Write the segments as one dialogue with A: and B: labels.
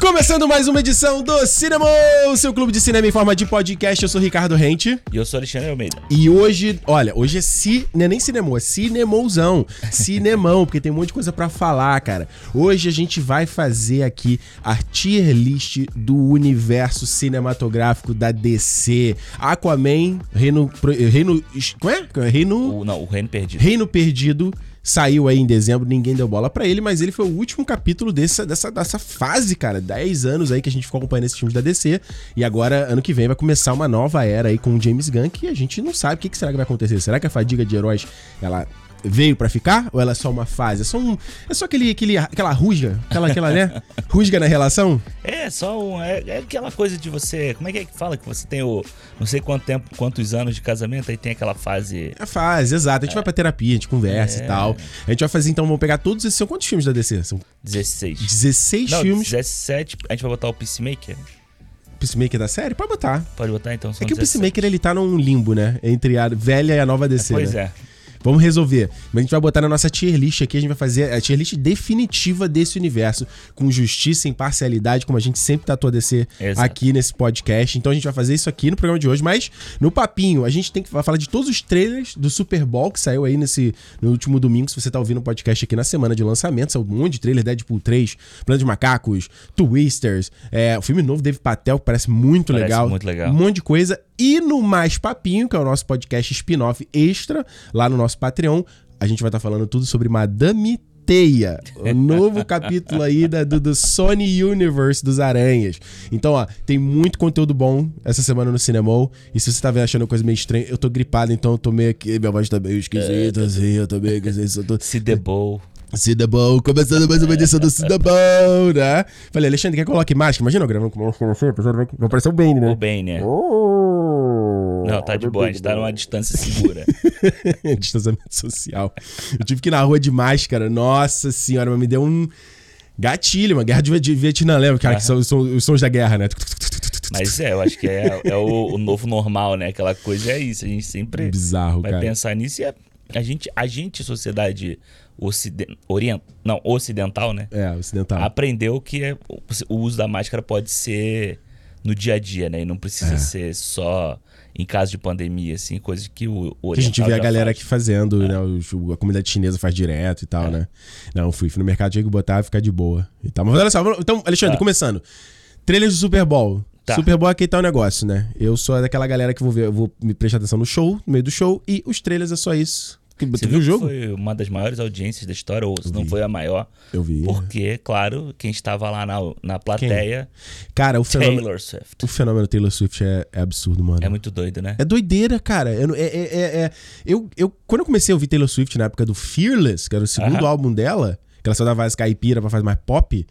A: Começando mais uma edição do Cinema, o seu clube de cinema em forma de podcast. Eu sou Ricardo Rente.
B: E eu sou Alexandre Almeida.
A: E hoje, olha, hoje é ci, não é nem cinemô, é cinemouzão, cinemão, porque tem um monte de coisa pra falar, cara. Hoje a gente vai fazer aqui a tier list do universo cinematográfico da DC. Aquaman, Reino Pro- Reino, como é? Reino
B: O, não, o Reino Perdido.
A: Reino Perdido saiu aí em dezembro, ninguém deu bola pra ele, mas ele foi o último capítulo dessa, dessa, dessa fase, cara. 10 anos aí que a gente ficou acompanhando esses filmes da DC. E agora, ano que vem, vai começar uma nova era aí com o James Gunn, que a gente não sabe o que, que será que vai acontecer. Será que a fadiga de heróis, ela veio pra ficar ou ela é só uma fase é só um é só aquele, aquele aquela rusga aquela aquela né rusga na relação
B: É, só um. É, é aquela coisa de você. Como é que é que fala que você tem o. Não sei quanto tempo, quantos anos de casamento, aí tem aquela fase.
A: é a fase exato a gente vai pra terapia a gente conversa
B: É.
A: e tal a gente vai fazer então vamos pegar todos esses são quantos filmes da DC são
B: 16.
A: 16
B: Não,
A: filmes
B: 17. A gente vai botar o Peacemaker.
A: Peacemaker é da série? Pode botar.
B: Pode botar então.
A: É que o Peacemaker ele tá num limbo, né? Entre a velha e a nova DC.
B: Pois
A: né?
B: é.
A: Vamos resolver. Mas a gente vai botar na nossa tier list aqui, a gente vai fazer a tier list definitiva desse universo, com justiça e imparcialidade, como a gente sempre tatuou DC
B: Exato.
A: aqui nesse podcast. Então a gente vai fazer isso aqui no programa de hoje, mas no papinho, a gente tem que vai falar de todos os trailers do Super Bowl que saiu aí nesse no último domingo, se você tá ouvindo o podcast aqui na semana de lançamento, saiu um monte de trailer, Deadpool 3, Plano de Macacos, Twisters, é, o filme novo Dave Patel, que parece muito
B: Parece
A: legal.
B: muito legal.
A: Um monte de coisa. E no Mais Papinho, que é o nosso podcast spin-off extra, lá no nosso Patreon, a gente vai estar falando tudo sobre Madame Teia, o novo capítulo aí da, do, do Sony Universe dos Aranhas. Então, ó, tem muito conteúdo bom essa semana no Cinemol. E se você tá vendo achando coisa meio estranha, eu tô gripado, então eu tô meio aqui, minha voz tá meio esquisita, assim, eu tô meio esquisito. eu tô-
B: Se debou.
A: Cidabão, começando mais uma edição do Cidabão, né? Falei, Alexandre, quer que eu coloque máscara? Imagina eu gravando com Vai parecer o Bane,
B: O
A: né?
B: bem, né? Não, tá de boa. A gente tá numa distância segura.
A: tá- Distanciamento social. Eu tive que ir na rua de máscara. Nossa senhora, mas me deu um gatilho, uma guerra de, de Vietnã, lembra? Cara, que são, são os sons da guerra, né?
B: Mas é, eu acho que é, é o, o novo normal, né? Aquela coisa é isso. A gente sempre
A: Bizarro,
B: vai
A: cara.
B: pensar nisso e a, a gente, a gente, sociedade ociden, orient, não, ocidental, né?
A: É, ocidental.
B: Aprendeu que é- o- o uso da máscara pode ser no dia a dia, né? E não precisa
A: É.
B: ser só em caso de pandemia, assim, coisa que o o oriental
A: Que a gente vê a
B: já
A: galera
B: faz. É.
A: aqui fazendo, né? Os- o- A comunidade chinesa faz direto e tal, né? Não, fui, fui no mercado, tinha que botar e ficar de boa. E tal. Mas olha só, vamos- então, Alexandre,
B: Tá.
A: começando. Trailers do Super Bowl.
B: Tá.
A: Super Bowl é aquele tal negócio, né? Eu sou daquela galera que vou ver, eu vou me prestar atenção no show, no meio do show, e os trailers é só isso. Que-
B: Você
A: Tu viu
B: viu
A: o
B: que
A: jogo?
B: Foi uma das maiores audiências da história, ou se não foi a maior.
A: Eu vi.
B: Porque, claro, quem estava lá na, na plateia,
A: Cara, o fenômeno,
B: Taylor Swift.
A: o fenômeno Taylor Swift é, é absurdo, mano.
B: É muito doido, né?
A: É doideira, cara. Eu, não- é- é- é- é- eu, eu- quando eu comecei a ouvir Taylor Swift na época do Fearless, que era o segundo
B: Aham.
A: álbum dela, que ela só dava as caipira pra fazer mais pop,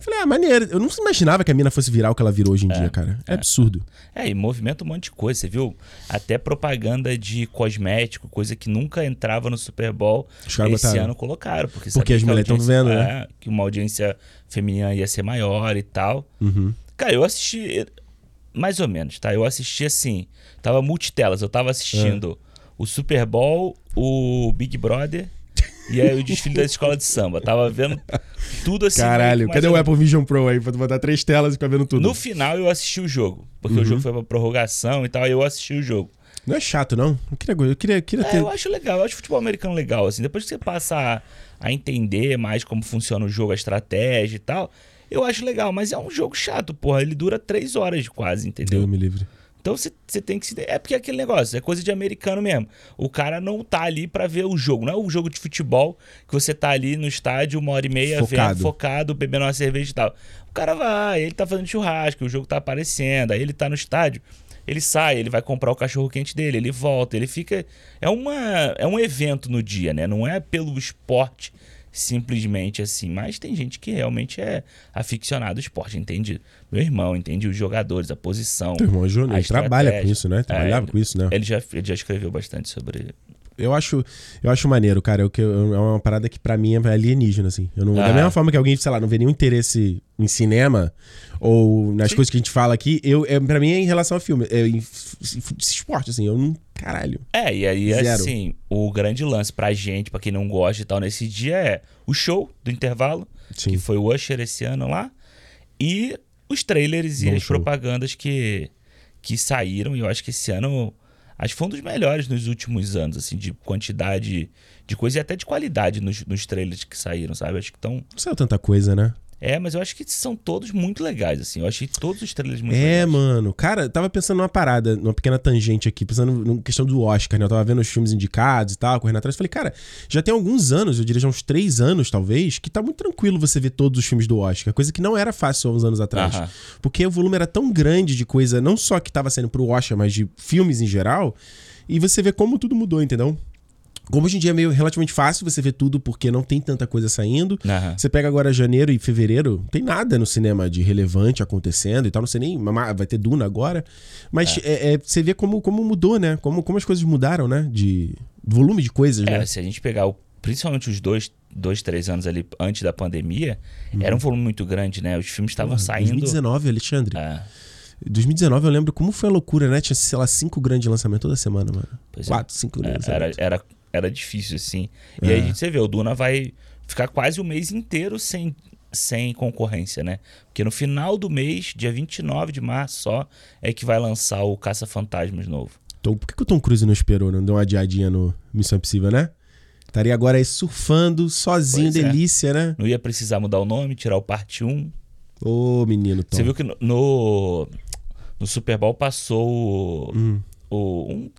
A: eu falei, ah, maneiro. Eu não imaginava que a mina fosse virar o que ela virou hoje em dia, cara. É, absurdo.
B: É, e movimenta um monte de coisa. Você viu até propaganda de cosmético, coisa que nunca entrava no Super Bowl.
A: Os
B: Esse
A: caras botaram.
B: ano colocaram. Porque,
A: Porque
B: sabia
A: as
B: que a
A: mulheres tão
B: audiência-
A: vendo, né?
B: é, Que uma audiência feminina ia ser maior e tal.
A: Uhum.
B: Cara, eu assisti. eh, Mais ou menos, tá? Eu assisti assim. Tava multitelas. Eu tava assistindo o Super Bowl, o Big Brother. E aí o desfile da escola de samba. Tava vendo tudo assim.
A: Caralho,
B: mas
A: cadê
B: eu-
A: o Apple Vision Pro aí pra tu botar três telas e ficar vendo tudo?
B: No final eu assisti o jogo. Porque o jogo foi pra prorrogação e tal. aí eu assisti o jogo.
A: Não é chato, não? Eu queria, eu queria, eu queria
B: É,
A: ter.
B: eu acho legal, eu acho futebol americano legal, assim. Depois que você passa a, a entender mais como funciona o jogo, a estratégia e tal, eu acho legal, mas é um jogo chato, porra. Ele dura três horas quase, entendeu?
A: Deus me livre.
B: Então você você tem que se. É porque é aquele negócio, é coisa de americano mesmo. O cara não tá ali pra ver o jogo. Não é o jogo de futebol que você tá ali no estádio uma hora e meia
A: Focado.
B: vendo, focado, bebendo uma cerveja e tal. O cara vai, ele tá fazendo churrasco, o jogo tá aparecendo, aí ele tá no estádio, ele sai, ele vai comprar o cachorro quente dele, ele volta, ele fica. É, uma, é um evento no dia, né? Não é pelo esporte simplesmente assim, mas tem gente que realmente é aficionado ao esporte, entende? Meu irmão, entende os jogadores, a posição,
A: Teu irmão é
B: a
A: jornalista, trabalha com
B: estratégia.
A: isso, né? Trabalhava
B: É,
A: com isso, né?
B: Ele já, ele já escreveu bastante sobre.
A: Eu acho, eu acho maneiro, cara. Eu, que- eu- é uma parada que pra mim é alienígena, assim. Eu não- Da
B: Ah.
A: mesma forma que alguém, sei lá, não vê nenhum interesse em cinema ou nas coisas que a gente fala aqui, eu, é, pra mim é em relação a filme, é em f- f- esporte, assim. Eu não. Caralho.
B: É, e aí,
A: Zero.
B: assim, o grande lance pra gente, pra quem não gosta e tal, nesse dia é o show do intervalo,
A: Sim.
B: que foi o Usher esse ano lá, e os trailers e
A: Bom
B: as
A: show.
B: propagandas que, que saíram. E eu acho que esse ano acho que foi um dos melhores nos últimos anos, assim, de quantidade de coisa e até de qualidade nos, nos trailers que saíram, sabe? Acho que estão.
A: Não saiu tanta coisa, né?
B: É, mas eu acho que são todos muito legais, assim. Eu achei todos os trailers muito
A: É,
B: legais.
A: mano. Cara, eu tava pensando numa parada, numa pequena tangente aqui, pensando na questão do Oscar, né? Eu tava vendo os filmes indicados e tal, correndo atrás. Falei, cara, já tem alguns anos, eu diria já uns três anos, talvez, que tá muito tranquilo você ver todos os filmes do Oscar, coisa que não era fácil há uns anos atrás.
B: Aham.
A: Porque o volume era tão grande de coisa, não só que tava saindo pro Oscar, mas de filmes em geral. E você vê como tudo mudou, entendeu? Como hoje em dia é meio relativamente fácil você ver tudo porque não tem tanta coisa saindo.
B: Aham.
A: Você pega agora janeiro e fevereiro, não tem nada no cinema de relevante acontecendo e tal. Não sei nem. ma- Vai ter Duna agora. Mas é- é, você vê como, como mudou, né? Como, como as coisas mudaram, né? De volume de coisas,
B: É,
A: né?
B: se a gente pegar o- principalmente os dois, dois, três anos ali antes da pandemia, era um volume muito grande, né? Os filmes estavam saindo.
A: 2019, Alexandre.
B: Ah,
A: 2019 eu lembro como foi a loucura, né? Tinha, sei lá, cinco grandes lançamentos toda semana, mano.
B: Pois é.
A: Quatro, cinco
B: é,
A: grandes.
B: era,
A: lançamentos.
B: era, era difícil, assim. E aí você vê, o Duna vai ficar quase o mês inteiro sem, sem concorrência, né? Porque no final do mês, dia 29 de março só, é que vai lançar o Caça-Fantasmas novo.
A: Então, por que, que o Tom Cruise não esperou, não deu uma adiadinha no Missão Impossível, né? Estaria agora aí surfando, sozinho,
B: Pois é.
A: delícia, né?
B: Não ia precisar mudar o nome, tirar o parte 1.
A: Ô, menino Tom.
B: Você viu que no, no, no Super Bowl passou o.
A: Hum.
B: o- um,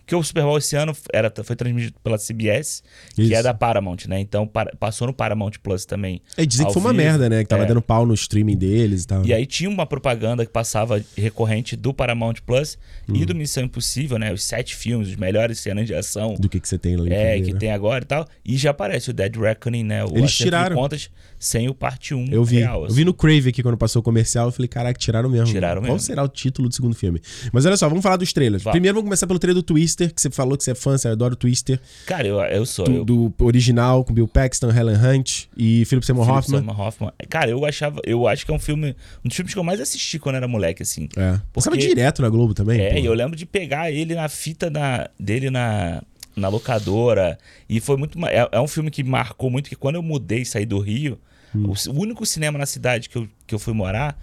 B: porque o Super Bowl esse ano era, foi transmitido pela CBS, que
A: Isso.
B: é da Paramount, né? Então para- passou no Paramount Plus também.
A: É, dizem que
B: ao
A: foi uma
B: vivo.
A: merda, né? Que tava
B: É.
A: dando pau no streaming deles e tal.
B: E aí tinha uma propaganda que passava recorrente do Paramount Plus e
A: Hum.
B: do Missão Impossível, né? Os sete filmes, os melhores cenas de ação
A: Do que, que você tem ali. pra
B: é,
A: ver,
B: que
A: né?
B: tem agora e tal. E já aparece o Dead Reckoning, né? O
A: Eles
B: Acerto de
A: tiraram.
B: contas sem o parte 1
A: Eu vi.
B: real. assim.
A: eu vi no Crave aqui quando passou o comercial. Eu falei, caraca, tiraram mesmo.
B: Tiraram
A: Qual
B: mesmo.
A: será o título do segundo filme? Mas olha só, vamos falar dos trailers.
B: Vá.
A: Primeiro vamos começar pelo trailer do Twister, que você falou que você é fã, você adora o Twister.
B: assim. Cara, eu, eu sou. eu,
A: Do, do original, com Bill Paxton, Helen Hunt e Philip Seymour
B: Philip
A: Hoffman.
B: Seymour Hoffman. Cara, eu achava. Eu acho que é um filme. Um dos filmes que eu mais assisti quando era moleque, assim.
A: É. Passava
B: Porque-
A: direto na Globo também.
B: É,
A: pô.
B: e eu lembro de pegar ele na fita da- dele na, na locadora. E foi muito. ma- É, é um filme que marcou muito, que quando eu mudei e saí do Rio,
A: Hum.
B: o, ci- o único cinema na cidade que eu, que eu fui morar.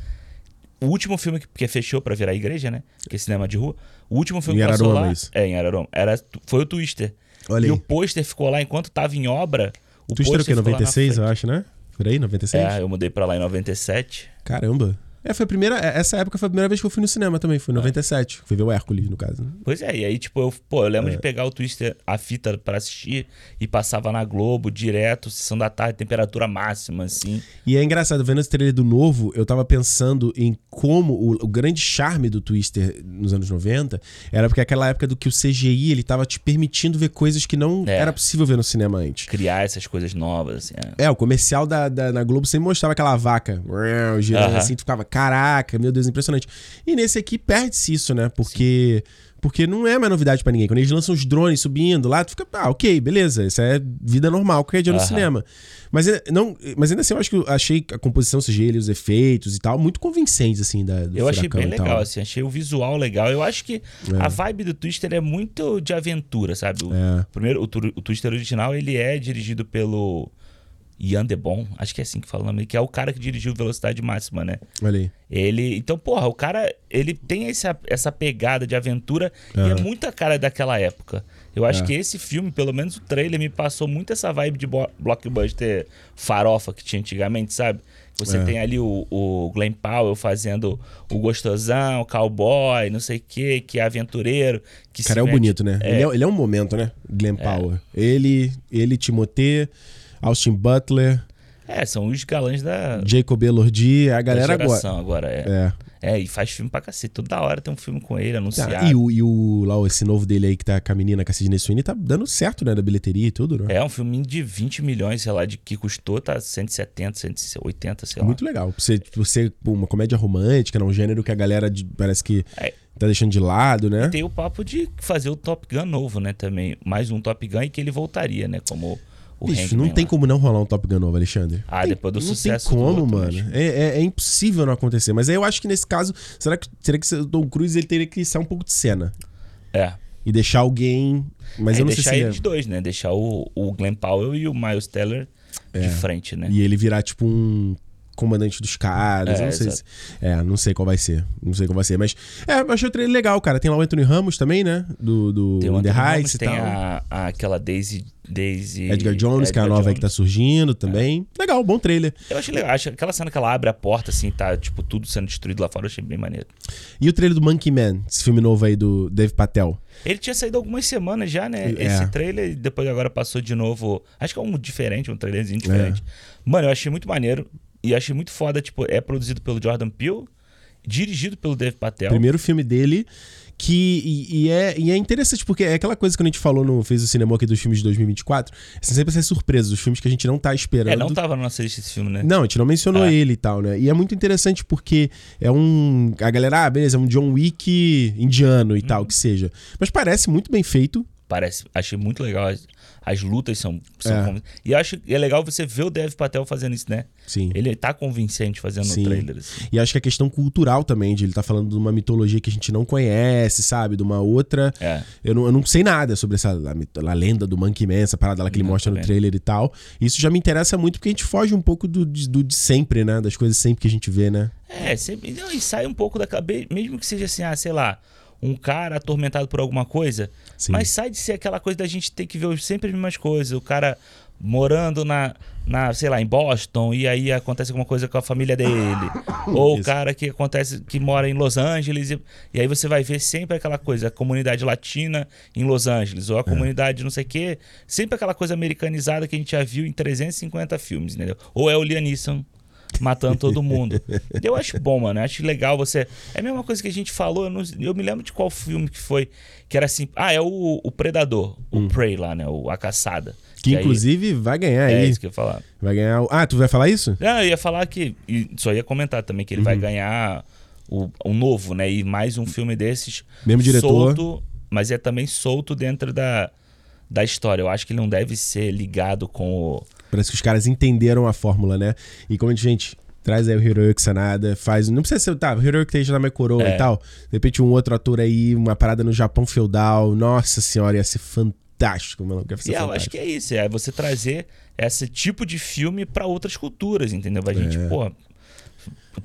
B: O último filme que, porque fechou pra virar igreja, né? Que é cinema de rua. O último filme
A: Em
B: que passou
A: Araruama,
B: lá.
A: isso.
B: É, em Araruama. Era, foi o Twister.
A: Olha
B: e
A: aí.
B: o pôster ficou lá enquanto tava em obra. O
A: Twister é o quê?
B: pôster ficou lá na
A: 96, eu
B: frente.
A: acho, né? Por aí, 96?
B: É, eu mudei pra lá em 97.
A: Caramba. É, foi a primeira. é, Essa época foi a primeira vez que eu fui no cinema também.
B: É.
A: Foi em 97. Fui ver o Hércules, no caso. né?
B: Pois é, e aí, tipo, eu, pô, eu lembro
A: É.
B: de pegar o Twister, a fita pra assistir e passava na Globo direto, sessão da tarde, temperatura máxima, assim.
A: E é engraçado, vendo esse trailer do novo, eu tava pensando em como o, o grande charme do Twister nos anos 90 era porque aquela época do que o CGI ele tava te permitindo ver coisas que não
B: É.
A: era possível ver no cinema antes.
B: Criar essas coisas novas, assim. é.
A: É, o comercial da, da- na Globo sempre mostrava aquela vaca uau, girando
B: Aham.
A: assim, tu ficava, caraca, meu Deus, impressionante. E nesse aqui perde-se isso, né? Porque porque não é mais novidade pra ninguém. Quando eles lançam os drones subindo lá, tu fica, ah, ok, beleza, isso é vida normal, qualquer dia no
B: Aham.
A: cinema. Mas, ainda- não, mas ainda assim, eu acho que eu achei a composição, CGI, os efeitos e tal, muito convincentes, assim, da, do
B: Eu achei
A: furacão
B: bem
A: e tal.
B: legal, assim, achei o visual legal. Eu acho que a vibe do Twister é muito de aventura, sabe? O,
A: É.
B: Primeiro, o, Tru- o Twister original, ele é dirigido pelo Ian DeBon, acho que é assim que fala o nome, dele, que é o cara que dirigiu Velocidade Máxima, né?
A: Olha aí.
B: Ele, então, porra, o cara, ele tem essa, essa pegada de aventura e é muita cara daquela época. Eu acho
A: É.
B: que esse filme, pelo menos o trailer, me passou muito essa vibe de bo- blockbuster farofa que tinha antigamente, sabe? Você
A: É.
B: tem ali o, o Glenn Powell fazendo o gostosão, o cowboy, não sei o que, que é aventureiro. Que
A: O
B: se
A: cara é o
B: mete-
A: bonito, né? Ele, é, ele é um momento, né? Glenn
B: É.
A: Power. Ele, ele, Timothée, Austin Butler...
B: É, são os galãs da, da
A: Jacob Elordi, a galera agora.
B: geração agora. é.
A: É.
B: é, e faz filme pra cacete. Toda hora tem um filme com ele anunciado.
A: Ah, e o, e o lá, esse novo dele aí que tá com a menina, com a Sidney Sweeney, tá dando certo, né? Da bilheteria e tudo, né?
B: É um filme de 20 milhões, sei lá, de que custou, tá 170, 180, sei lá.
A: Muito legal. Pra Você, pra você, pô, uma comédia romântica, né? um gênero que a galera de- parece que
B: É.
A: tá deixando de lado, né?
B: Tem o papo de fazer o Top Gun novo, né, também. Mais um Top Gun e que ele voltaria, né, como o
A: Bicho,
B: Hangman
A: não tem
B: lá.
A: como não rolar um Top Gun novo, Alexandre.
B: Ah,
A: Tem-
B: depois do
A: não
B: sucesso
A: Tem
B: do
A: como,
B: outro,
A: mano. É, é- é impossível não acontecer. Mas aí eu acho que nesse caso, será que, será que o Tom Cruise ele teria que sair um pouco de cena?
B: É.
A: E deixar alguém. Mas
B: É,
A: eu não sei
B: deixar
A: se. ele-
B: eles dois, né?
A: É.
B: Deixar o, o Glenn Powell e o Miles Teller de frente, né?
A: E ele virar, tipo, um comandante dos caras.
B: É,
A: eu não sei.
B: exato.
A: se- é, não sei qual vai ser. Não sei qual vai ser. Mas. É, eu achei o trailer legal, cara. Tem lá o Anthony Ramos também, né? Do, do
B: Tem o
A: The
B: Anthony
A: Heights
B: Ramos,
A: e
B: tem
A: tal.
B: a, a- aquela Daisy. Daisy
A: Edgar Jones, que é a
B: Edgar
A: nova aí que tá
B: Jones. É.
A: surgindo também. Legal, bom trailer.
B: Eu achei legal. acho- Aquela cena que ela abre a porta, assim, tá, tipo, tudo sendo destruído lá fora, eu achei bem maneiro.
A: E o trailer do Monkey Man, esse filme novo aí do Dave Patel.
B: Ele tinha saído algumas semanas já, né?
A: É.
B: Esse trailer, e depois agora passou de novo. Acho que é um diferente, um trailerzinho diferente. Mano, eu achei muito maneiro e achei muito foda. Tipo, é produzido pelo Jordan Peele, dirigido pelo Dave Patel.
A: Primeiro filme dele. Que, e, e é, e é interessante, porque é aquela coisa que a gente falou no Fez o Cinema aqui dos filmes de 2024. Assim, sempre essa surpresa, dos filmes que a gente não tá esperando.
B: É, não tava na nossa lista esse filme, né?
A: Não, a gente não mencionou
B: Ah.
A: ele e tal, né? E é muito interessante porque é um. A galera, ah, beleza, é um John Wick indiano e
B: Uhum.
A: tal, que seja. Mas parece muito bem feito.
B: Parece. Achei muito legal. As, as lutas são. são
A: É.
B: convin- E eu acho que é legal você ver o Dave Patel fazendo isso, né?
A: Sim.
B: Ele tá convincente fazendo
A: Sim.
B: o trailer. Assim.
A: E acho que a questão cultural também, de ele tá falando de uma mitologia que a gente não conhece, sabe? De uma outra.
B: É.
A: Eu não, eu não sei nada sobre essa a, mit- a lenda do Monkey Man, essa parada lá que ele
B: Não,
A: mostra no
B: também.
A: trailer e tal. Isso já me interessa muito porque a gente foge um pouco do, de- do de sempre, né? Das coisas sempre que a gente vê, né?
B: É, sempre, não, e sai um pouco da cabeça, mesmo que seja assim, ah, sei lá, um cara atormentado por alguma coisa,
A: Sim.
B: mas sai de ser aquela coisa da gente ter que ver sempre as mesmas coisas, o cara morando na, na, sei lá, em Boston, e aí acontece alguma coisa com a família dele, ou o
A: Isso.
B: cara que acontece, que mora em Los Angeles, e, e aí você vai ver sempre aquela coisa, a comunidade latina em Los Angeles,
A: É.
B: ou a comunidade não sei o quê, sempre aquela coisa americanizada que a gente já viu em 350 filmes, entendeu? Ou é o Liam Neeson matando todo mundo. Eu acho bom, mano. Eu acho legal você. É a mesma coisa que a gente falou. Eu, não- eu me lembro de qual filme que foi. Que era assim. Ah, é o, o Predador. O Prey lá, né? O, a caçada.
A: Hum. Que
B: aí-
A: inclusive vai ganhar
B: É
A: aí.
B: isso que eu ia falar.
A: Vai ganhar. o- Ah, tu vai falar isso?
B: Não, eu ia falar que. e só ia comentar também que ele
A: Uhum.
B: vai ganhar o, um novo, né? E mais um filme desses.
A: Mesmo diretor.
B: Solto, mas é também solto dentro da, da história. Eu acho que ele não deve ser ligado com o.
A: Parece que os caras entenderam a fórmula, né? E como a gente, gente, traz aí o Hiroyuki Sanada, faz. Não precisa ser, tá, o Hiroyuki tem na minha coroa
B: É.
A: e tal. De repente, um outro ator aí, uma parada no Japão feudal. Nossa senhora, ia ser fantástico, mano. Ia ser
B: E eu
A: fantástico.
B: acho que é isso, é você trazer esse tipo de filme pra outras culturas, entendeu? A gente,
A: É.
B: pô,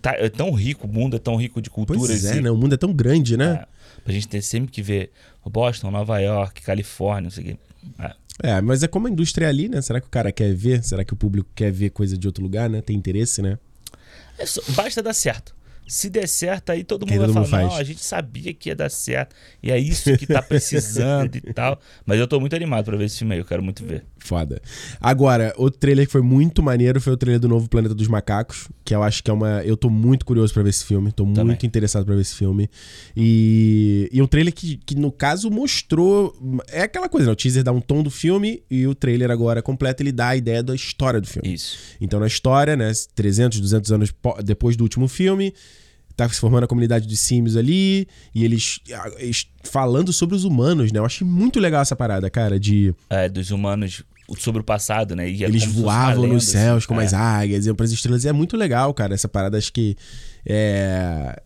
B: tá, é tão rico, o mundo é tão rico de culturas.
A: Pois é,
B: e,
A: né? O mundo é tão grande, né?
B: é, pra gente ter sempre que ver Boston, Nova York, Califórnia, não sei o quê. É,
A: É. mas é como a indústria é ali, né? Será que o cara quer ver? Será que o público quer ver coisa de outro lugar, né? Tem interesse, né?
B: é só- basta dar certo. Se der certo, aí todo
A: Aí
B: mundo vai
A: todo
B: falar,
A: mundo
B: não,
A: faz."
B: a gente sabia que ia dar certo. E é isso que tá precisando e tal. Mas eu tô muito animado pra ver esse filme aí, eu quero muito ver.
A: Foda. Agora, outro trailer que foi muito maneiro foi o trailer do novo Planeta dos Macacos, que eu acho que é uma. Eu tô muito curioso pra ver esse filme, tô
B: Também.
A: muito interessado pra ver esse filme. E, e um trailer que, que, no caso, mostrou. É aquela coisa, né? O teaser dá um tom do filme e o trailer agora completo ele dá a ideia da história do filme.
B: Isso.
A: Então, na história, né, 300, 200 anos po- depois do último filme, tá se formando a comunidade de símios ali, e eles, ah, eles falando sobre os humanos, né? Eu achei muito legal essa parada, cara, de
B: É, dos humanos o- sobre o passado, né? E é
A: eles
B: como se fosse uma
A: voavam
B: lenda,
A: nos
B: assim.
A: céus como
B: É.
A: as águias, iam pras estrelas, e é muito legal, cara, essa parada, acho que é...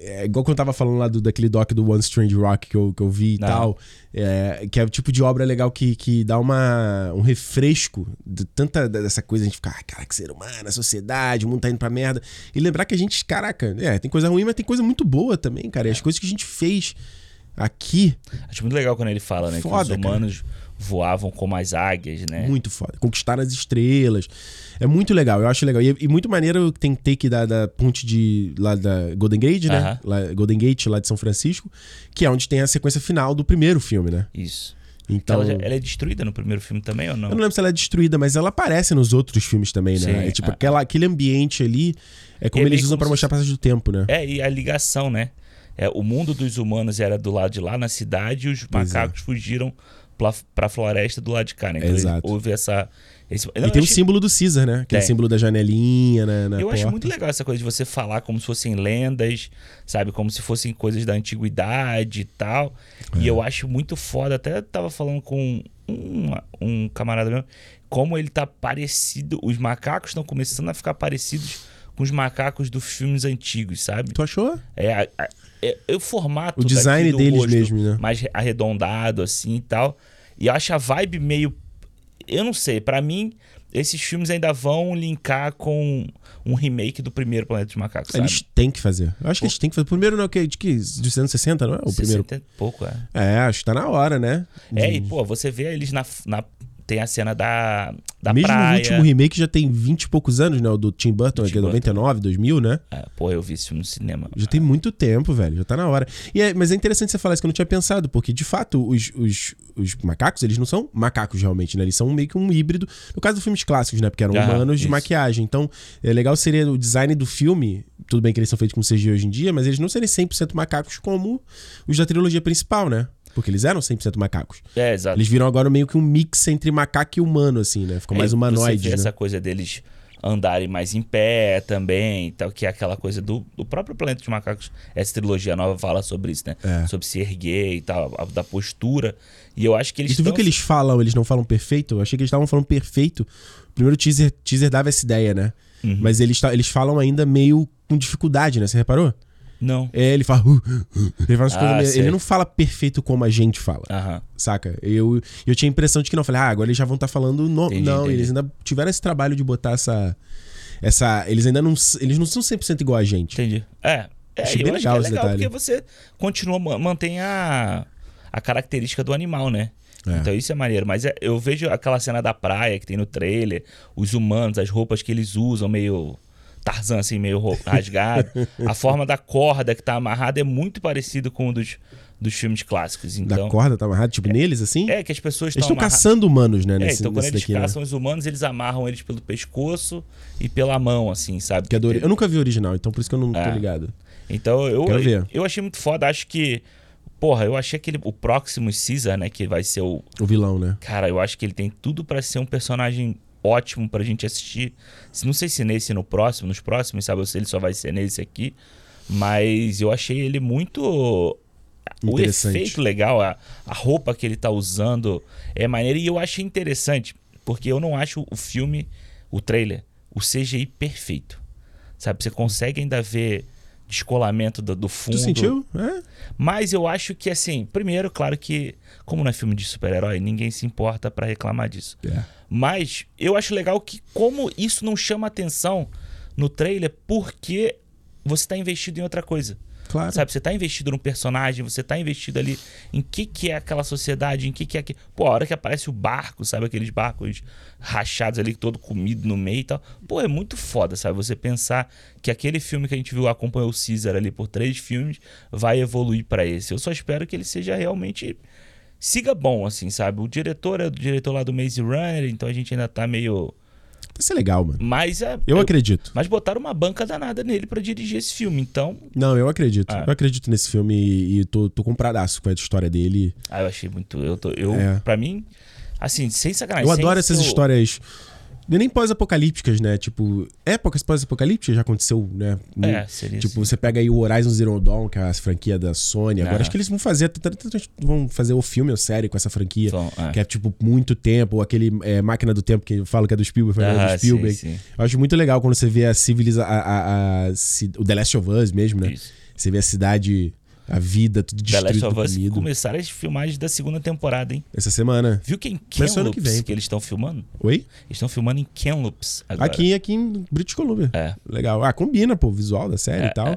A: é igual quando eu tava falando lá do, daquele doc do One Strange Rock que eu, que eu vi e
B: Não.
A: tal. é, que é o tipo de obra legal que, que dá uma, um refresco de tanta dessa coisa, a gente fica, ah, caraca, ser humano, a sociedade, o mundo tá indo pra merda. E lembrar que a gente, caraca, é, tem coisa ruim, mas tem coisa muito boa também, cara.
B: É.
A: E as coisas que a gente fez aqui,
B: Acho muito legal quando ele fala, né?
A: Foda,
B: que os humanos voavam como as águias, né?
A: É Muito foda. Conquistar as estrelas. É muito legal, eu acho legal. E, e muito maneiro que tem take da, da ponte de. lá da Golden Gate, né?
B: Aham.
A: Lá- Golden Gate, lá de São Francisco, que é onde tem a sequência final do primeiro filme, né?
B: Isso.
A: Então.
B: Ela, já- ela é destruída no primeiro filme também ou não?
A: Eu não lembro se ela é destruída, mas ela aparece nos outros filmes também, né?
B: Sim,
A: é tipo
B: ah.
A: aquela, aquele ambiente ali. É como
B: É
A: eles
B: meio
A: usam
B: como
A: pra
B: se-
A: mostrar a passagem do tempo, né?
B: É, e a ligação, né? É, o mundo dos humanos era do lado de lá na cidade e os
A: Pois é.
B: macacos fugiram pra, pra floresta do lado de cá, né? ele-
A: Exato.
B: houve essa. esse- É,
A: e
B: Não, eu
A: tem um o
B: achei-
A: símbolo do Caesar, né? Aquele
B: Tem.
A: símbolo da janelinha, né? Na
B: Eu acho
A: porta.
B: muito legal essa coisa de você falar como se fossem lendas, sabe? Como se fossem coisas da antiguidade e tal. E
A: É.
B: eu acho muito foda. Até tava falando com um, um camarada meu, como ele tá parecido. Os macacos estão começando a ficar parecidos com os macacos dos filmes antigos, sabe?
A: Tu achou?
B: É, a- a- é- é o formato
A: O
B: daqui
A: design
B: do
A: deles
B: rosto
A: mesmo, né?
B: mais arredondado assim e tal. E eu acho a vibe meio eu não sei, pra mim, esses filmes ainda vão linkar com um remake do primeiro Planeta dos Macacos, sabe?
A: Eles têm que fazer. Eu acho que eles têm que fazer. Primeiro não é o que? De que? De 160, não é? O primeiro.
B: 60 e pouco, é.
A: É, acho que tá na hora, né?
B: É,
A: De-
B: e pô, você vê eles na. na- tem a cena da, da
A: Mesmo
B: praia.
A: o último remake já tem 20 e poucos anos, né? O do Tim Burton,
B: Do
A: que é
B: Tim
A: 99, 2000, né?
B: É, pô, eu vi esse filme no cinema.
A: Já tem muito tempo, velho. Já tá na hora. E é- mas é interessante você falar isso que eu não tinha pensado, porque de fato os, os, os macacos, eles não são macacos realmente, né? Eles são meio que um híbrido. No caso dos filmes clássicos, né? Porque eram
B: Aham,
A: humanos de
B: Ah, isso.
A: maquiagem. Então, é legal seria o design do filme. Tudo bem que eles são feitos com CG hoje em dia, mas eles não seriam 100% macacos como os da trilogia principal, né? Porque eles eram 100% macacos.
B: É, exato.
A: Eles viram agora meio que um mix entre macaco e humano, assim, né? Ficou mais
B: Aí
A: humanoides,
B: É, Você vê
A: né?
B: essa coisa deles andarem mais em pé também, e tal, que é aquela coisa do, do próprio Planeta dos Macacos. Essa trilogia nova fala sobre isso, né?
A: É.
B: Sobre se erguer e tal, a- da postura. E eu acho que eles
A: E tu viu
B: tão-
A: que eles falam, eles não falam perfeito? Eu achei que eles estavam falando perfeito. O primeiro teaser, teaser dava essa ideia, né?
B: Uhum.
A: Mas eles, ta- eles falam ainda meio com dificuldade, né? Você reparou?
B: Não.
A: É, ele fala. "Uh, uh, uh", ele, fala umas
B: Ah,
A: coisas meio-
B: sei. Ah.
A: ele não fala perfeito como a gente fala,
B: Aham.
A: saca? Eu, eu tinha a impressão de que não. Eu Falei, ah, agora eles já vão estar falando. No...
B: Entendi,
A: não,
B: entendi.
A: eles ainda tiveram esse trabalho de botar essa. essa eles ainda não. s- Eles não são 100% igual a gente.
B: Entendi. É. É,
A: Achei
B: eu
A: bem
B: acho
A: legal
B: que é
A: esse
B: legal
A: detalhe.
B: porque você continua, ma- mantém a, a característica do animal, né?
A: É.
B: Então isso é maneiro. Mas é- eu vejo aquela cena da praia que tem no trailer, os humanos, as roupas que eles usam, meio. Tarzan, assim, meio ro- rasgado. a forma da corda que tá amarrada é muito parecido com o dos, dos filmes clássicos.
A: Da
B: Então.
A: corda tá amarrada, tipo, neles, assim?
B: É, que as pessoas
A: eles
B: estão
A: estão caçando humanos, né?
B: É,
A: Nesse,
B: então quando
A: nesse
B: eles
A: daqui, né?
B: caçam os humanos, eles amarram eles pelo pescoço e pela mão, assim, sabe?
A: Que é do ori-
B: Tem-
A: Eu nunca vi o original, então por isso que eu não tô
B: É.
A: ligado.
B: Então eu,
A: Quero ver.
B: eu achei muito foda. Acho que. Porra, eu achei aquele. O Proximus Caesar, né? Que vai ser o.
A: O vilão, né?
B: Cara, eu acho que ele tem tudo pra ser um personagem ótimo pra gente assistir. Se- Não sei se nesse no próximo, nos próximos, sabe? Ou se ele só vai ser nesse aqui. Mas eu achei ele muito. O
A: Interessante.
B: efeito legal, a, a roupa que ele tá usando é maneira. E eu achei interessante, porque eu não acho o filme, o trailer, o CGI perfeito. Sabe? Você consegue ainda ver descolamento do, do fundo.
A: Tu sentiu? É?
B: Mas eu acho que, assim, primeiro, claro que, como não é filme de super-herói, ninguém se importa pra reclamar disso. Mas eu acho legal que, como isso não chama atenção no trailer, porque você tá investido em outra coisa.
A: Claro.
B: Sabe, você tá investido num personagem, você tá investido ali em que que é aquela sociedade, em que que é que... Pô, a hora que aparece o barco, sabe, aqueles barcos rachados ali, todo comido no meio e tal. Pô, é muito foda, sabe, você pensar que aquele filme que a gente viu, acompanhou o Caesar ali por três filmes, vai evoluir pra esse. Eu só espero que ele seja realmente... Siga bom, assim, sabe? O diretor é o diretor lá do Maze Runner, então a gente ainda tá meio...
A: Vai ser legal, mano.
B: Mas é...
A: Eu acredito.
B: Mas botaram uma banca danada nele pra dirigir esse filme, então...
A: Não, eu acredito.
B: Ah.
A: Eu acredito nesse filme e, e tô, tô compradaço com a história dele.
B: Ah, eu achei muito. Eu, tô, eu
A: É.
B: pra mim, assim, sem sacanagem.
A: eu
B: sem
A: adoro essas
B: ser o-
A: histórias. Nem pós-apocalípticas, né? Tipo, épocas pós-apocalípticas já aconteceu, né?
B: É, seria
A: Tipo,
B: assim.
A: você pega aí o Horizon Zero Dawn, que é a franquia da Sony. Agora
B: Ah.
A: acho que eles vão fazer. t- t- t- Vão fazer o filme ou série com essa franquia.
B: Vão, é.
A: Que é, tipo, muito tempo. Ou aquele é, Máquina do Tempo que eu falo que é do Spielberg. foi
B: Ah,
A: do Spielberg.
B: sim, sim.
A: Eu acho muito legal quando você vê a civiliza... A, a- a ci- o The Last of Us mesmo, né?
B: Isso.
A: Você vê a cidade, a vida, tudo
B: The
A: destruído,
B: Last of Us
A: comido.
B: começaram as filmagens da segunda temporada, hein?
A: Essa semana.
B: Viu que é em
A: Começou ano
B: Kenloops
A: que
B: que,
A: vem.
B: eles estão filmando?
A: Oi?
B: Eles estão filmando em Kenloops agora.
A: Aqui, aqui em British Columbia.
B: É.
A: Legal. Ah, combina, pô, o visual da série e tal.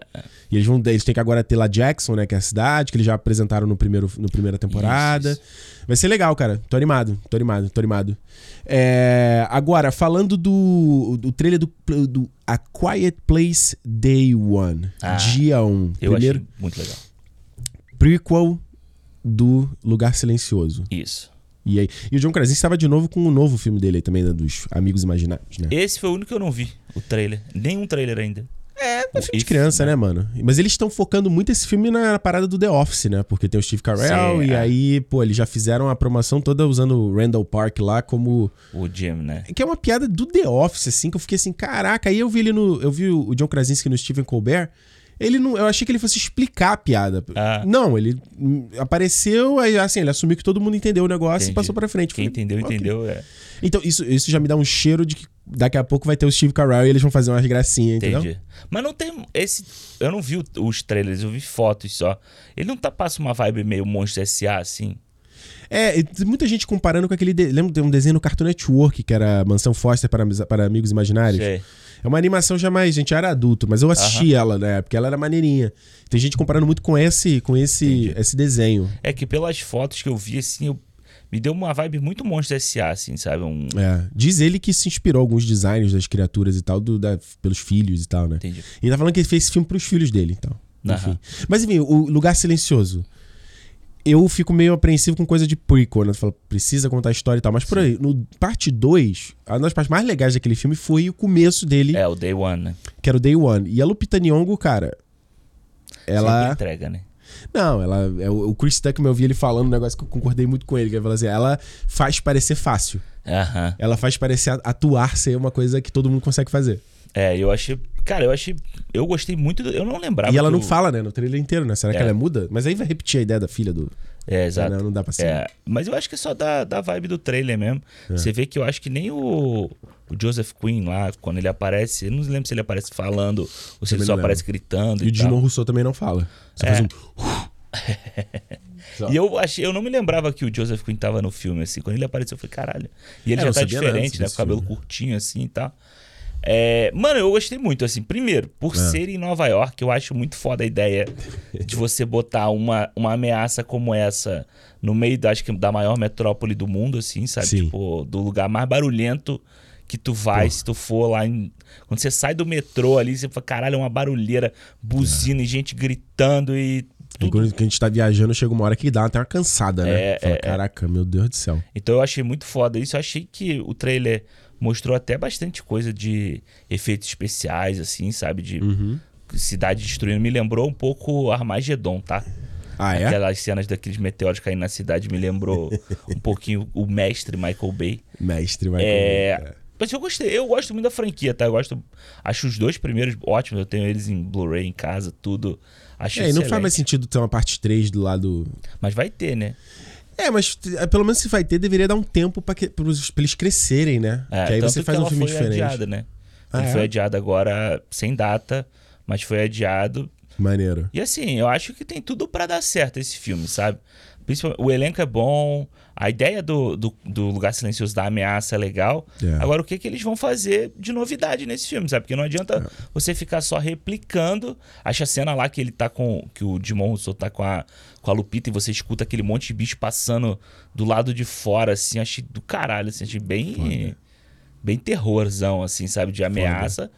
A: E eles vão. Eles têm que agora ter lá Jackson, né? Que é a cidade, que eles já apresentaram no primeiro, no primeira temporada.
B: Isso,
A: Vai ser legal, cara. Tô animado, tô animado, tô animado. É, agora, falando do, do trailer do, do A Quiet Place Day One.
B: Ah,
A: dia 1. Um.
B: Eu
A: Primeiro
B: achei muito legal.
A: prequel do Lugar Silencioso.
B: Isso.
A: E, aí, e o John Krasinski estava de novo com o novo filme dele aí também, né, dos Amigos Imaginários, né?
B: Esse foi o único que eu não vi, o trailer. Nenhum trailer ainda.
A: É, é filme de
B: If,
A: criança, né, mano? Mas eles estão focando muito esse filme na parada do The Office, né? Porque tem o Steve Carell
B: Sim,
A: e
B: é.
A: aí, pô, eles já fizeram a promoção toda usando o Randall Park lá como...
B: O Jim, né?
A: Que é uma piada do The Office, assim, que eu fiquei assim, caraca. Aí eu vi ele no... Eu vi o John Krasinski no Stephen Colbert... Ele não, eu achei que ele fosse explicar a piada.
B: Ah.
A: Não, ele hum, apareceu, aí assim, ele assumiu que todo mundo entendeu o negócio e
B: Entendi.
A: passou pra frente.
B: Quem
A: Falei,
B: entendeu,
A: ok.
B: entendeu. É.
A: Então, isso, isso já me dá um cheiro de que daqui a pouco vai ter o Steve Carell e eles vão fazer umas gracinhas, entendeu?
B: Entendi. Mas não tem. Esse. Eu não vi o- os trailers, eu vi fotos só. Ele não tá passa uma vibe meio monstro SA, assim.
A: É, e tem muita gente comparando com aquele. de- Lembra de um desenho no Cartoon Network, que era Mansão Foster para, amisa- para Amigos Imaginários?
B: Sei.
A: É uma animação já mais, gente, eu era adulto, mas eu assisti ela na época, ela era maneirinha. Tem gente comparando muito com esse, com esse, esse desenho.
B: É que pelas fotos que eu vi, assim, eu- me deu uma vibe muito monstro S.A., assim, sabe? Um...
A: É. Diz ele que se inspirou alguns designs das criaturas e tal, do, da- pelos filhos e tal, né?
B: Entendi.
A: E tá falando que ele fez esse filme pros filhos dele, então. Enfim.
B: Aham.
A: Mas enfim, o Lugar Silencioso. Eu fico meio apreensivo com coisa de prequel, né? Tu fala, precisa contar a história e tal. Mas por aí, no parte 2, uma das partes mais legais daquele filme foi o começo dele,
B: É, o Day One, né?
A: que era o Day One. E a Lupita Nyong'o, cara,
B: Sempre
A: ela...
B: entrega, né?
A: Não, ela... é, O o Chris Tuckman, eu vi ele falando um negócio que eu concordei muito com ele. Que ele falou assim, ela faz parecer fácil.
B: Aham.
A: Ela faz parecer a- atuar ser uma coisa que todo mundo consegue fazer.
B: É, eu achei... Cara, eu achei... Eu gostei muito... do- Eu não lembrava
A: e ela
B: que
A: não
B: o-
A: fala, né? No trailer inteiro, né? Será
B: É.
A: que ela é muda? Mas aí vai repetir a ideia da filha do...
B: É, exato.
A: Não, não dá pra ser. É.
B: É, mas eu acho que é só da, da vibe do trailer mesmo. Você vê que eu acho que nem o, o Joseph Quinn lá, quando ele aparece, eu não lembro se ele aparece falando ou se
A: Também
B: ele só
A: não lembro.
B: aparece gritando
A: E
B: e,
A: o
B: tal.
A: Dino Rousseau também não fala. Só
B: É.
A: faz um... Só.
B: E eu achei, eu não me lembrava que o Joseph Quinn tava no filme, assim. Quando ele apareceu, eu falei, caralho. E ele
A: É, eu
B: já tá
A: sabia nada
B: diferente, né?
A: desse
B: Com o cabelo curtinho, assim e tal. É, mano, eu gostei muito, assim. Primeiro,
A: É.
B: por ser em Nova York, eu acho muito foda a ideia de você botar uma, uma ameaça como essa no meio da, acho que, da maior metrópole do mundo, assim, sabe?
A: Sim.
B: Tipo, do lugar mais barulhento que tu vai, se tu for lá em. Quando você sai do metrô ali, você fala, caralho, é uma barulheira, buzina e gente gritando e.
A: E
B: Tudo
A: quando a gente tá viajando, chega uma hora que dá até uma cansada, né?
B: É,
A: Fala,
B: é, é.
A: caraca, meu Deus do céu.
B: Então eu achei muito foda isso. Eu achei que o trailer mostrou até bastante coisa de efeitos especiais, assim, sabe? De
A: Uhum.
B: cidade destruindo. Me lembrou um pouco Armagedon, tá?
A: Ah, é?
B: Aquelas cenas daqueles meteoros caindo na cidade me lembrou um pouquinho o mestre Michael Bay.
A: Mestre, vai.
B: É.
A: comer,
B: Mas eu gostei, eu gosto muito da franquia, tá? Eu gosto. Acho os dois primeiros ótimos. Eu tenho eles em Blu-ray em casa, tudo. Acho
A: É, e não faz
B: excelente.
A: mais sentido ter uma parte 3 do lado.
B: Mas vai ter, né?
A: É, mas t- é, pelo menos se vai ter, deveria dar um tempo pra, que, pros- pra eles crescerem, né?
B: É,
A: que aí
B: tanto
A: você faz
B: que
A: um
B: ela
A: filme
B: foi
A: diferente.
B: Adiada, né?
A: Ah,
B: Ele
A: é?
B: foi adiado agora sem data, mas foi adiado.
A: Maneiro.
B: E assim, eu acho que tem tudo pra dar certo esse filme, sabe? Principalmente, o elenco é bom, a ideia do, do, do Lugar Silencioso da Ameaça é legal.
A: É.
B: Agora, o que, que eles vão fazer de novidade nesse filme, sabe? Porque não adianta você ficar só replicando. Acha a cena lá que ele tá com. que o Dimon Rousseau tá com a, com a Lupita e você escuta aquele monte de bicho passando do lado de fora, assim. Achei do caralho, assim. Achei bem. bem terrorzão, assim, sabe? De ameaça.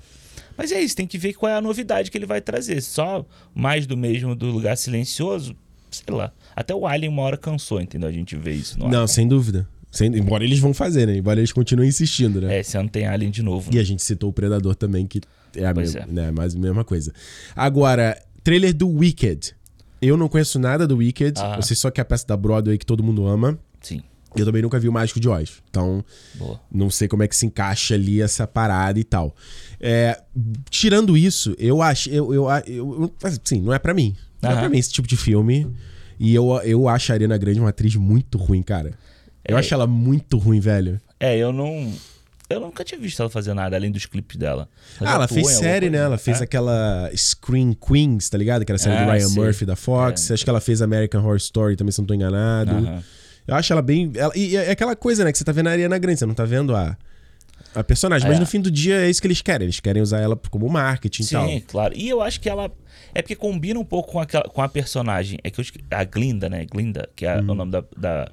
B: Mas é isso, tem que ver qual é a novidade que ele vai trazer. Só mais do mesmo do lugar silencioso, sei lá. Até o Alien uma hora cansou, entendeu? A gente vê isso no
A: Não, sem dúvida. Sem- Embora eles vão fazer, né? Embora eles continuem insistindo, né?
B: Alien. É, esse ano tem Alien de novo. né?
A: E a gente citou o Predador também, que é a
B: Pois
A: mesma,
B: é.
A: né, mais a mesma coisa. Agora, trailer do Wicked. Eu não conheço nada do Wicked.
B: Ah.
A: Eu sei só que é a peça da Broadway que todo mundo ama.
B: Sim,
A: Eu também nunca vi o Mágico de Oz. Então,
B: boa.
A: não sei como é que se encaixa ali essa parada e tal. É, tirando isso, eu acho. Eu, eu, eu, assim, não é pra mim. Não é
B: Aham.
A: pra mim esse tipo de filme. E eu, eu acho a Ariana Grande uma atriz muito ruim, cara. Eu
B: É.
A: acho ela muito ruim, velho.
B: É, eu não. Eu nunca tinha visto ela fazer nada além dos clipes dela.
A: Ah, ela
B: atua em
A: fez
B: alguma
A: série,
B: coisa,
A: né? Ela fez
B: é?
A: aquela Screen Queens, tá ligado? Aquela série do
B: Ah,
A: Ryan
B: sei.
A: Murphy da Fox. Acho que ela fez American Horror Story também, se eu não tô enganado.
B: Aham.
A: Eu acho ela bem. ela- E é aquela coisa, né? Que você tá vendo a Ariana Grande, você não tá vendo a, a personagem. Mas
B: É.
A: no fim do dia é isso que eles querem. Eles querem usar ela como marketing e tal.
B: Sim, claro. E eu acho que ela. É porque combina um pouco com, aquela, com a personagem. É que eu esque- A Glinda, né? Glinda, que é o nome da. da,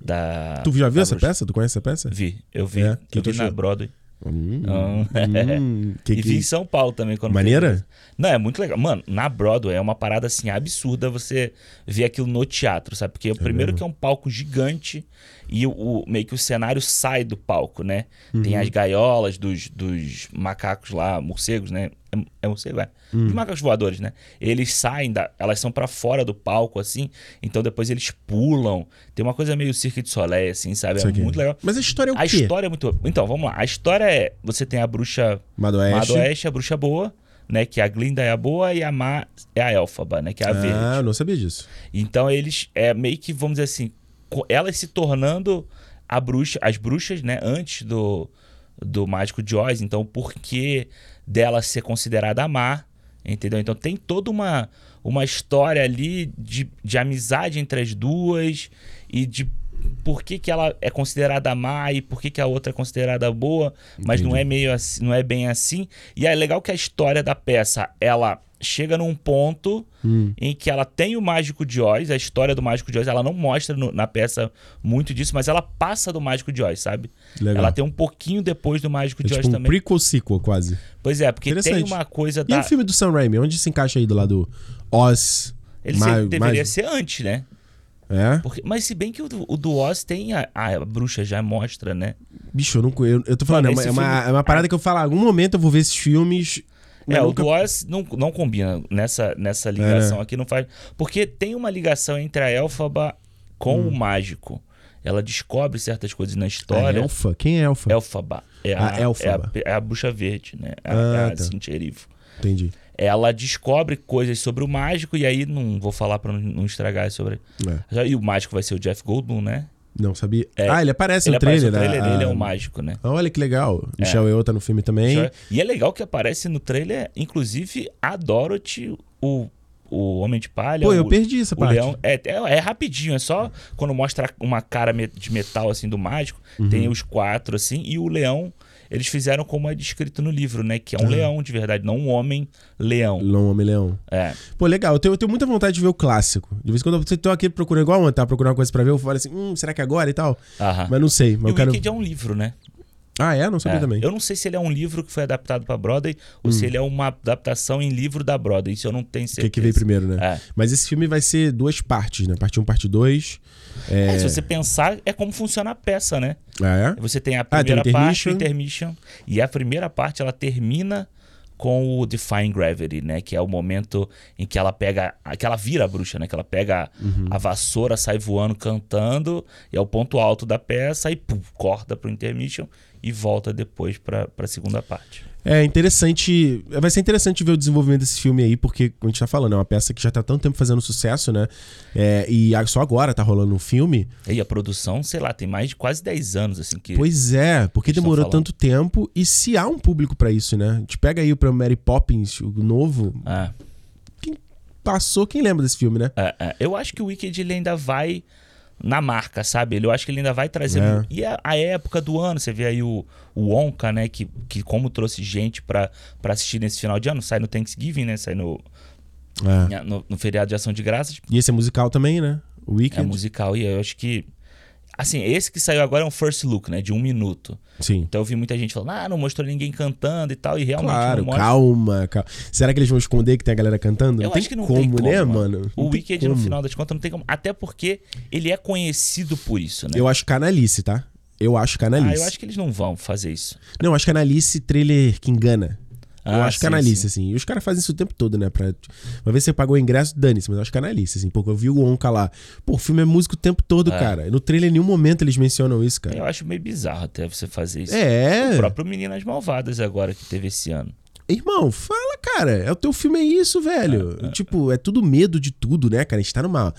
B: da-
A: Hum. Tu já viu
B: da
A: essa
B: bruxa.
A: peça? Tu conhece essa peça?
B: Ah, Vi, eu vi.
A: É? Que
B: eu
A: tu
B: vi na
A: achou?
B: Broadway.
A: Hum,
B: Hum.
A: hum, que,
B: e vi em
A: que...
B: São Paulo também. Quando
A: Maneira?
B: teve. Não, é muito legal. Mano, na Broadway é uma parada assim absurda você ver aquilo no teatro, sabe? Porque o
A: Tá
B: primeiro que é um palco gigante e o, o- meio que o cenário sai do palco, né?
A: Uhum.
B: Tem as gaiolas dos, dos macacos lá, morcegos, né? É, é morcego, é. Os
A: Uhum.
B: macacos voadores, né? Eles saem da. Elas são pra fora do palco, assim. Então depois eles pulam. Tem uma coisa meio Cirque de Soleil, assim, sabe?
A: isso
B: É
A: aqui.
B: muito legal.
A: Mas a história é o
B: A
A: quê?
B: história é muito. Então, vamos lá. A história é. Você tem a bruxa
A: Madoeste.
B: Madoeste é a bruxa boa, né? Que a Glinda é a boa e a Má é a Elfaba, né? Que é a
A: Ah,
B: verde.
A: eu não sabia disso.
B: Então eles é meio que, vamos dizer assim, co- elas se tornando a bruxa, as bruxas, né? Antes do, do Mágico de Oz. Então, por que dela ser considerada a Má Entendeu? Então tem toda uma, uma história ali de, de amizade entre as duas e de por que, que ela é considerada má e por que, que a outra é considerada boa, mas não é meio assim, não é bem assim. E é legal que a história da peça, ela chega num ponto em que ela tem o Mágico de Oz, a história do Mágico de Oz, ela não mostra no- na peça muito disso, mas ela passa do Mágico de Oz, sabe?
A: Legal.
B: Ela tem um pouquinho depois do Mágico
A: É
B: de
A: tipo
B: Oz
A: um
B: também.
A: prequel sequel, quase.
B: Pois é, porque tem
A: Interessante.
B: uma coisa
A: E
B: da...
A: o filme do Sam Raimi? Onde se encaixa aí do lado do Oz?
B: Ele
A: Ma-
B: se- deveria
A: Ma-
B: ser antes, né?
A: É?
B: Porque, mas se bem que o, do- o do Oz tem a, a bruxa já mostra, né?
A: Bicho, eu não conheço. Eu tô falando, é,
B: Mano,
A: uma,
B: esse
A: é uma-
B: filme-
A: é uma parada que eu falo, algum momento eu vou ver esses filmes. mas
B: é,
A: nunca- É.
B: o do Oz não, não combina nessa, nessa ligação aqui, não faz. Porque tem uma ligação entre a Elfaba com
A: Hum.
B: o mágico. Ela descobre certas coisas na
A: É
B: história.
A: elfa? Quem é elfa?
B: Elfaba. É a,
A: Ah, Elphaba.
B: É a, é a bruxa verde, né? A,
A: Ah,
B: a
A: tá.
B: Cynthia Erivo. É,
A: Entendi.
B: Ela descobre coisas sobre o mágico, e aí não vou falar pra não- não estragar sobre.
A: É.
B: E o mágico vai ser o Jeff Goldblum, né?
A: Não sabia.
B: É.
A: Ah, ele aparece
B: ele
A: no trailer.
B: aparece no trailer,
A: ah,
B: ele é o mágico, né?
A: ah, Olha que legal. Michel Yeoh tá no filme também.
B: E é legal que aparece no trailer, inclusive, a Dorothy, o, o Homem de Palha.
A: Pô,
B: o,
A: eu perdi essa
B: o
A: parte.
B: Leão. É, é, é rapidinho, é só quando mostra uma cara me- de metal, assim, do mágico.
A: Uhum.
B: Tem os quatro, assim, e o leão. Eles fizeram como é descrito no livro, né? Que é
A: Uhum.
B: um leão de verdade, não um homem leão.
A: Leão, Homem Leão.
B: É.
A: Pô, legal. Eu tenho, eu tenho muita vontade de ver o clássico. De vez em quando eu tô aqui procurando igual ontem, tá procurando uma coisa pra ver, eu falo assim, hum, será que é agora e tal?
B: Aham.
A: Mas não sei. Mas
B: Ah. E
A: eu
B: o
A: quero...
B: Wicked é um livro, né?
A: Ah, é? Não sabia
B: É.
A: também. Hum.
B: Eu não sei se ele é um livro que foi adaptado pra Broadway ou se ele é uma adaptação em livro da Broadway. Isso eu não tenho
A: O
B: certeza.
A: que, que veio primeiro, né?
B: É.
A: Mas esse filme vai ser duas partes, né? Parte 1, um, parte 2. É...
B: É, se você pensar, é como funciona a peça, né?
A: Ah, é?
B: Você tem a
A: tem
B: primeira parte,
A: intermission.
B: o intermission, e a primeira parte ela termina com o Defying Gravity, né? Que é o momento em que ela pega, que ela vira a bruxa, né? Que ela pega
A: Uhum.
B: a vassoura, sai voando, cantando, e é o ponto alto da peça, e pum, corta pro intermission e volta depois pra, pra segunda parte.
A: É interessante. Vai ser interessante ver o desenvolvimento desse filme aí, porque, como a gente tá falando, é uma peça que já tá há tanto tempo fazendo sucesso, né? É, e a- só agora tá rolando um filme.
B: E a produção, sei lá, tem mais de quase 10 anos, assim, que...
A: Pois é, porque
B: Eles tão
A: demorou
B: falando.
A: tanto tempo e se há um público pra isso, né? A gente pega aí pra Mary Poppins, o novo.
B: Ah,
A: Passou quem lembra desse filme, né?
B: É, é. Eu acho que o Wicked ele ainda vai na marca, sabe? Ele- Eu acho que ele ainda vai trazer.
A: É.
B: mu- E a, a época do ano, você vê aí o, o Onca, né? Que, que como trouxe gente pra, pra assistir nesse final de ano, sai no Thanksgiving, né? Sai no,
A: É.
B: no, no feriado de ação de graças.
A: E esse é musical também, né? O
B: É
A: Wicked.
B: musical. E eu acho que. Assim, esse que saiu agora é um first look, né? De um minuto.
A: Sim.
B: Então eu vi muita gente falando, ah, não mostrou ninguém cantando e tal. E realmente
A: Claro,
B: não mostra.
A: calma, calma. Será que eles vão esconder que tem a galera cantando?
B: Eu
A: tem
B: acho que não
A: como,
B: tem como,
A: né,
B: mano.
A: mano?
B: O
A: Não tem
B: Wicked, é no
A: como.
B: final das contas, não tem como. Até porque ele é conhecido por isso, né?
A: Eu acho canalice, tá? Eu acho canalice.
B: Ah, eu acho que eles não vão fazer isso.
A: Não, acho que analise trailer que engana. eu
B: Ah,
A: acho que
B: sim,
A: analise,
B: sim.
A: assim. E os caras fazem isso o tempo todo, né? Pra... Uma vez você pagou o ingresso, dane-se, mas eu acho que analise, assim. Porque eu vi o Onca lá. Pô, o filme é música o tempo todo, cara. No trailer, em nenhum momento eles mencionam isso, cara.
B: Eu acho meio bizarro até você fazer isso. O
A: É.
B: próprio Meninas Malvadas agora que teve esse ano.
A: Irmão, fala, cara. É o teu filme, é isso, velho. Tipo, é tudo medo de tudo, né, cara? A gente tá numa.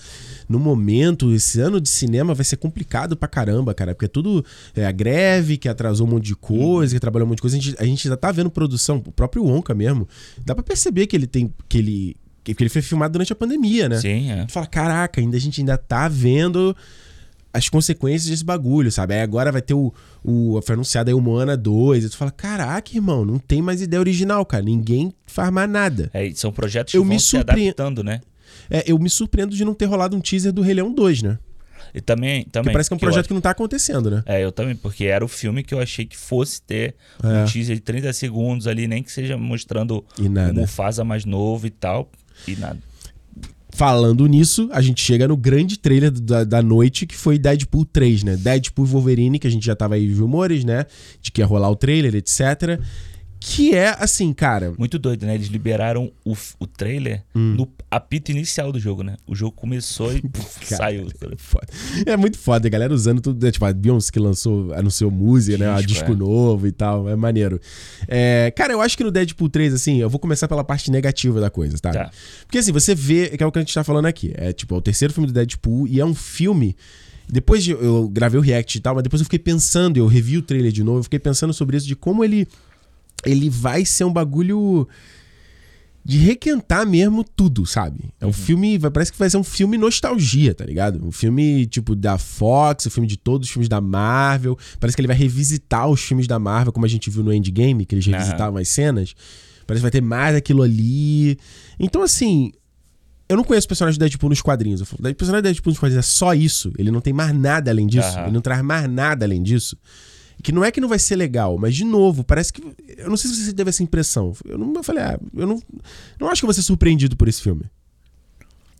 A: Num momento, esse ano de cinema vai ser complicado pra caramba, cara. Porque é tudo. É a greve que atrasou um monte de coisa, que trabalhou um monte de coisa. A gente, a gente já tá vendo produção, o próprio Onca mesmo. Dá pra perceber que ele tem. que ele. que que ele foi filmado durante a pandemia, né?
B: Sim, é.
A: Tu fala, caraca, ainda a gente ainda tá vendo as consequências desse bagulho, sabe? Aí agora vai ter o, o foi anunciado aí o Moana 2, e tu fala, caraca, irmão, não tem mais ideia original, cara. Ninguém faz mais nada.
B: É, e são projetos que
A: Eu
B: vão
A: me
B: se
A: surpre-
B: adaptando, né?
A: É, eu me surpreendo de não ter rolado um teaser do Rei Leão 2, né?
B: E também.
A: Porque
B: também
A: parece que é um
B: eu
A: projeto que não tá acontecendo, né?
B: acho- É, eu também, porque era o filme que eu achei que fosse ter um teaser de 30 segundos ali, nem que seja mostrando
A: É. E nada.
B: o Mufasa mais novo e tal. E nada.
A: Falando nisso, a gente chega no grande trailer da, da noite, que foi Deadpool 3, né? Deadpool e Wolverine, que a gente já tava aí os rumores, né? De que ia rolar o trailer, etc. Que é, assim, cara...
B: Muito doido, né? Eles liberaram o, f- o trailer
A: Hum.
B: no apito inicial do jogo, né? O jogo começou e puf,
A: Cara.
B: saiu.
A: Foda. É muito foda, a galera usando tudo. né? Tipo, a Beyoncé que lançou, anunciou música, né? A
B: Disco,
A: disco
B: é.
A: novo e tal. É maneiro. É, cara, eu acho que no Deadpool 3, assim, eu vou começar pela parte negativa da coisa, tá?
B: Tá.
A: Porque assim, você vê, que é o que a gente tá falando aqui. É tipo, é o terceiro filme do Deadpool e é um filme. Depois de, eu gravei o react e tal, mas depois eu fiquei pensando, eu revi o trailer de novo, eu fiquei pensando sobre isso, de como ele. Ele vai ser um bagulho de requentar mesmo tudo, sabe?
B: Uhum.
A: É um filme, vai- parece que vai ser um filme nostalgia, tá ligado? Um filme tipo da Fox, o filme de todos os filmes da Marvel. Parece que ele vai revisitar os filmes da Marvel, como a gente viu no Endgame, que eles
B: Aham.
A: revisitavam as cenas. Parece que vai ter mais aquilo ali. Então, assim, eu não conheço o personagem do Deadpool nos quadrinhos. Eu falo, O personagem do Deadpool nos quadrinhos é só isso. Ele não tem mais nada além disso.
B: Aham.
A: Ele não traz mais nada além disso. Que não é que não vai ser legal, mas de novo, parece que. Eu não sei se você teve essa impressão. Eu, não, eu falei, ah, eu não, não acho que eu vou ser surpreendido por esse filme.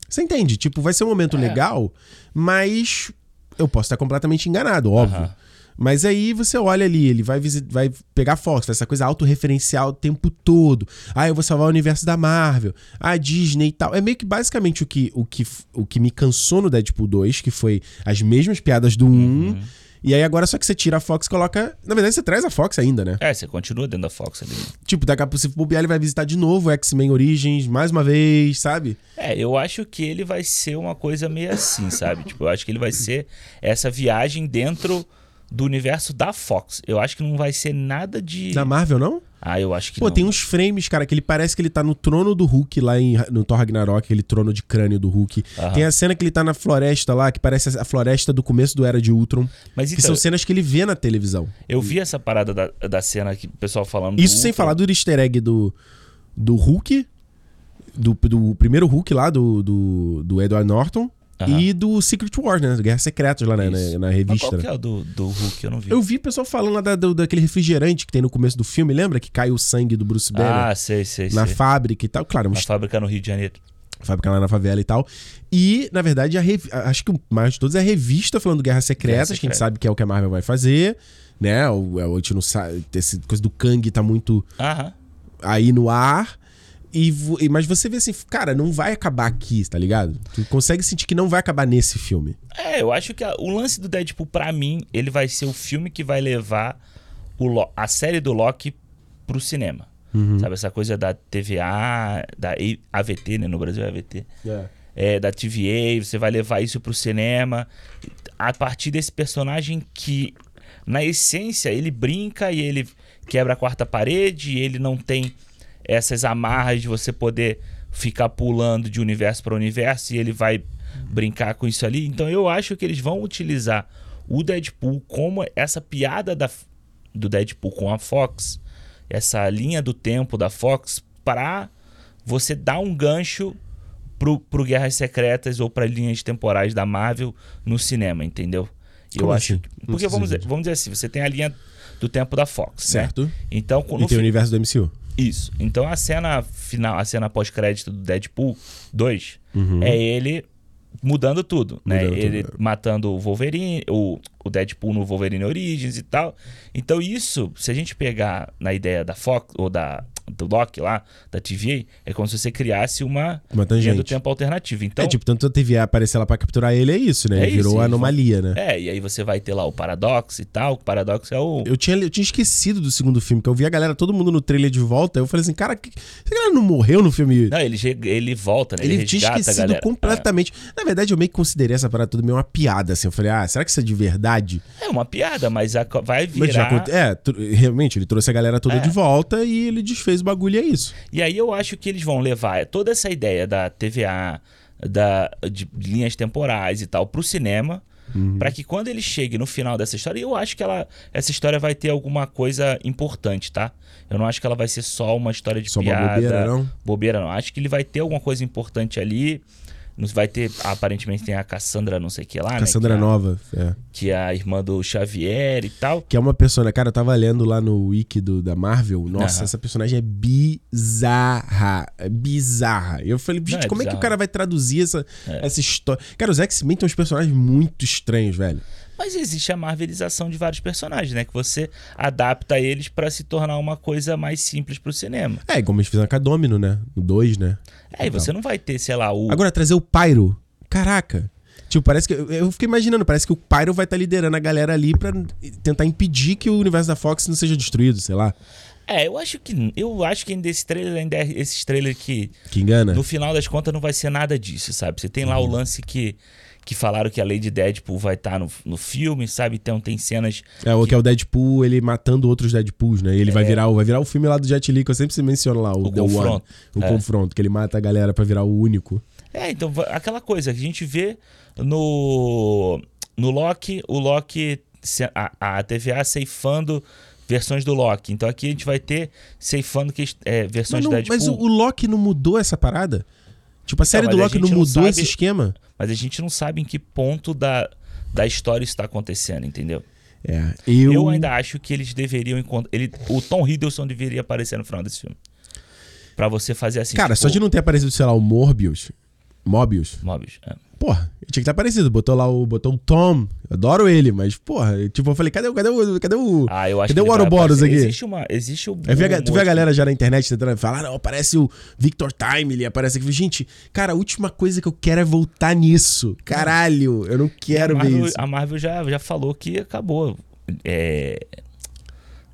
A: Você entende? Tipo, vai ser um momento
B: É.
A: legal, mas eu posso estar completamente enganado, óbvio.
B: Aham.
A: Mas aí você olha ali, ele vai, visi- vai pegar Fox, faz essa coisa autorreferencial o tempo todo. Ah, eu vou salvar o universo da Marvel, a Disney e tal. É meio que basicamente o que, o que, f- o que me cansou no Deadpool 2, que foi as mesmas piadas do 1. E aí agora só que você tira a Fox e coloca. Na verdade, você traz a Fox ainda, né?
B: É, você continua dentro da Fox ali.
A: Tipo, daqui a pouco se bobear, ele vai visitar de novo o X-Men Origins, mais uma vez, sabe?
B: É, eu acho que ele vai ser uma coisa meio assim, sabe? Tipo, eu acho que ele vai ser essa viagem dentro do universo da Fox. Eu acho que não vai ser nada de.
A: Da Marvel, não?
B: Ah, eu acho que
A: Pô,
B: não.
A: tem uns frames, cara, que ele parece que ele tá no trono do Hulk lá em, no Thor Ragnarok, aquele trono de crânio do Hulk.
B: Aham.
A: Tem a cena que ele tá na floresta lá, que parece a floresta do começo do Era de Ultron.
B: Mas
A: um que
B: então,
A: são cenas que ele vê na televisão.
B: eu vi essa parada da, da cena que o pessoal falando. do
A: Isso sem
B: Ultron.
A: falar do easter egg do, do Hulk, do, do primeiro Hulk lá, do, do, do Edward Norton,
B: Aham.
A: e do Secret Wars, né? Do Guerra Secretas lá na, na-
B: Isso.
A: na
B: Mas
A: revista.
B: qual
A: né?
B: que é o do, do Hulk? Eu não vi.
A: Eu vi o pessoal falando lá da- do- daquele refrigerante que tem no começo do filme, lembra? Que cai o sangue do Bruce Banner
B: ah, sei, sei,
A: na
B: sei.
A: fábrica e tal. Claro, é uma
B: Na fábrica no Rio de Janeiro.
A: fábrica lá na favela e tal. E, na verdade, a revi- a- acho que o mais de todos é a revista falando Guerra Secretas,
B: Guerra
A: que a gente
B: Secreta.
A: sabe que é o que a Marvel vai fazer, né? O, é, o- a gente não sabe, essa coisa do Kang tá muito
B: Aham.
A: aí no ar. E, vo- e- mas você vê assim, cara, não vai acabar aqui, tá ligado? Tu consegue sentir que não vai acabar nesse filme.
B: É, eu acho que a- o lance do Deadpool, pra mim, ele vai ser o filme que vai levar o Lo- a série do Loki pro cinema. Sabe, essa coisa da TVA, da E- AVT, né? No Brasil é AVT. É, da TVA, você vai levar isso pro cinema. A partir desse personagem que, na essência, ele brinca e ele quebra a quarta parede e ele não tem essas amarras de você poder ficar pulando de universo para universo e ele vai brincar com isso ali. Então eu acho que eles vão utilizar o Deadpool como essa piada da, do Deadpool com a Fox, essa linha do tempo da Fox, pra você dar um gancho pro, pro Guerras Secretas ou pra linhas temporais da Marvel no cinema, entendeu?
A: Como
B: eu acho.
A: assim? Não
B: Porque
A: precisa
B: vamos dizer,
A: dizer.
B: vamos dizer assim, você tem a linha do tempo da Fox. né?
A: Certo?
B: Então, no
A: E tem o
B: fi-
A: universo do MCU.
B: isso. Então a cena final, a cena pós-crédito do Deadpool 2 é ele mudando tudo,
A: Uhum.
B: né?
A: Mudando tudo, é.
B: ele matando o Wolverine, o, o Deadpool no Wolverine Origins e tal. Então isso, se a gente pegar na ideia da Fox ou da do Loki lá, da TVA, é como se você criasse uma,
A: Uma
B: linha do
A: tangente.
B: tempo alternativa. Então,
A: é, tipo, tanto a TV aparecer lá pra capturar ele, é isso, né?
B: É
A: ele
B: isso,
A: virou
B: eles
A: anomalia, né?
B: é, e aí você vai ter lá o paradoxo e tal. O paradoxo é o
A: Eu tinha, eu tinha esquecido do segundo filme, que eu vi a galera, todo mundo no trailer de volta. Eu falei assim, cara, que, essa galera não morreu no filme?
B: Não, ele, chega- ele volta, né?
A: ele
B: Ele,
A: tinha
B: resgata a
A: esquecido
B: galera.
A: completamente. Na verdade, eu meio que considerei essa parada tudo meio uma piada, assim. Eu falei, ah, será que isso é de verdade?
B: É uma piada, mas a co- vai
A: Mas
B: virar...
A: aconte- É, tr- realmente, ele trouxe a galera toda
B: É. Ah,
A: de volta e ele desfez o bagulho e é isso.
B: E aí eu acho que eles vão levar toda essa ideia da TVA, da, de linhas temporais e tal, pro cinema.
A: Uhum.
B: Pra que quando ele chegue no final dessa história, e eu acho que ela, essa história vai ter alguma coisa importante, tá? Eu não acho que ela vai ser só uma história de
A: Só uma
B: piada.
A: bobeira, não?
B: Bobeira não. Acho que ele vai ter alguma coisa importante ali. Não Vai ter, aparentemente, tem a Cassandra, não sei o que lá,
A: Cassandra
B: né? Que é-
A: Nova. É.
B: Que é a irmã do Xavier e tal.
A: Que é uma personagem. Cara, eu tava lendo lá no wiki do, da Marvel. Nossa,
B: Aham.
A: essa personagem é bizarra. É bizarra. E Eu falei, gente,
B: é
A: como é que
B: bizarra. É.
A: o cara vai traduzir essa, essa história? Cara, os X-Men tem uns personagens muito estranhos, velho.
B: Mas existe a marvelização de vários personagens, né? Que você adapta eles pra se tornar uma coisa mais simples pro cinema.
A: É, como eles fizeram com a Domino, né? No 2, né?
B: É, e você não vai ter, sei lá, o.
A: Agora, trazer o Pyro. Caraca. Tipo, parece que. Eu eu fiquei imaginando, parece que o Pyro vai estar liderando a galera ali pra tentar impedir que o universo da Fox não seja destruído, sei lá.
B: É, eu acho que. Eu acho que ainda esse trailer, ainda é esses trailers que,
A: Que engana.
B: no final das contas, não vai ser nada disso, sabe? Você tem lá o lance que. que falaram que a Lady Deadpool vai estar no, no filme, sabe? Então tem cenas.
A: É, o que é o Deadpool, ele matando outros Deadpools, né? Ele vai virar, o- vai virar o filme lá do Jet Li, que eu sempre se menciono lá, o,
B: É. O
A: The One.
B: confronto.
A: O confronto, que ele mata a galera pra virar o único.
B: É, então va- aquela coisa que a gente vê no, no Loki, o Loki, se- a, a TVA ceifando versões do Loki. Então aqui a gente vai ter ceifando que, é,
A: Mas,
B: versões
A: não-
B: do Deadpool.
A: mas o, o Loki não mudou essa parada? Tipo, a série
B: mas
A: do
B: a
A: Loki
B: gente
A: não
B: não
A: mudou
B: sabe-
A: esse esquema?
B: Mas a gente não sabe em que ponto da, da história isso está acontecendo, entendeu?
A: É, eu...
B: Eu... ainda acho que eles deveriam encontrar. Ele, o Tom Hiddleston deveria aparecer no final desse filme. Pra você fazer assim.
A: Cara, só de não ter aparecido, sei lá, o Morbius... Mobius.
B: Mobius. é.
A: Porra, ele tinha que estar aparecido. Botou lá o... Botou o Tom. Eu adoro ele, mas, porra... eu, Tipo, eu falei, cadê o... Cadê o... Cadê o...
B: Ah, eu acho
A: Cadê
B: que
A: o
B: ele vai
A: Ouroboros
B: aparecer.
A: aqui?
B: Existe uma. Existe um,
A: Eu vi a ga- tu vê a
B: outro-
A: galera já na internet tentando falar, não, aparece o Victor Time, ele aparece aqui. Gente, cara, a última coisa que eu quero é voltar nisso. Caralho, eu não quero
B: a
A: ver
B: Marvel,
A: isso.
B: a Marvel já, já falou que acabou. É,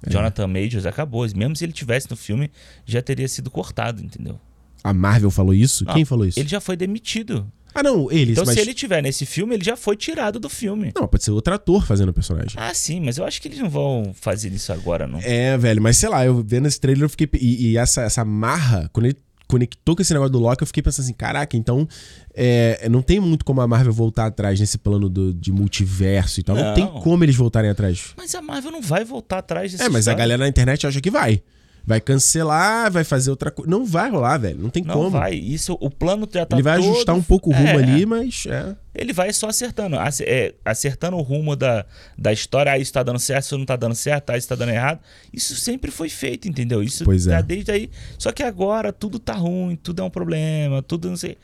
B: Jonathan Majors acabou. Mesmo se ele tivesse no filme, já teria sido cortado, entendeu?
A: A Marvel falou isso? Quem
B: Ah,
A: falou isso?
B: Ele já foi demitido.
A: Ah, não, eles,
B: Então,
A: mas.
B: se ele tiver nesse filme, ele já foi tirado do filme.
A: Não, pode ser outro ator fazendo o personagem.
B: Ah, sim, mas eu acho que eles não vão fazer isso agora, não.
A: É, velho, mas sei lá, eu vendo esse trailer eu fiquei. E, e essa, essa marra, quando ele conectou com esse negócio do Loki, eu fiquei pensando assim: caraca, então. é, não tem muito como a Marvel voltar atrás nesse plano do- de multiverso e tal. Não.
B: Não.
A: tem como eles voltarem atrás.
B: Mas a Marvel não vai voltar atrás desse
A: É, mas a galera na internet acha que vai. Vai cancelar, vai fazer outra coisa. Não vai rolar, velho. Não tem
B: Não
A: como.
B: vai. Isso, o plano já tá
A: Ele vai ajustar
B: todo-
A: um pouco o rumo
B: É,
A: ali, mas. É.
B: Ele vai só acertando. Ace- é, acertando o rumo da, da história. Ah, isso tá dando certo, isso não tá dando certo, ah, isso tá dando errado. Isso sempre foi feito, entendeu? Isso
A: Pois é.
B: tá desde aí. Só que agora tudo tá ruim, tudo é um problema, tudo não sei.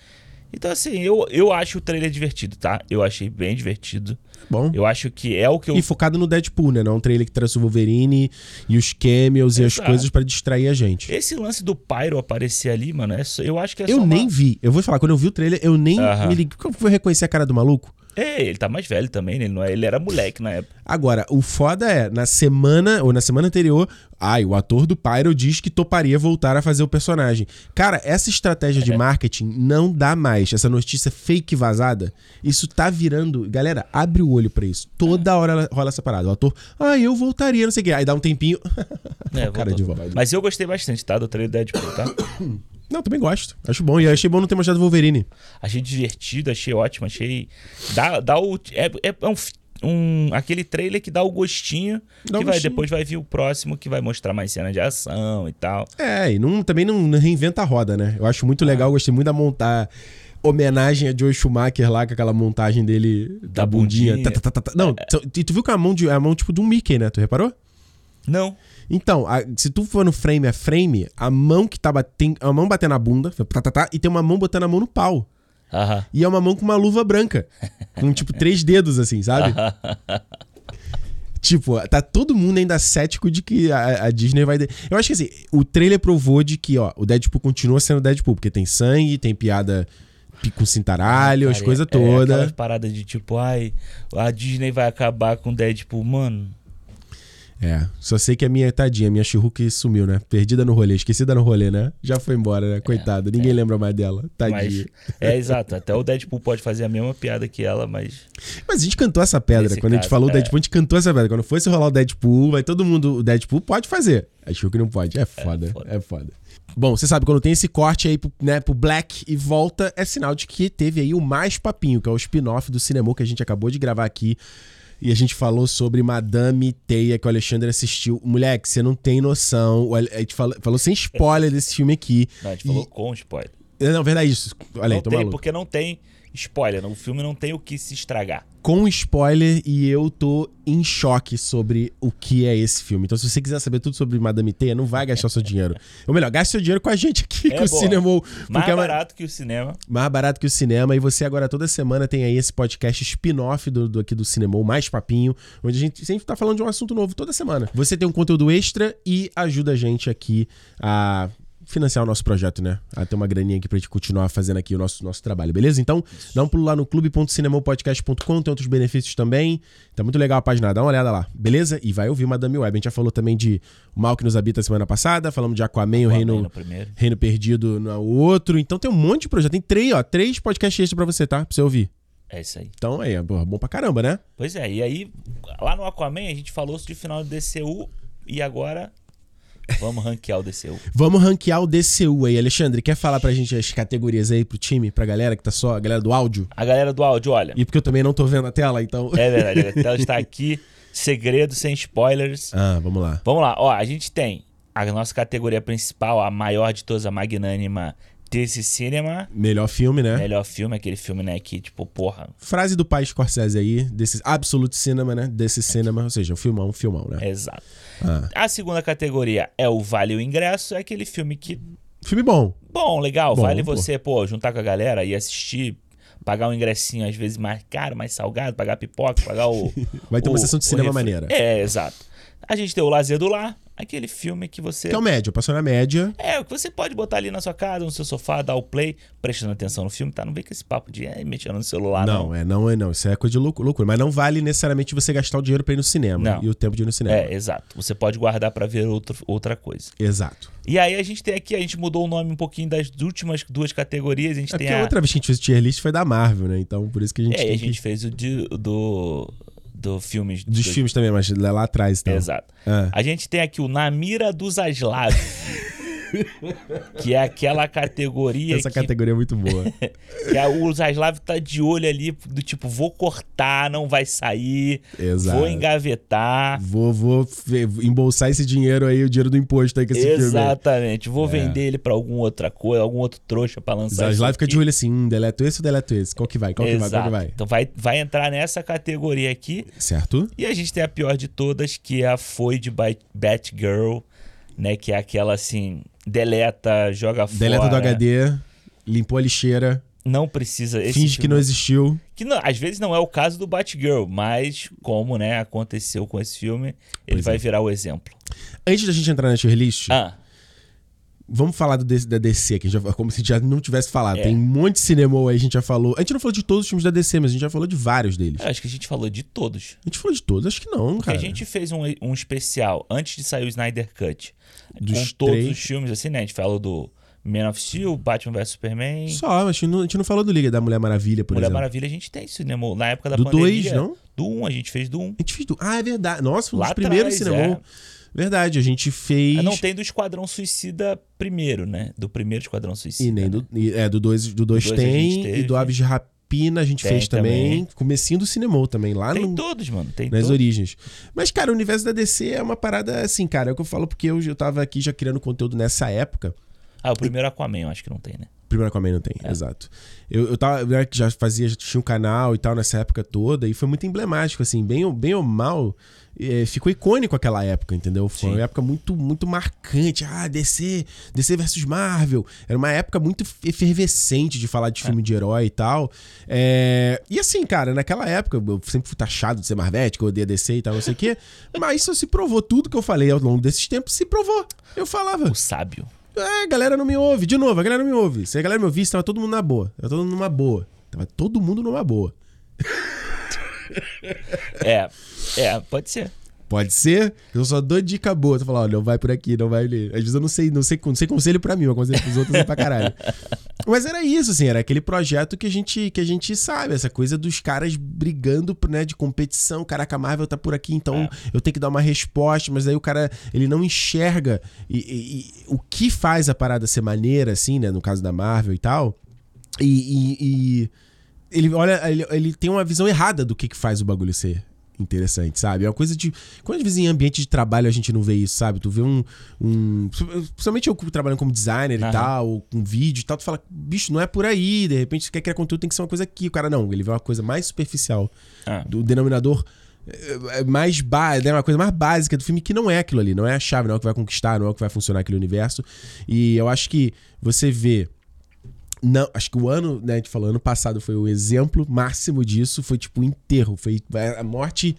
B: Então, assim, eu, eu acho o trailer divertido, tá? Eu achei bem divertido.
A: Bom.
B: Eu acho que é o que eu.
A: E focado no Deadpool, né? Não um trailer que traz o Wolverine e os cameos e as
B: Exato.
A: coisas pra distrair a gente.
B: Esse lance do Pyro aparecer ali, mano, é só- eu acho que é
A: Eu
B: só uma-
A: nem vi. Eu vou falar, quando eu vi o trailer, eu nem
B: Aham.
A: me liguei. Como eu vou reconhecer a cara do maluco?
B: É, ele tá mais velho também, né? Ele, não é- ele era moleque na época.
A: Agora, o foda é, na semana, ou na semana anterior, ai, o ator do Pyro diz que toparia voltar a fazer o personagem. Cara, essa estratégia de marketing não dá mais. Essa notícia fake vazada, isso tá virando. Galera, abre o olho pra isso. Toda hora ela- rola essa parada. O ator, ai, eu voltaria, não sei o quê. Aí dá um tempinho.
B: É,
A: cara
B: voltou.
A: de volta.
B: Mas eu gostei bastante, tá? Do trailer do Deadpool, tá?
A: Não, também gosto. Acho bom. E eu achei bom não ter mostrado o Wolverine.
B: Achei divertido, achei ótimo, achei. Dá, dá o. É, é é um, f- um- Aquele trailer que dá o gostinho.
A: Dá um
B: que vai,
A: gostinho.
B: depois vai vir o próximo que vai mostrar mais cena de ação e tal.
A: É, e não- também não, não reinventa a roda, né? Eu acho muito legal, gostei muito da montar homenagem a Joe Schumacher lá, com aquela montagem dele da,
B: Da
A: bundinha.
B: bundinha.
A: Tá, tá, tá, tá, tá. Não, tu- e tu viu que é a mão, de, é a mão tipo de um Mickey, né? Tu reparou?
B: Não.
A: Então, a- se tu for no frame a frame, a mão que tá batendo. A mão batendo na bunda, tá, tá, tá, e tem uma mão botando a mão no pau.
B: Aham.
A: E é uma mão com uma luva branca. Com, tipo, três dedos, assim, sabe? tipo, tá todo mundo ainda cético de que a, a Disney vai... de- Eu acho que, assim, o trailer provou de que, ó, o Deadpool continua sendo Deadpool. Porque tem sangue, tem piada pi- com cintaralho, as
B: Cara,
A: coisas
B: é- é
A: todas.
B: aquelas paradas de tipo, ai, a Disney vai acabar com o Deadpool, mano.
A: É, só sei que a minha, tadinha, a minha She-Hulk sumiu, né? Perdida no rolê, esquecida no rolê, né? Já foi embora, né? Coitada, ninguém lembra mais dela. Tadinha.
B: É, Mas. É exato. Até o Deadpool pode fazer a mesma piada que ela, mas.
A: Mas a gente cantou essa pedra.
B: Nesse
A: Quando a gente
B: caso,
A: falou
B: é.
A: Deadpool, a gente cantou essa pedra. Quando fosse rolar o Deadpool, vai todo mundo. O Deadpool pode fazer. A Shulk não pode. É foda. É foda.
B: foda.
A: Bom, você sabe, quando tem esse corte aí pro, né, pro Black e volta, é sinal de que teve aí o Mais Papinho, que é o spin-off do cinema que a gente acabou de gravar aqui. E a gente falou sobre Madame Teia, que o Alexandre assistiu. Moleque, você não tem noção. O Ale- A gente falou, falou sem spoiler desse filme aqui.
B: Não, a gente
A: E-
B: falou com spoiler.
A: Não, verdade isso. Olha aí,
B: não
A: tô
B: tem,
A: maluco.
B: porque não tem spoiler. O filme não tem o que se estragar.
A: com spoiler e eu tô em choque sobre o que é esse filme. Então, se você quiser saber tudo sobre Madame Teia, não vai gastar o seu dinheiro. Ou melhor, gaste seu dinheiro com a gente aqui,
B: É
A: com o
B: boa.
A: Cinemol.
B: Mais
A: Porque é mais-
B: barato que o cinema.
A: mais barato que o cinema. E você agora toda semana tem aí esse podcast spin-off do, do- aqui do Cinemol, Mais Papinho, onde a gente sempre tá falando de um assunto novo toda semana. Você tem um conteúdo extra e ajuda a gente aqui a financiar o nosso projeto, né? A ter uma graninha aqui pra gente continuar fazendo aqui o nosso, nosso trabalho, beleza? Então, dá um pulo lá no clube.cinemopodcast.com, tem outros benefícios também. Tá muito legal a página, dá uma olhada lá, beleza? E vai ouvir Madame Web. A gente já falou também de O Mal que nos habita semana passada, falamos de Aquaman, o
B: Aquaman
A: Reino
B: no primeiro.
A: Reino Perdido no outro. Então tem um monte de projeto. Tem três, ó, três podcasts extras pra você, tá? Pra você ouvir.
B: É isso aí.
A: Então aí, é bo- bom pra caramba, né?
B: Pois é, e aí, lá no Aquaman, a gente falou de final do DCU e agora vamos ranquear o DCU.
A: Vamos ranquear o DCU aí, Alexandre. Quer falar pra gente as categorias aí pro time, pra galera que tá só, a galera do áudio?
B: A galera do áudio, olha.
A: E porque eu também não tô vendo a tela, então.
B: É verdade, ela está aqui. Segredo sem spoilers.
A: Ah, vamos lá.
B: Vamos lá, ó, a gente tem a nossa categoria principal, a maior de todas, a magnânima desse cinema.
A: Melhor filme, né?
B: Melhor filme, aquele filme, né, que tipo, porra,
A: Frase do pai Scorsese aí, desse Absolute Cinema, né? Desse cinema, ou seja, um filmão, um filmão, né?
B: é exato.
A: Ah.
B: A segunda categoria é o Vale o Ingresso, é aquele filme que,
A: Filme bom.
B: bom, legal,
A: Bom,
B: vale
A: pô.
B: você, pô, juntar com a galera e assistir, pagar um ingressinho às vezes mais caro, mais salgado, pagar pipoca, pagar o...
A: Vai ter uma
B: o-
A: sessão de
B: o
A: cinema
B: refri-
A: maneira.
B: É, exato. A gente tem o Lazer do Lar, aquele filme que você...
A: Que é o médio, passou na média.
B: É, o que você pode botar ali na sua casa, no seu sofá, dar o play, prestando atenção no filme, tá? Não vem com esse papo de é, mexendo no celular, não.
A: não, é não, é não. Isso é coisa de loucu- loucura. Mas não vale necessariamente você gastar o dinheiro pra ir no cinema.
B: Não.
A: E o tempo de ir no cinema.
B: É, exato. Você pode guardar pra ver outro, outra coisa.
A: Exato.
B: E aí a gente tem aqui, a gente mudou o nome um pouquinho das últimas duas categorias. A gente
A: É
B: tem
A: porque
B: a.
A: a outra vez que a gente fez o tier list foi da Marvel, né? Então por isso que a gente
B: É,
A: tem
B: a gente
A: que...
B: fez o de- do. Do filmes.
A: Dos
B: do-
A: filmes também, mas lá lá atrás, então.
B: Exato.
A: Ah.
B: A gente tem aqui o Na Mira dos Aslav. que é aquela categoria
A: Essa
B: que
A: categoria é muito boa.
B: Que a, o Zaslav tá de olho ali, do tipo, vou cortar, não vai sair,
A: Exato.
B: vou engavetar.
A: vou, vou fe- embolsar esse dinheiro aí, o dinheiro do imposto aí com esse filme. é-
B: Exatamente, vou vender ele pra alguma outra coisa, algum outro trouxa pra lançar.
A: Exato.
B: isso
A: Lá fica
B: aqui.
A: de olho assim, hum, deleto esse ou deleto esse? Qual que vai? Qual que
B: Exato.
A: vai? Qual que vai?
B: Então vai, vai entrar nessa categoria aqui.
A: Certo?
B: E a gente tem a pior de todas, que é a foi de Bat- Batgirl, né? Que é aquela assim, deleta, joga fora.
A: Deleta do HD, limpou a lixeira,
B: Não precisa. esse
A: finge que
B: filme- é
A: não existiu.
B: Que não- às vezes não é o caso do Batgirl, mas como né, aconteceu com esse filme, ele
A: Pois
B: vai
A: é.
B: virar o exemplo.
A: Antes da gente entrar na tier list,
B: Ah,
A: vamos falar do DC, da DC, que a gente já, como se já não tivesse falado.
B: É.
A: Tem um monte de cinema aí, a gente já falou. A gente não falou de todos os filmes da DC, mas a gente já falou de vários deles.
B: eu acho que a gente falou de todos.
A: A gente falou de todos, acho que não,
B: Porque
A: cara.
B: a gente fez um, um especial antes de sair o Snyder Cut.
A: Dos
B: com todos
A: três.
B: os filmes, assim, né? A gente falou do Man of Steel, Batman vs Superman,
A: Só, mas a gente, não, a gente não falou do Liga da Mulher Maravilha, por
B: Mulher
A: exemplo.
B: Maravilha, a gente tem cinema. Na época da
A: é. Do
B: pandemia.
A: dois, não?
B: Do 1, um, a gente fez do 1. Um.
A: A gente fez do... Ah, é verdade. Nossa, foi um
B: Lá
A: dos primeiros
B: atrás, é.
A: cinemão. Verdade, a gente fez...
B: Ah, Não tem do Esquadrão Suicida primeiro, né? Do primeiro Esquadrão Suicida.
A: E nem
B: né?
A: do. e- é, do 2 do dois
B: Do dois a
A: tem.
B: gente
A: E do
B: teve.
A: Aves de Rapina a gente
B: Tem
A: fez também.
B: também.
A: Comecinho do cinema também, lá
B: Tem
A: no-
B: todos, mano. Tem
A: nas
B: todos.
A: origens. Mas, cara, o universo da DC é uma parada assim, cara. É o que eu falo porque eu, eu tava aqui já criando conteúdo nessa época.
B: Ah, o primeiro Aquaman, eu acho que não tem, né?
A: Primeiro Aquaman não tem, exato. Eu, eu tava, eu era que já fazia, já tinha um canal e tal nessa época toda, e foi muito emblemático, assim, bem, ou- bem ou mal, eh, ficou icônico aquela época, entendeu? Foi uma
B: Sim.
A: época muito, muito marcante. Ah, DC, DC versus Marvel. Era uma época muito efervescente de falar de filme de herói e tal. É, e assim, cara, naquela época, eu sempre fui taxado de ser Marvete, que eu odeio DC e tal, não sei o quê. Mas isso se provou, tudo que eu falei ao longo desses tempos se provou. Eu falava.
B: O Sábio.
A: É, a galera não me ouve. De novo, a galera não me ouve. Se a galera me ouvisse, tava todo mundo na boa. Tava todo mundo numa boa. Tava todo mundo numa boa.
B: É, é, pode ser.
A: Pode ser? Eu só dou dica boa. Tu fala, ó, não vai por aqui, não vai ali. Às vezes eu não sei, não sei, não sei conselho pra mim, eu aconselho pros outros é pra caralho. Mas era isso, assim, era aquele projeto que a gente, que a gente sabe, essa coisa dos caras brigando, né, de competição. Caraca, a Marvel tá por aqui, então
B: É.
A: eu tenho que dar uma resposta, mas aí o cara, ele não enxerga e- e- e o que faz a parada ser maneira, assim, né, no caso da Marvel e tal. E, e- e ele olha, ele, ele tem uma visão errada do que, que faz o bagulho ser interessante, sabe? É uma coisa de. Quando às vezes em ambiente de trabalho a gente não vê isso, sabe? Tu vê um. um principalmente eu que trabalho como designer e
B: Aham.
A: tal, ah, com vídeo e tal, tu fala, bicho, não é por aí, de repente você quer criar conteúdo, tem que ser uma coisa aqui. O cara, não, ele vê uma coisa mais superficial
B: Ah,
A: do denominador eh, eh, mais ba né, uma coisa mais básica do filme que não é aquilo ali, não é a chave, não é o que vai conquistar, não é o que vai funcionar aquele universo. E eu acho que você vê não, acho que o ano, né, a gente falou, ano passado foi o exemplo máximo disso, foi tipo o enterro, foi a morte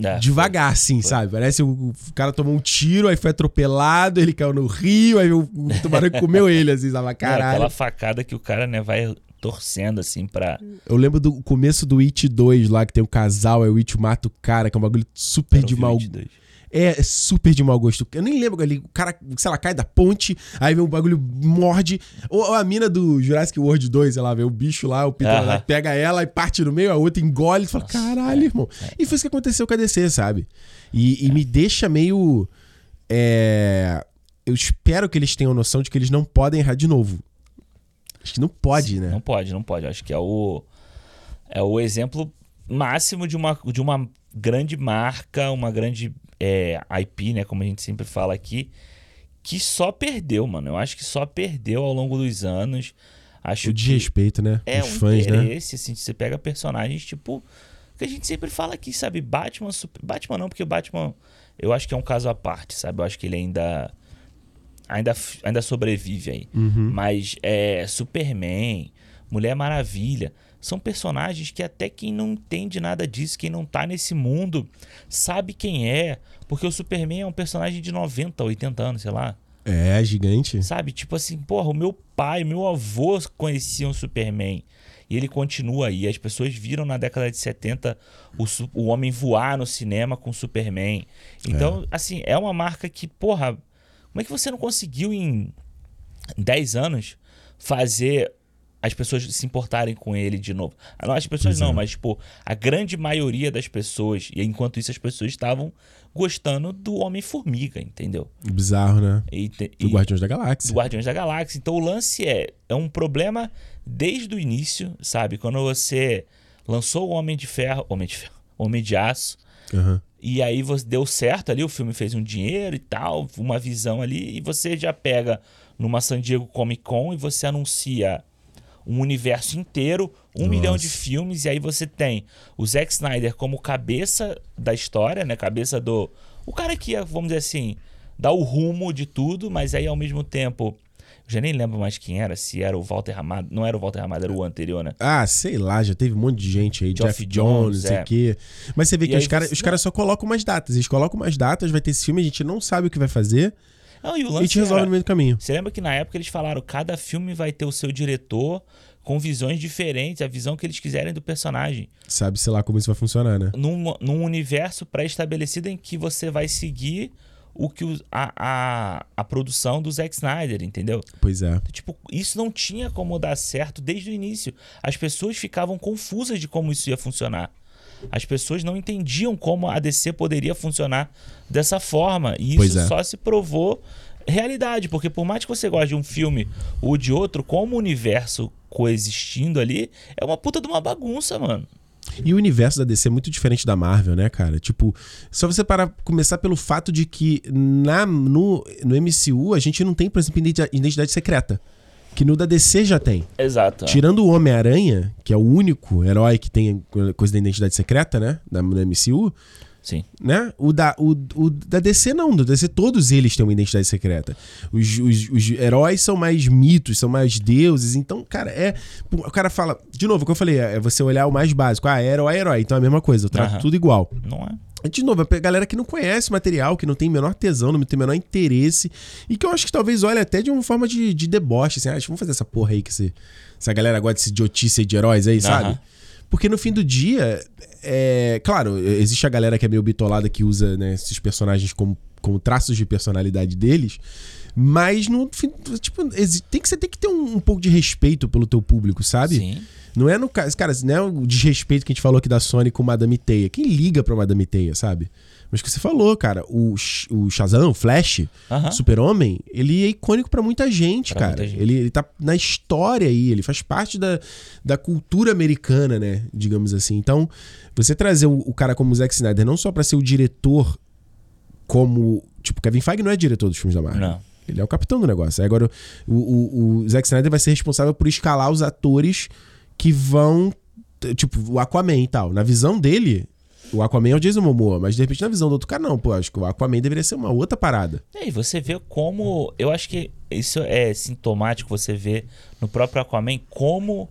B: é.
A: devagar, assim, sabe? Parece o, o cara tomou um tiro, aí foi atropelado, ele caiu no rio, aí o, o tubarão comeu ele, assim, sabe?
B: Não, É Aquela
A: Caralho.
B: facada que o cara, né, vai torcendo, assim, pra...
A: Eu lembro do começo do It 2 lá, que tem um casal, aí o It mata o cara, que é um bagulho super
B: pra
A: de
B: ouvir o
A: mau
B: 22.
A: é super de mau gosto. Eu nem lembro ali, o cara, sei lá, cai da ponte, aí vem um bagulho, morde. Ou, ou a mina do Jurassic World 2, sei lá, vê o bicho lá, o Peter
B: Aham.
A: lá, pega ela e parte no meio, a outra engole. Tu fala,
B: Nossa, é,
A: caralho, irmão. E foi isso que aconteceu com a DC, sabe? E, e me deixa meio. é, Eu espero que eles tenham noção de que eles não podem errar de novo. Acho que não pode, né?
B: Não pode, não pode. Eu Acho que é o é o exemplo máximo de uma, de uma grande marca, uma grande é, IP, né? Como a gente sempre fala aqui, que só perdeu, mano. Eu acho que só perdeu ao longo dos anos. Acho
A: O
B: que
A: desrespeito, né?
B: é
A: Os
B: um
A: fãs, né?
B: interesse, assim, você pega personagens tipo que a gente sempre fala aqui, sabe? Batman, super... Batman não, porque o Batman eu acho que é um caso à parte, sabe? Eu acho que ele ainda ainda, f- ainda sobrevive aí.
A: Uhum.
B: Mas é, Superman, Mulher Maravilha, são personagens que até quem não entende nada disso, quem não tá nesse mundo, sabe quem é, porque o Superman é um personagem de 90, 80 anos, sei lá.
A: É, gigante.
B: Sabe? Tipo assim, porra, o meu pai, meu avô conheciam o Superman. E ele continua aí. As pessoas viram na década de 70 o, su- o homem voar no cinema com o Superman. Então, assim, é uma marca que, porra, como é que você não conseguiu em 10 anos fazer as pessoas se importarem com ele de novo? Ah, Não, as pessoas
A: Pois
B: não,
A: é.
B: mas, tipo, a grande maioria das pessoas, e enquanto isso as pessoas estavam gostando do Homem-Formiga, entendeu?
A: Bizarro, né?
B: E, te-
A: Do
B: e-
A: Guardiões da
B: do
A: Galáxia.
B: Guardiões da Galáxia. Então o lance é, é um problema desde o início, sabe? Quando você lançou o Homem de Ferro, Homem de Ferro, Homem de Aço,
A: Aham.
B: e aí você deu certo ali, o filme fez um dinheiro e tal, uma visão ali, e você já pega numa San Diego Comic Con e você anuncia um universo inteiro, um
A: Nossa.
B: milhão de filmes, e aí você tem o Zack Snyder como cabeça da história, né? Cabeça do. O cara que, ia, vamos dizer assim, dá o rumo de tudo, mas aí ao mesmo tempo. Eu já nem lembro mais quem era, se era o Walter Ramada. Não era o Walter Ramada, era o anterior, né?
A: Ah, sei lá, já teve um monte de gente aí,
B: Geoff
A: Jeff Jones,
B: Jones,
A: sei
B: é.
A: o quê. Mas você vê
B: E
A: que
B: aí
A: os caras
B: você-
A: os caras só colocam umas datas. Eles colocam umas datas, vai ter esse filme, a gente não sabe o que vai fazer e
B: Não, e o
A: a gente
B: lance é.
A: resolve
B: era-
A: no meio do caminho.
B: Você lembra que na época eles falaram cada filme vai ter o seu diretor com visões diferentes, a visão que eles quiserem do personagem.
A: Sabe, sei lá, como isso vai funcionar, né?
B: Num, num universo pré-estabelecido em que você vai seguir o que o- a, a, a produção do Zack Snyder, entendeu?
A: Pois é.
B: Então, Tipo, isso não tinha como dar certo desde o início. As pessoas ficavam confusas de como isso ia funcionar. As pessoas não entendiam como a DC poderia funcionar dessa forma. E
A: Pois
B: isso
A: é.
B: só se provou realidade, porque por mais que você goste de um filme ou de outro, como o universo coexistindo ali, é uma puta de uma bagunça, mano.
A: E o universo da DC é muito diferente da Marvel, né, cara? Tipo, só você parar, começar pelo fato de que na, no, no MCU a gente não tem, por exemplo, identi- identidade secreta. Que no da DC já tem.
B: Exato.
A: Tirando o Homem-Aranha, que é o único herói que tem coisa da identidade secreta, né? Da, no MCU,
B: Sim.
A: né? O da, o, o da DC não, do DC todos eles têm uma identidade secreta. Os, os, os heróis são mais mitos, são mais deuses, então, cara, é... pô, O cara fala, de novo, o que eu falei, é você olhar o mais básico, ah, herói é herói, então é a mesma coisa, eu trato
B: Aham.
A: tudo igual.
B: Não é?
A: De novo, é pra galera que não conhece o material, que não tem o menor tesão, não tem o menor interesse, e que eu acho que talvez olhe até de uma forma de, de deboche, assim, ah, vamos fazer essa porra aí que esse- essa galera gosta desse idiotice aí de heróis aí, sabe?
B: Aham.
A: Porque no fim do dia, é. Claro, existe a galera que é meio bitolada que usa né, esses personagens como, como traços de personalidade deles. Mas no fim. Tipo, exi- tem que, você tem que ter um, um pouco de respeito pelo teu público, sabe?
B: Sim.
A: Não é no caso. Cara, não é o desrespeito que a gente falou aqui da Sony com Madame Teia. Quem liga pra Madame Teia, sabe? Mas o que você falou, cara, o, Sh- o Shazam, o Flash,
B: Aham.
A: Super-Homem, ele é icônico pra muita gente,
B: Pra
A: cara.
B: muita gente.
A: Ele, ele tá na história aí, ele faz parte da, da cultura americana, né? Digamos assim. Então, você trazer o, o cara como o Zack Snyder, não só pra ser o diretor, como. Tipo, Kevin Feige não é diretor dos filmes da Marvel.
B: Não.
A: Ele é o capitão do negócio. Aí Agora, o, o, o Zack Snyder vai ser responsável por escalar os atores que vão. t- Tipo, o Aquaman e tal. Na visão dele, o Aquaman é o Jason Momoa, mas de repente na visão do outro cara, não. Pô, acho que o Aquaman deveria ser uma outra parada.
B: E aí você vê como. Eu acho que isso é sintomático, você vê no próprio Aquaman como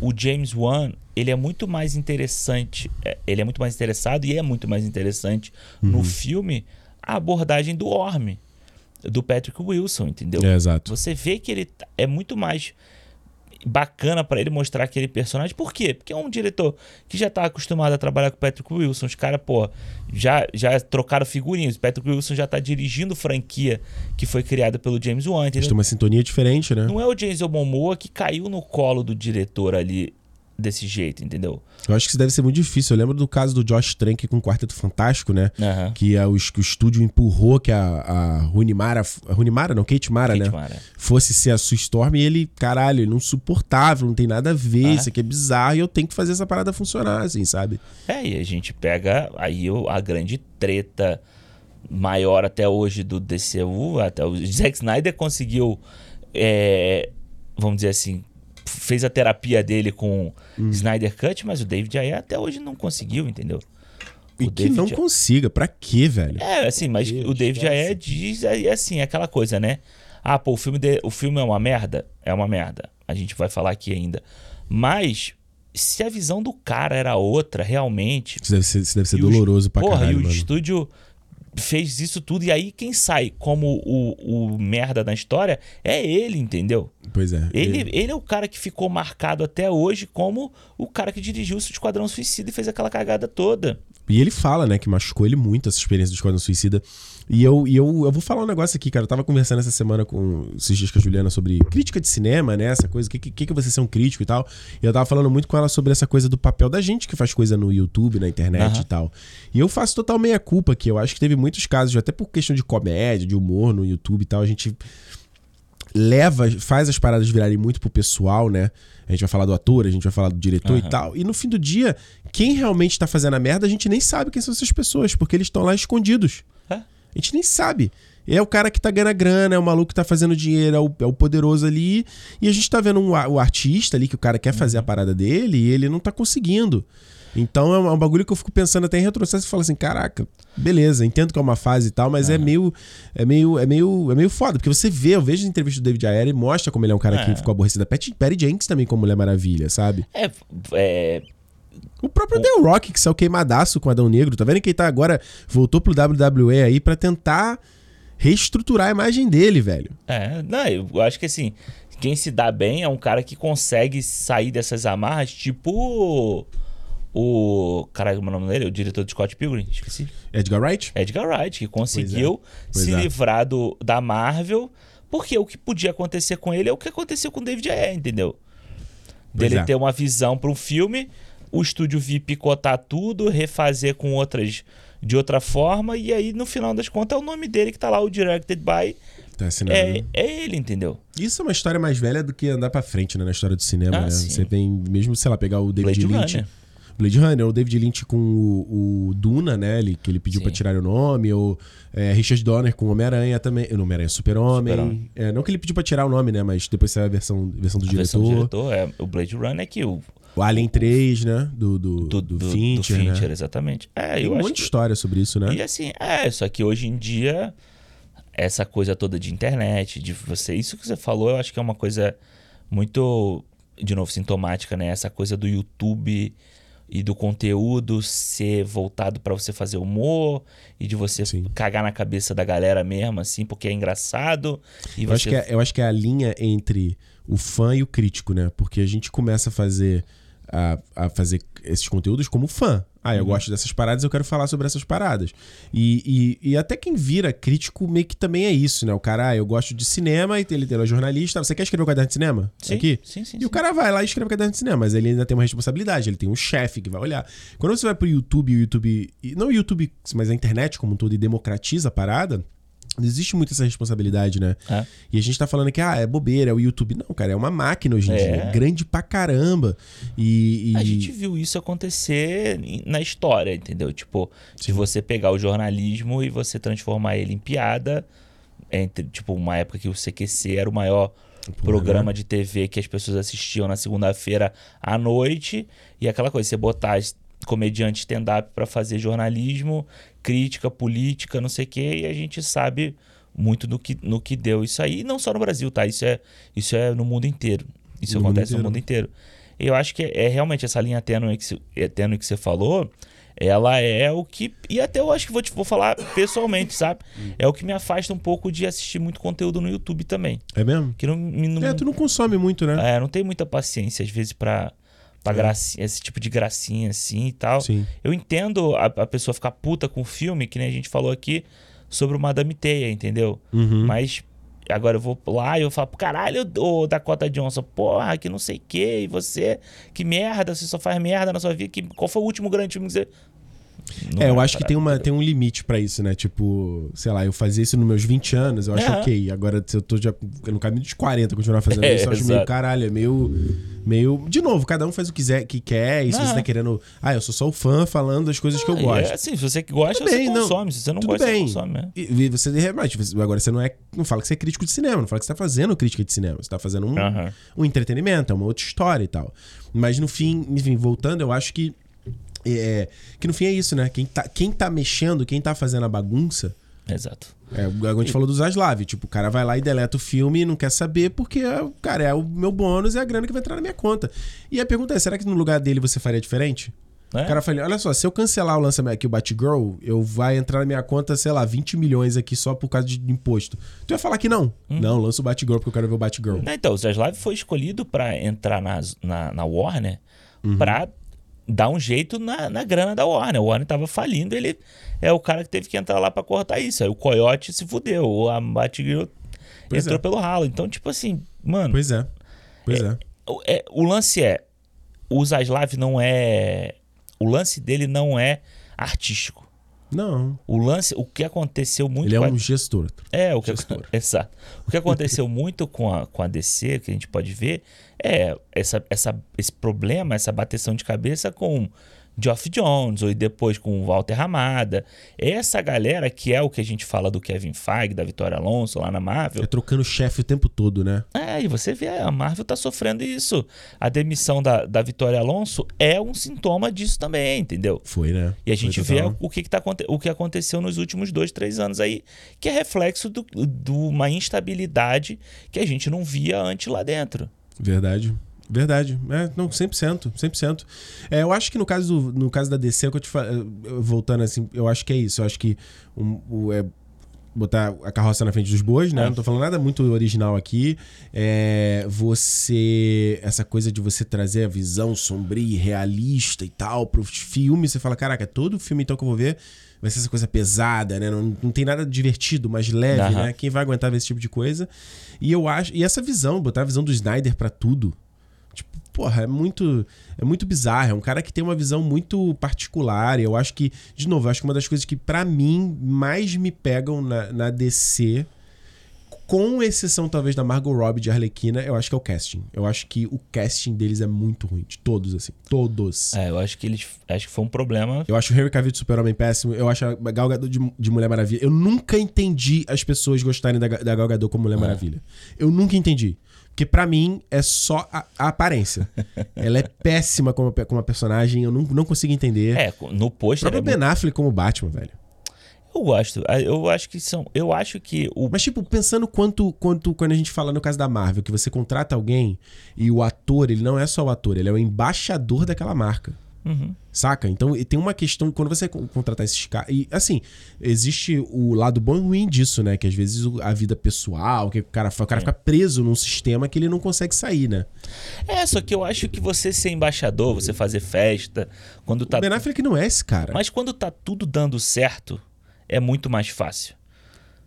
B: o James Wan ele é muito mais interessante. é, Ele é muito mais interessado e é muito mais interessante no filme a abordagem do Orme, do Patrick Wilson, entendeu?
A: exato.
B: Você vê que ele tá- é muito é mais bacana pra ele mostrar aquele personagem. Por quê? Porque é um diretor que já tá acostumado a trabalhar com o Patrick Wilson. Os caras, pô, já, já trocaram figurinhas. O Patrick Wilson já tá dirigindo franquia que foi criada pelo James Wan.
A: Eles
B: entendeu?
A: têm uma sintonia diferente, né?
B: Não é o Jason Momoa que caiu no colo do diretor ali desse jeito, entendeu?
A: Eu acho que isso deve ser muito difícil. Eu lembro do caso do Josh Trank com o Quarteto Fantástico, né?
B: Aham.
A: Que, a, os- que o estúdio empurrou que a, a Runimara. A Runimara, não, Kate Mara,
B: Kate
A: né?
B: Mara.
A: Fosse ser a Sue Storm e ele, caralho, ele não suportável, não tem nada a ver,
B: É.
A: isso aqui é bizarro e eu tenho que fazer essa parada funcionar, assim, sabe?
B: É, e a gente pega aí o- a grande treta maior até hoje do DCU, até o Zack Snyder conseguiu, é, vamos dizer assim, fez a terapia dele com
A: Hum.
B: Snyder Cut, mas o David Ayer até hoje não conseguiu, entendeu?
A: E
B: O
A: que não
B: David-
A: consiga, pra quê, velho?
B: É, assim, mas
A: Meu
B: o David
A: esquece.
B: Ayer diz aí, assim, aquela coisa, né? Ah, pô, o filme, de- o filme é uma merda? É uma merda. A gente vai falar aqui ainda. Mas, se a visão do cara era outra, realmente,
A: Isso deve ser, isso deve ser
B: E o est-
A: doloroso pra
B: Porra,
A: caralho,
B: e o
A: mano.
B: estúdio fez isso tudo. E aí quem sai como o, o merda da história é ele, entendeu?
A: Pois é.
B: Ele, ele é o cara que ficou marcado até hoje como o cara que dirigiu o Esquadrão Suicida e fez aquela cagada toda.
A: E ele fala, né, que machucou ele muito essa experiência do Esquadrão Suicida. E eu, e eu, eu vou falar um negócio aqui, cara. Eu tava conversando essa semana com esses dias com a Juliana sobre crítica de cinema, né? Essa coisa, o que, que, que é você ser um crítico e tal. E eu tava falando muito com ela sobre essa coisa do papel da gente que faz coisa no YouTube, na internet
B: Aham.
A: e tal. E eu faço total meia-culpa aqui. Eu acho que teve muitos casos, até por questão de comédia, de humor no YouTube e tal, a gente leva, faz as paradas virarem muito pro pessoal, né? A gente vai falar do ator, a gente vai falar do diretor e
B: Aham.
A: tal. E no fim do dia, quem realmente tá fazendo a merda, a gente nem sabe quem são essas pessoas, porque eles estão lá escondidos.
B: É.
A: A gente nem sabe. É o cara que tá ganhando a grana, é o maluco que tá fazendo dinheiro, é o, é o poderoso ali. E a gente tá vendo um a- o artista ali, que o cara quer fazer a parada dele e ele não tá conseguindo. Então é um, é um bagulho que eu fico pensando até em retrocesso e falo assim: caraca, beleza, entendo que é uma fase e tal, mas é meio. É meio. É meio. É meio foda. Porque você vê, eu vejo a entrevista do David Ayer e mostra como ele é um cara que
B: É.
A: ficou aborrecido. Pat- Patty Jenkins também como Mulher Maravilha, sabe?
B: É, é,
A: O próprio The Rock, que saiu queimadaço com o Adão Negro, tá vendo que ele tá agora, voltou pro WWE aí pra tentar reestruturar a imagem dele, velho.
B: é, não, eu acho que assim, quem se dá bem é um cara que consegue sair dessas amarras, tipo o. Caralho, como é o nome dele? O diretor de Scott Pilgrim, esqueci.
A: Edgar Wright?
B: Edgar Wright, que conseguiu
A: Pois
B: se
A: é.
B: livrar do, da Marvel, porque o que podia acontecer com ele é o que aconteceu com o David Ayer, entendeu?
A: Pois
B: Dele
A: é.
B: ter uma visão para um filme, o estúdio vir picotar tudo, refazer com outras de outra forma, e aí no final das contas é o nome dele que tá lá, o Directed By,
A: Tá assinado. né?
B: é, é ele, entendeu?
A: Isso é uma história mais velha do que andar pra frente, né? Na história do cinema,
B: Ah,
A: né?
B: sim.
A: Você tem, mesmo, sei lá, pegar o David
B: Blade
A: Lynch.
B: Runner.
A: Blade Runner, ou o David Lynch com o, o Duna, né? Ele, que ele pediu
B: Sim.
A: pra tirar o nome, ou é, Richard Donner com Homem-Aranha também. Não, Homem-Aranha, Super-Homem.
B: Super-Homem.
A: É, não que ele pediu pra tirar o nome, né? Mas depois saiu a versão, versão, do,
B: A
A: diretor.
B: versão do diretor é o Blade Runner que o
A: O Alien 3, né? Do, do, do,
B: do, do, do
A: Fincher, né?
B: Fincher, exatamente. É,
A: Tem
B: eu
A: um
B: acho
A: monte de
B: que-
A: história sobre isso, né?
B: E assim, é, só que hoje em dia, essa coisa toda de internet, de você. Isso que você falou, eu acho que é uma coisa muito, de novo, sintomática, né? Essa coisa do YouTube e do conteúdo ser voltado pra você fazer humor e de você
A: Sim.
B: cagar na cabeça da galera mesmo, assim, porque é engraçado. E
A: Eu
B: você
A: acho, que é, eu acho que é a linha entre o fã e o crítico, né? Porque a gente começa a fazer, a, a fazer esses conteúdos como fã. Ah,
B: Uhum.
A: eu gosto dessas paradas, eu quero falar sobre essas paradas. E, e, e até quem vira crítico meio que também é isso, né? O cara, ah, eu gosto de cinema, e ele ele é jornalista. Você quer escrever o caderno de cinema?
B: sim,
A: Aqui?
B: sim, sim.
A: E o
B: sim.
A: cara vai lá e escreve o caderno de cinema, mas ele ainda tem uma responsabilidade, ele tem um chefe que vai olhar. Quando você vai pro YouTube, o YouTube. e Não o YouTube, mas a internet como um todo, e democratiza a parada, não existe muito essa responsabilidade, né?
B: É.
A: E a gente tá falando que, ah, é bobeira, é o YouTube. Não, cara, é uma máquina hoje em
B: É.
A: dia. é Grande pra caramba. E. e-
B: A gente viu isso acontecer em- na história, entendeu? Tipo, de você pegar o jornalismo e você transformar ele em piada. Entre, tipo, uma época que o CQC era o maior programa de TV que as pessoas assistiam na segunda-feira à noite. E aquela coisa, você botar es- comediante stand-up pra fazer jornalismo, crítica, política, não sei o quê. E a gente sabe muito no que, no que deu isso aí. E não só no Brasil, tá? Isso é, isso é no mundo inteiro. Isso
A: No mundo
B: acontece
A: inteiro.
B: no mundo inteiro. E eu acho que é, é realmente essa linha tênue que, se- é tênue que você falou ela é o que. E até eu acho que vou, te, vou falar pessoalmente, sabe?
A: Hum.
B: É o que me afasta um pouco de assistir muito conteúdo no YouTube também.
A: É mesmo?
B: Que não, me- não,
A: É, tu não consome muito, né?
B: é, não tem muita paciência, às vezes, pra, pra
A: É.
B: gracinha, esse tipo de gracinha assim e tal.
A: Sim.
B: Eu entendo a, a pessoa ficar puta com o filme, que nem a gente falou aqui sobre o Madame Teia, entendeu?
A: Uhum.
B: Mas agora eu vou lá e eu falo, caralho, ô Dakota Johnson, porra, que não sei o que, e você, que merda, você só faz merda na sua vida, que, qual foi o último grande filme que você... Não
A: É, eu
B: vai
A: acho que
B: parar.
A: tem, uma, tem um limite pra isso, né? Tipo, sei lá, eu fazia isso nos meus 20 anos, eu acho
B: É.
A: ok. Agora, se eu tô já no caminho dos 40, continuar fazendo
B: É,
A: isso, eu acho
B: exato.
A: meio caralho, é meio, meio. De novo, cada um faz o que quiser, que quer, e se
B: Ah.
A: você tá querendo. Ah, eu sou só o fã falando das coisas que eu
B: Ah, e
A: gosto.
B: É assim, se você que gosta,
A: Tudo bem,
B: você
A: não.
B: consome, se você não
A: Tudo
B: gosta,
A: bem.
B: você consome, né?
A: E, e você remete, você- agora você não é. Não fala que você é crítico de cinema, não fala que você tá fazendo crítica de cinema. Você tá fazendo um,
B: Aham.
A: um entretenimento, é uma outra história e tal. Mas no fim, enfim, voltando, eu acho que. É, que no fim é isso, né? Quem tá, quem tá mexendo, quem tá fazendo a bagunça.
B: Exato.
A: É, a gente falou do Zaslav, tipo, o cara vai lá e deleta o filme e não quer saber porque, cara, é o meu bônus é a grana que vai entrar na minha conta. E a pergunta é, será que no lugar dele você faria diferente?
B: É.
A: O cara falou, olha só, se eu cancelar o lançamento aqui, o Batgirl, eu vai entrar na minha conta, sei lá, 20 milhões aqui só por causa de imposto. Tu ia falar que não.
B: Hum.
A: Não, lança o Batgirl porque eu quero ver o Batgirl.
B: Não, então, o Zaslav foi escolhido pra entrar na, na, na Warner
A: Uhum.
B: pra dar um jeito na, na grana da Warner. A Warner tava falindo, ele é o cara que teve que entrar lá pra cortar isso. Aí o Coyote se fudeu, o Batgirl
A: Pois
B: entrou
A: é.
B: pelo ralo. Então, tipo assim, mano,
A: Pois é. Pois é.
B: o, é- o lance é, o Zaslav não é... O lance dele não é artístico.
A: Não.
B: O lance, o que aconteceu muito
A: Ele é
B: com a-
A: um gestor.
B: é, o que,
A: Gestor.
B: exato. O que aconteceu muito com a, com a DC, que a gente pode ver, é essa, essa, esse problema, essa bateção de cabeça com Geoff Jones, ou e depois com o Walter Ramada. Essa galera que é o que a gente fala do Kevin Feige, da Vitória Alonso lá na Marvel.
A: É trocando chefe o tempo todo, né?
B: É, e você vê, a Marvel tá sofrendo isso. A demissão da, da Vitória Alonso é um sintoma disso também, entendeu?
A: Foi, né?
B: E a gente
A: Foi
B: vê
A: total.
B: o que, que tá, aconte- o que aconteceu nos últimos dois, três anos aí, que é reflexo do- de uma instabilidade que a gente não via antes lá dentro.
A: Verdade. Verdade. É, não, 100%. 100%. É, eu acho que no caso, do- no caso da DC, é o que eu te fa- eh, voltando assim, eu acho que é isso. Eu acho que um- o, é botar a carroça na frente dos bois, né?
B: É.
A: Não tô falando nada muito original aqui. É, você... Essa coisa de você trazer a visão sombria e realista e tal pro filme, você fala, caraca, todo filme então que eu vou ver vai ser essa coisa pesada, né? Não, não tem nada divertido, mas leve,
B: Aham.
A: né? Quem vai aguentar ver esse tipo de coisa? E eu acho... E essa visão, botar a visão do Snyder pra tudo, Tipo, porra, é muito, é muito bizarro. É um cara que tem uma visão muito particular. E eu acho que, de novo, eu acho que uma das coisas que, pra mim, mais me pegam na, na DC, com exceção talvez da Margot Robbie de Arlequina, eu acho que é o casting. Eu acho que o casting deles é muito ruim. De todos, assim. Todos.
B: É, eu acho que eles. Acho que foi um problema.
A: Eu acho o Henry Cavill de Super-Homem péssimo. Eu acho a Gal Gadot de, de Mulher Maravilha. Eu nunca entendi as pessoas gostarem da, Ga- da Gal Gadot
B: É.
A: como Mulher Maravilha. Eu nunca entendi. Porque pra mim é só a, a aparência. Ela é péssima como, pe- como a personagem. Eu não, não consigo entender.
B: É, no
A: o
B: pôster.
A: próprio
B: é muito-
A: Ben Affleck como Batman, velho.
B: Eu gosto. Ah, Eu acho que são. Eu acho que o.
A: Mas, tipo, pensando quanto, quanto quando a gente fala no caso da Marvel, que você contrata alguém e o ator, ele não é só o ator, ele é o embaixador daquela marca.
B: Uhum.
A: Saca? Então e tem uma questão. Quando você con- contratar esses caras. E assim, existe o lado bom e ruim disso, né? Que às vezes o- a vida pessoal, que o cara, fa- o cara fica preso num sistema que ele não consegue sair, né?
B: É, só que eu acho que você ser embaixador, você fazer festa, quando tá.
A: O Ben Affleck não é esse cara.
B: Mas quando tá tudo dando certo, é muito mais fácil.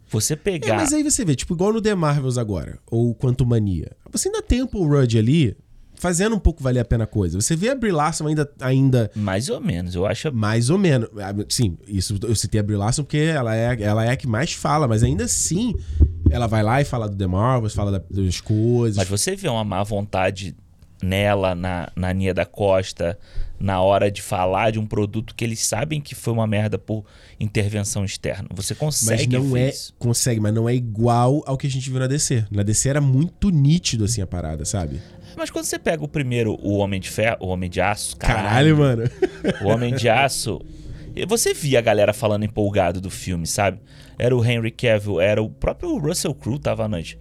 B: Você
A: É,
B: pegar.
A: mas aí você vê, tipo, igual no The Marvels agora, ou Quanto Mania. Você ainda tem o Paul Rudd ali, fazendo um pouco valer a pena a coisa. Você vê a Brie Larson ainda, ainda
B: Mais ou menos, eu acho.
A: Mais ou menos. Ah, Sim, isso eu citei a Brie Larson porque ela é, ela é a que mais fala, mas ainda assim ela vai lá e fala do The Marvels, fala da- das coisas.
B: Mas você vê uma má vontade nela, na, na Nia da Costa, na hora de falar de um produto que eles sabem que foi uma merda por intervenção externa. Você
A: Mas
B: consegue
A: não
B: ver
A: é.
B: isso.
A: Consegue, mas não é igual ao que a gente viu na DC. Na DC era muito nítido assim a parada, sabe?
B: Mas quando você pega o primeiro, o Homem de Ferro, o Homem de Aço,
A: Caralho,
B: caralho,
A: mano.
B: o Homem de Aço, e você via a galera falando empolgado do filme, sabe? Era o Henry Cavill, era o próprio Russell Crowe tava nas,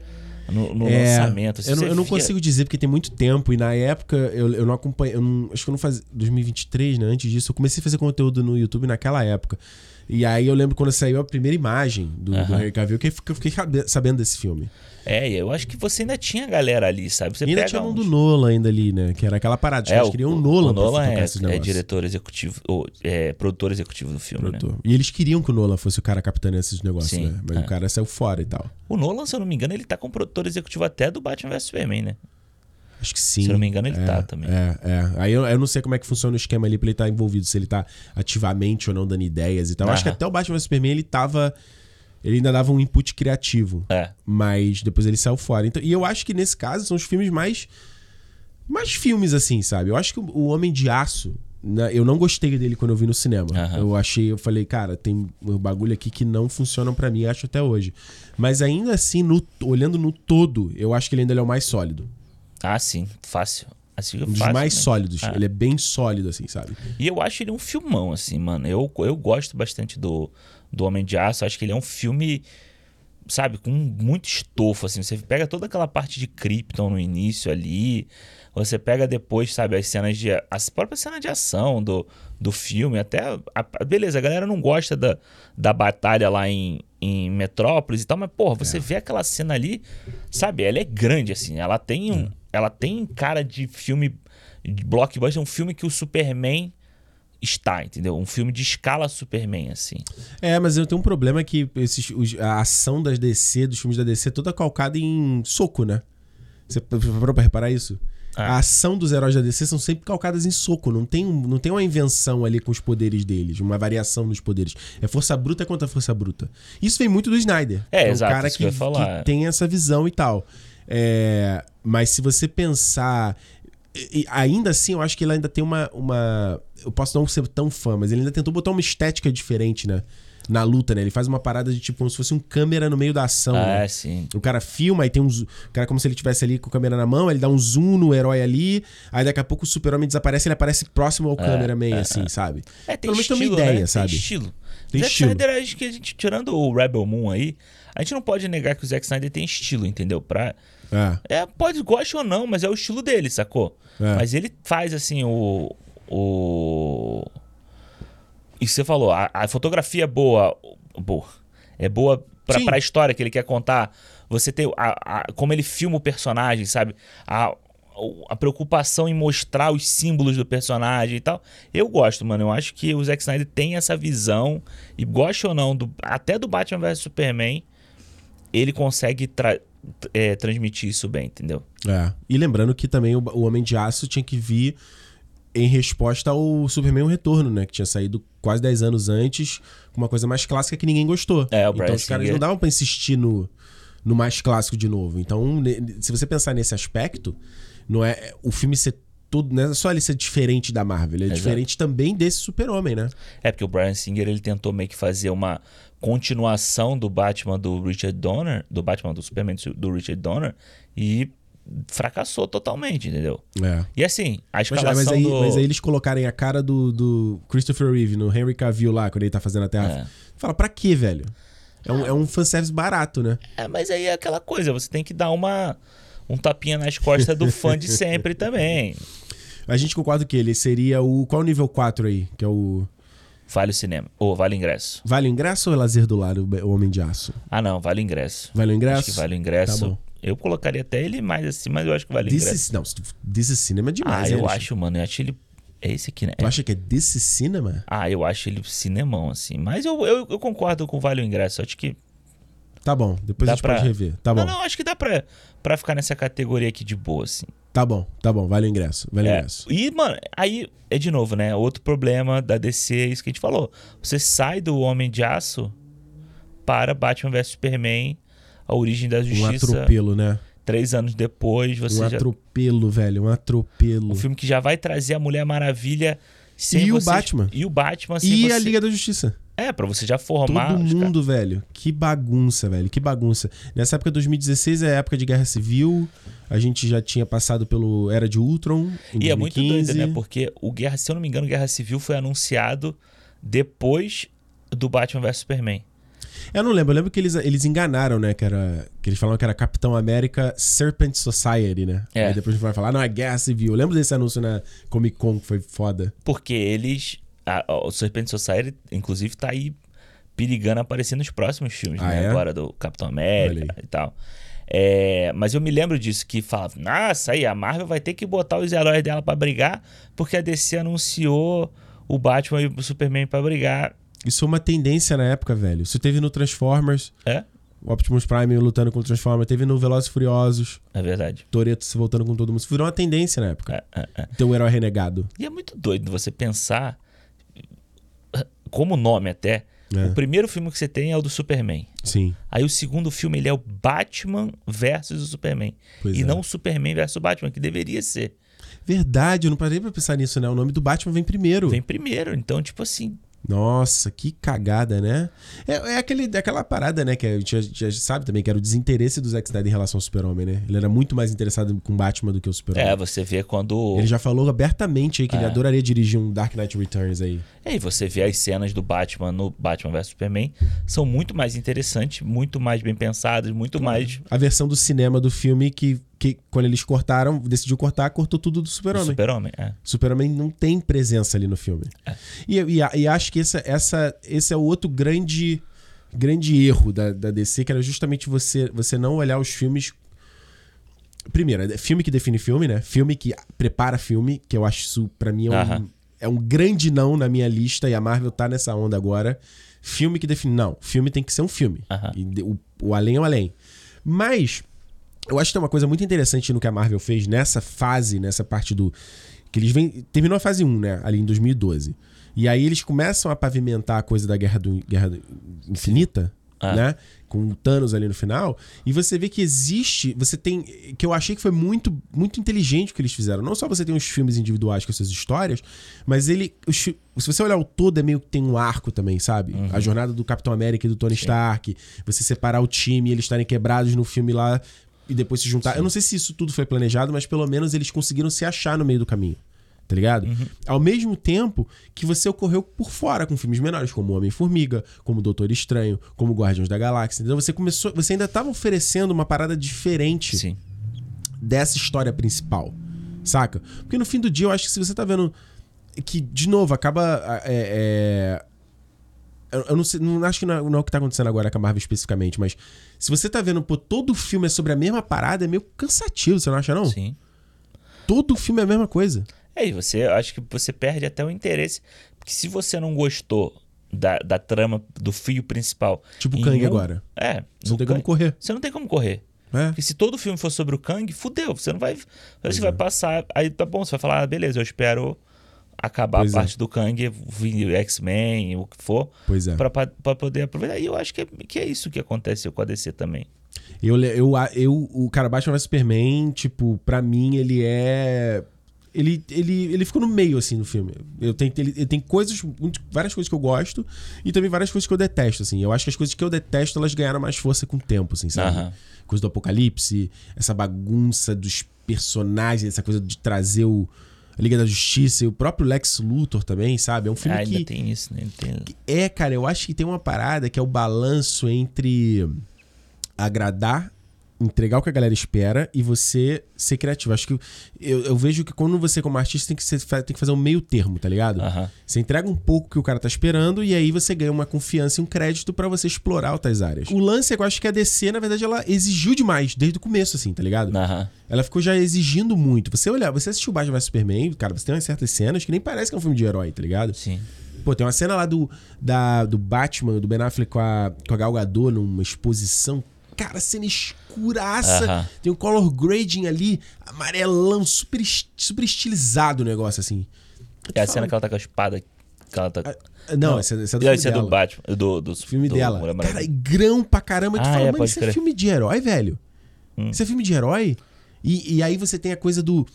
B: No, no
A: É,
B: lançamento. assim,
A: Eu não,
B: você
A: eu não
B: via-
A: consigo dizer porque tem muito tempo e na época eu, eu não acompanhei. eu não- acho que eu não fazia. 2023, né? Antes disso, eu comecei a fazer conteúdo no YouTube naquela época. E aí eu lembro quando saiu a primeira imagem do, do
B: Aham.
A: Henry Cavill que eu fiquei- eu fiquei cabe- sabendo desse filme.
B: É, e eu acho que você ainda tinha a galera ali, sabe? Você
A: e ainda
B: pega um
A: tinha a mão
B: uns- É,
A: do Nola ainda ali, né? Que era aquela parada. Os caras queriam o Nola
B: o Nolan
A: pra
B: é,
A: tocar esses
B: é
A: negócios.
B: diretor executivo, ou é produtor executivo do filme, né?
A: Produtor. E eles queriam que o Nola fosse o cara capitaneando esses negócios,
B: Sim,
A: né? Mas
B: é.
A: o cara saiu fora e tal.
B: O Nolan, se eu não me engano, ele tá como produtor executivo até do Batman vs Superman, né?
A: Acho que sim.
B: Se eu não me engano, ele
A: é,
B: tá também.
A: É, é. Aí eu, eu não sei como é que funciona o esquema ali pra ele estar envolvido, se ele tá ativamente ou não dando ideias e tal. Eu Acho que
B: Aham.
A: até o Batman vs Superman ele tava. Ele ainda dava um input criativo.
B: É.
A: Mas depois ele saiu fora. Então, e eu acho que nesse caso são os filmes mais. Mais filmes, assim, sabe? Eu acho que o- o Homem de Aço. né, eu não gostei dele quando eu vi no cinema.
B: Aham.
A: Eu achei, eu falei, cara, tem um bagulho aqui que não funcionam pra mim, acho até hoje. Mas ainda assim, no- olhando no todo, eu acho que ele ainda ele é o mais sólido.
B: Ah, sim, fácil. Assim,
A: Um dos
B: fácil,
A: mais
B: né?
A: sólidos.
B: É.
A: Ele é bem sólido, assim, sabe?
B: E eu acho ele um filmão, assim, mano. Eu, eu gosto bastante do, do Homem de Aço. Acho que ele é um filme, sabe, com muito estofo, assim. Você pega toda aquela parte de Krypton no início ali. Você pega depois, sabe, as cenas de... As próprias cenas de ação do, do filme. Até... a- a- beleza, a galera não gosta da, da batalha lá em, em Metrópolis e tal. Mas, porra, você vê aquela cena ali, sabe? Ela é grande, assim. Ela tem um... Ela tem cara de filme... De blockbuster, um filme que o Superman está, entendeu? Um filme de escala Superman, assim.
A: É, mas eu tenho um problema que esses, os- a ação das DC, dos filmes da DC, é toda calcada em soco, né? Você p- p- parou pra reparar isso?
B: Ah.
A: A ação dos heróis da DC são sempre calcadas em soco. Não tem, um- não tem uma invenção ali com os poderes deles, uma variação nos poderes. É força bruta contra força bruta. Isso vem muito do Snyder.
B: É,
A: o
B: exato,
A: cara
B: isso que eu ia falar. é.
A: que tem essa visão e tal. É, mas se você pensar. e- e ainda assim, eu acho que ele ainda tem uma, uma. Eu posso não ser tão fã, mas ele ainda tentou botar uma estética diferente, né? Na luta, né? Ele faz uma parada de tipo como se fosse um câmera no meio da ação. né?
B: Ah, sim.
A: O cara filma e tem um. zo- O cara, é como se ele tivesse ali com a câmera na mão, ele dá um zoom no herói ali, aí daqui a pouco o super-homem desaparece, ele aparece próximo ao cameraman, assim, sabe?
B: É, tem
A: Pelo menos tem
B: estilo,
A: uma ideia,
B: né?
A: sabe?
B: Tem estilo.
A: Tem
B: Zack
A: estilo.
B: Snyder, acho que a gente, tirando o Rebel Moon aí, a gente não pode negar que o Zack Snyder tem estilo, entendeu? Pra...
A: É.
B: É, pode goste ou não, mas é o estilo dele, sacou?
A: É.
B: Mas ele faz, assim, o... o... Isso que você falou, a, a fotografia é boa, boa. É boa pra,
A: Sim.
B: pra história que ele quer contar. Você tem a, a- como ele filma o personagem, sabe? A, o- a preocupação em mostrar os símbolos do personagem e tal. Eu gosto, mano. Eu acho que o Zack Snyder tem essa visão. E goste ou não, do, até do Batman vs Superman, ele consegue tra- t- é, transmitir isso bem, entendeu?
A: É. E lembrando que também o, o Homem de Aço tinha que vir em resposta ao Superman O Retorno, né? Que tinha saído quase 10 anos antes, com uma coisa mais clássica que ninguém gostou.
B: É, o Brian
A: então os caras
B: Singer.
A: não davam pra insistir no, no mais clássico de novo. Então, ne- se você pensar nesse aspecto, não é o filme ser todo, não é só ele ser diferente da Marvel, ele é
B: Exato.
A: diferente também desse Super-Homem, né?
B: É porque o Brian Singer ele tentou meio que fazer uma continuação do Batman do Richard Donner, do Batman do Superman do Richard Donner e fracassou totalmente, entendeu?
A: É.
B: E assim, a
A: Mas,
B: escalação
A: mas aí,
B: do
A: mas aí eles colocarem a cara do, do Christopher Reeve no Henry Cavill lá, quando ele tá fazendo a
B: É.
A: Terra. Fala, pra quê, velho? É um, é um fanservice barato, né?
B: É, mas aí é aquela coisa, você tem que dar uma um tapinha nas costas do fã de sempre também.
A: A gente concorda que ele seria o. Qual o nível 4 aí? Que é o.
B: Vale o cinema. Ou vale o ingresso.
A: Vale o ingresso ou é lazer do lar, o Homem de Aço?
B: Ah, não, vale o ingresso.
A: Vale o ingresso?
B: Acho que vale o ingresso.
A: Tá bom.
B: Eu colocaria até ele mais assim, mas eu acho que vale o
A: This
B: ingresso.
A: is, não, This is Cinema é demais,
B: ah,
A: hein,
B: eu
A: Alexandre?
B: acho, mano. Eu acho ele. É esse aqui, né?
A: Tu acha que é This is Cinema?
B: Ah, eu acho ele cinemão, assim. Mas eu, eu, eu concordo com o Vale o Ingresso. Acho que.
A: Tá bom, depois
B: Dá
A: a gente
B: pra-
A: pode rever. Tá bom,
B: Não, não, acho que dá pra, pra ficar nessa categoria aqui de boa, assim.
A: tá bom, tá bom, vale o ingresso, vale o
B: É.
A: ingresso.
B: E, mano, aí é de novo, né? Outro problema da DC, é isso que a gente falou. Você sai do Homem de Aço para Batman vs Superman, a origem da
A: Um
B: justiça.
A: atropelo, né?
B: três anos depois, você
A: Um
B: já.
A: atropelo, velho, um atropelo.
B: Um filme que já vai trazer a Mulher Maravilha. Sem
A: E o
B: vocês-
A: Batman.
B: E o Batman sem
A: E
B: você...
A: a Liga da Justiça.
B: É, pra você já
A: Todo
B: formar. os
A: mundo, velho. Que bagunça, velho. Que bagunça. Nessa época, 2016 é a época de Guerra Civil. A gente já tinha passado pelo Era de Ultron. Em
B: E
A: 2015.
B: é muito doido, né? Porque o Guerra, se eu não me engano, o Guerra Civil foi anunciado depois do Batman vs Superman.
A: Eu não lembro, eu lembro que eles, eles enganaram, né? Que, era, que eles falaram que era Capitão América Serpent Society, né?
B: É.
A: Aí depois a gente vai falar, não, é Guerra Civil. Eu lembro desse anúncio na Comic Con que foi foda.
B: Porque eles. a- a- o Serpent Society, inclusive, tá aí perigando aparecer nos próximos filmes,
A: Ah,
B: né?
A: é?
B: Agora do Capitão América
A: Olha
B: e tal. É, mas eu me lembro disso, que falava, nossa, aí a Marvel vai ter que botar os heróis dela pra brigar, porque a DC anunciou o Batman e o Superman pra brigar.
A: Isso foi uma tendência na época, velho. Isso teve no Transformers,
B: É?
A: o Optimus Prime lutando com o Transformers, teve no Velozes e Furiosos,
B: É verdade.
A: Toreto se voltando com todo mundo. Isso virou uma tendência na época.
B: É, é, é.
A: Ter um herói renegado.
B: E é muito doido você pensar, como nome até,
A: É.
B: o primeiro filme que você tem é o do Superman.
A: Sim.
B: Aí o segundo filme ele é o Batman versus o Superman.
A: Pois
B: e
A: é.
B: não o Superman versus o Batman, que deveria ser.
A: Verdade, eu não parei pra pensar nisso, né? O nome do Batman vem primeiro.
B: Vem primeiro. Então, tipo assim,
A: Nossa, que cagada, né? É, é aquele, é aquela parada, né? Que a gente já, já sabe também, que era o desinteresse do Zack Snyder em relação ao Super-Homem, né? Ele era muito mais interessado com Batman do que o Super-Homem.
B: é, você vê quando.
A: Ele já falou abertamente aí que ele
B: É.
A: adoraria dirigir um Dark Knight Returns aí.
B: E aí você vê as cenas do Batman no Batman versus Superman. São muito mais interessantes, muito mais bem pensadas, muito mais
A: A versão do cinema do filme que, que quando eles cortaram, decidiu cortar, cortou tudo do
B: do
A: Super-Homem.
B: Super-Homem. é.
A: Superman não tem presença ali no filme. E, e, e acho que essa, essa, esse é o outro grande, grande erro da, da DC, que era justamente você, você não olhar os filmes. Primeiro, é filme que define filme, né? Filme que prepara filme, que eu acho isso, pra mim, é um,
B: Aham.
A: é um grande não na minha lista, e a Marvel tá nessa onda agora. Filme que define. Não, filme tem que ser um filme.
B: Aham.
A: E de- o, o além é o além. Mas eu acho que tem uma coisa muito interessante no que a Marvel fez nessa fase, nessa parte do. Que eles vêm. Terminou a fase 1, né? Ali em 2012. E aí eles começam a pavimentar a coisa da Guerra, do, Guerra do- Infinita,
B: Ah.
A: né? Com o Thanos ali no final. E você vê que existe. Você tem. Que eu achei que foi muito, muito inteligente o que eles fizeram. Não só você tem os filmes individuais com essas histórias, mas ele. os fi- se você olhar o todo, é meio que tem um arco também, sabe? A jornada do Capitão América e do Tony Stark. Você separar o time, eles estarem quebrados no filme lá e depois se juntar. Eu não sei se isso tudo foi planejado, mas pelo menos eles conseguiram se achar no meio do caminho. Tá ligado?
B: Uhum.
A: Ao mesmo tempo que você ocorreu por fora com filmes menores, como Homem-Formiga, como Doutor Estranho, como Guardiões da Galáxia. Então você começou. Você ainda tava oferecendo uma parada diferente
B: Sim.
A: dessa história principal. Saca? Porque no fim do dia, eu acho que se você tá vendo. Que, de novo, acaba. é, é, eu, eu não sei, não acho que não é, não é o que tá acontecendo agora com a Marvel especificamente, mas se você tá vendo, pô, todo filme é sobre a mesma parada, é meio cansativo, você não acha, não?
B: Sim.
A: Todo filme é a mesma coisa.
B: É, e você eu acho que você perde até o interesse. Porque se você não gostou da, da trama, do fio principal.
A: Tipo o
B: em
A: Kang agora.
B: É.
A: Você não
B: o
A: tem como
B: Kang-
A: correr.
B: Você não tem como correr.
A: É.
B: Porque se todo filme for sobre o Kang, fudeu. Você não vai. Você
A: é.
B: vai passar. Aí tá bom, você vai falar, ah, beleza, eu espero acabar
A: Pois
B: a
A: é.
B: parte do Kang, vir o X-Men, o que for,
A: Pois é.
B: pra, pra- pra poder aproveitar. E eu acho que é, que é isso que aconteceu com a DC também.
A: Eu, le- eu, a- eu, o cara Batman vs Superman, tipo, pra mim ele é. Ele, ele, ele ficou no meio, assim, do filme. Eu tenho, ele, ele tem coisas, muito- várias coisas que eu gosto e também várias coisas que eu detesto, assim. Eu acho que as coisas que eu detesto, elas ganharam mais força com o tempo, assim, sabe?
B: Aham.
A: Coisa do apocalipse, essa bagunça dos personagens, essa coisa de trazer o a Liga da Justiça e o próprio Lex Luthor também, sabe? É um filme
B: Ah, ainda
A: que...
B: tem isso, né? Tem-
A: É, cara, eu acho que tem uma parada que é o balanço entre agradar, entregar o que a galera espera e você ser criativo. Acho que eu, eu vejo que quando você, como artista, tem que, ser- tem que fazer um meio termo, tá ligado?
B: Aham.
A: Você entrega um pouco que o cara tá esperando e aí você ganha uma confiança e um crédito pra você explorar outras áreas. O lance é que eu acho que a DC, na verdade, ela exigiu demais desde o começo, assim, tá ligado?
B: Aham.
A: Ela ficou já exigindo muito. Você olhar, você assistiu o Batman vs Superman, cara, você tem umas certas cenas que nem parece que é um filme de herói, tá ligado?
B: Sim.
A: Pô, tem uma cena lá do, da, do Batman, do Ben Affleck com a, com a Gal Gadot numa exposição. Cara, cena escuraça.
B: Aham.
A: Tem um color grading ali, amarelão, super, est- super estilizado o negócio, assim.
B: É a cena que ela tá com a espada. Que ela tá...
A: Ah, Não, essa, essa é do
B: Não,
A: filme
B: esse é
A: dela.
B: do Batman. Do, do,
A: Filme
B: do
A: dela.
B: Mulher Maravilha.
A: Cara, é grão pra caramba. Tu
B: Ah,
A: fala,
B: é,
A: mano,
B: pode
A: isso é
B: crer. Hum.
A: filme de herói, velho? Isso é filme de herói? E, e aí você tem a coisa do...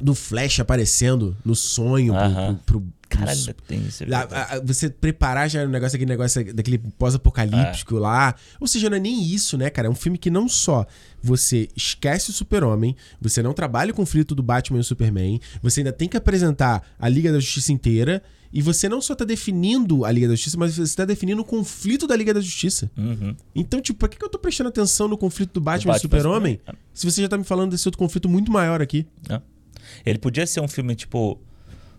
A: Do Flash aparecendo no sonho pro-
B: Aham.
A: pro, pro, pro
B: Caralho, ainda tem isso. é
A: Lá,
B: verdade.
A: a- a- você preparar já o negócio, aquele negócio daquele pós-apocalíptico lá. Ou seja, não é nem isso, né, cara? É um filme que não só você esquece o super-homem, você não trabalha o conflito do Batman e o Superman, você ainda tem que apresentar a Liga da Justiça inteira. E você não só tá definindo a Liga da Justiça, mas você tá definindo o conflito da Liga da Justiça.
B: Uhum.
A: Então, tipo, por que que eu tô prestando atenção no conflito do Batman, e
B: Batman
A: do
B: e
A: Super-Homem?
B: Superman,
A: Se você já tá me falando desse outro conflito muito maior aqui.
B: É. Ele podia ser um filme tipo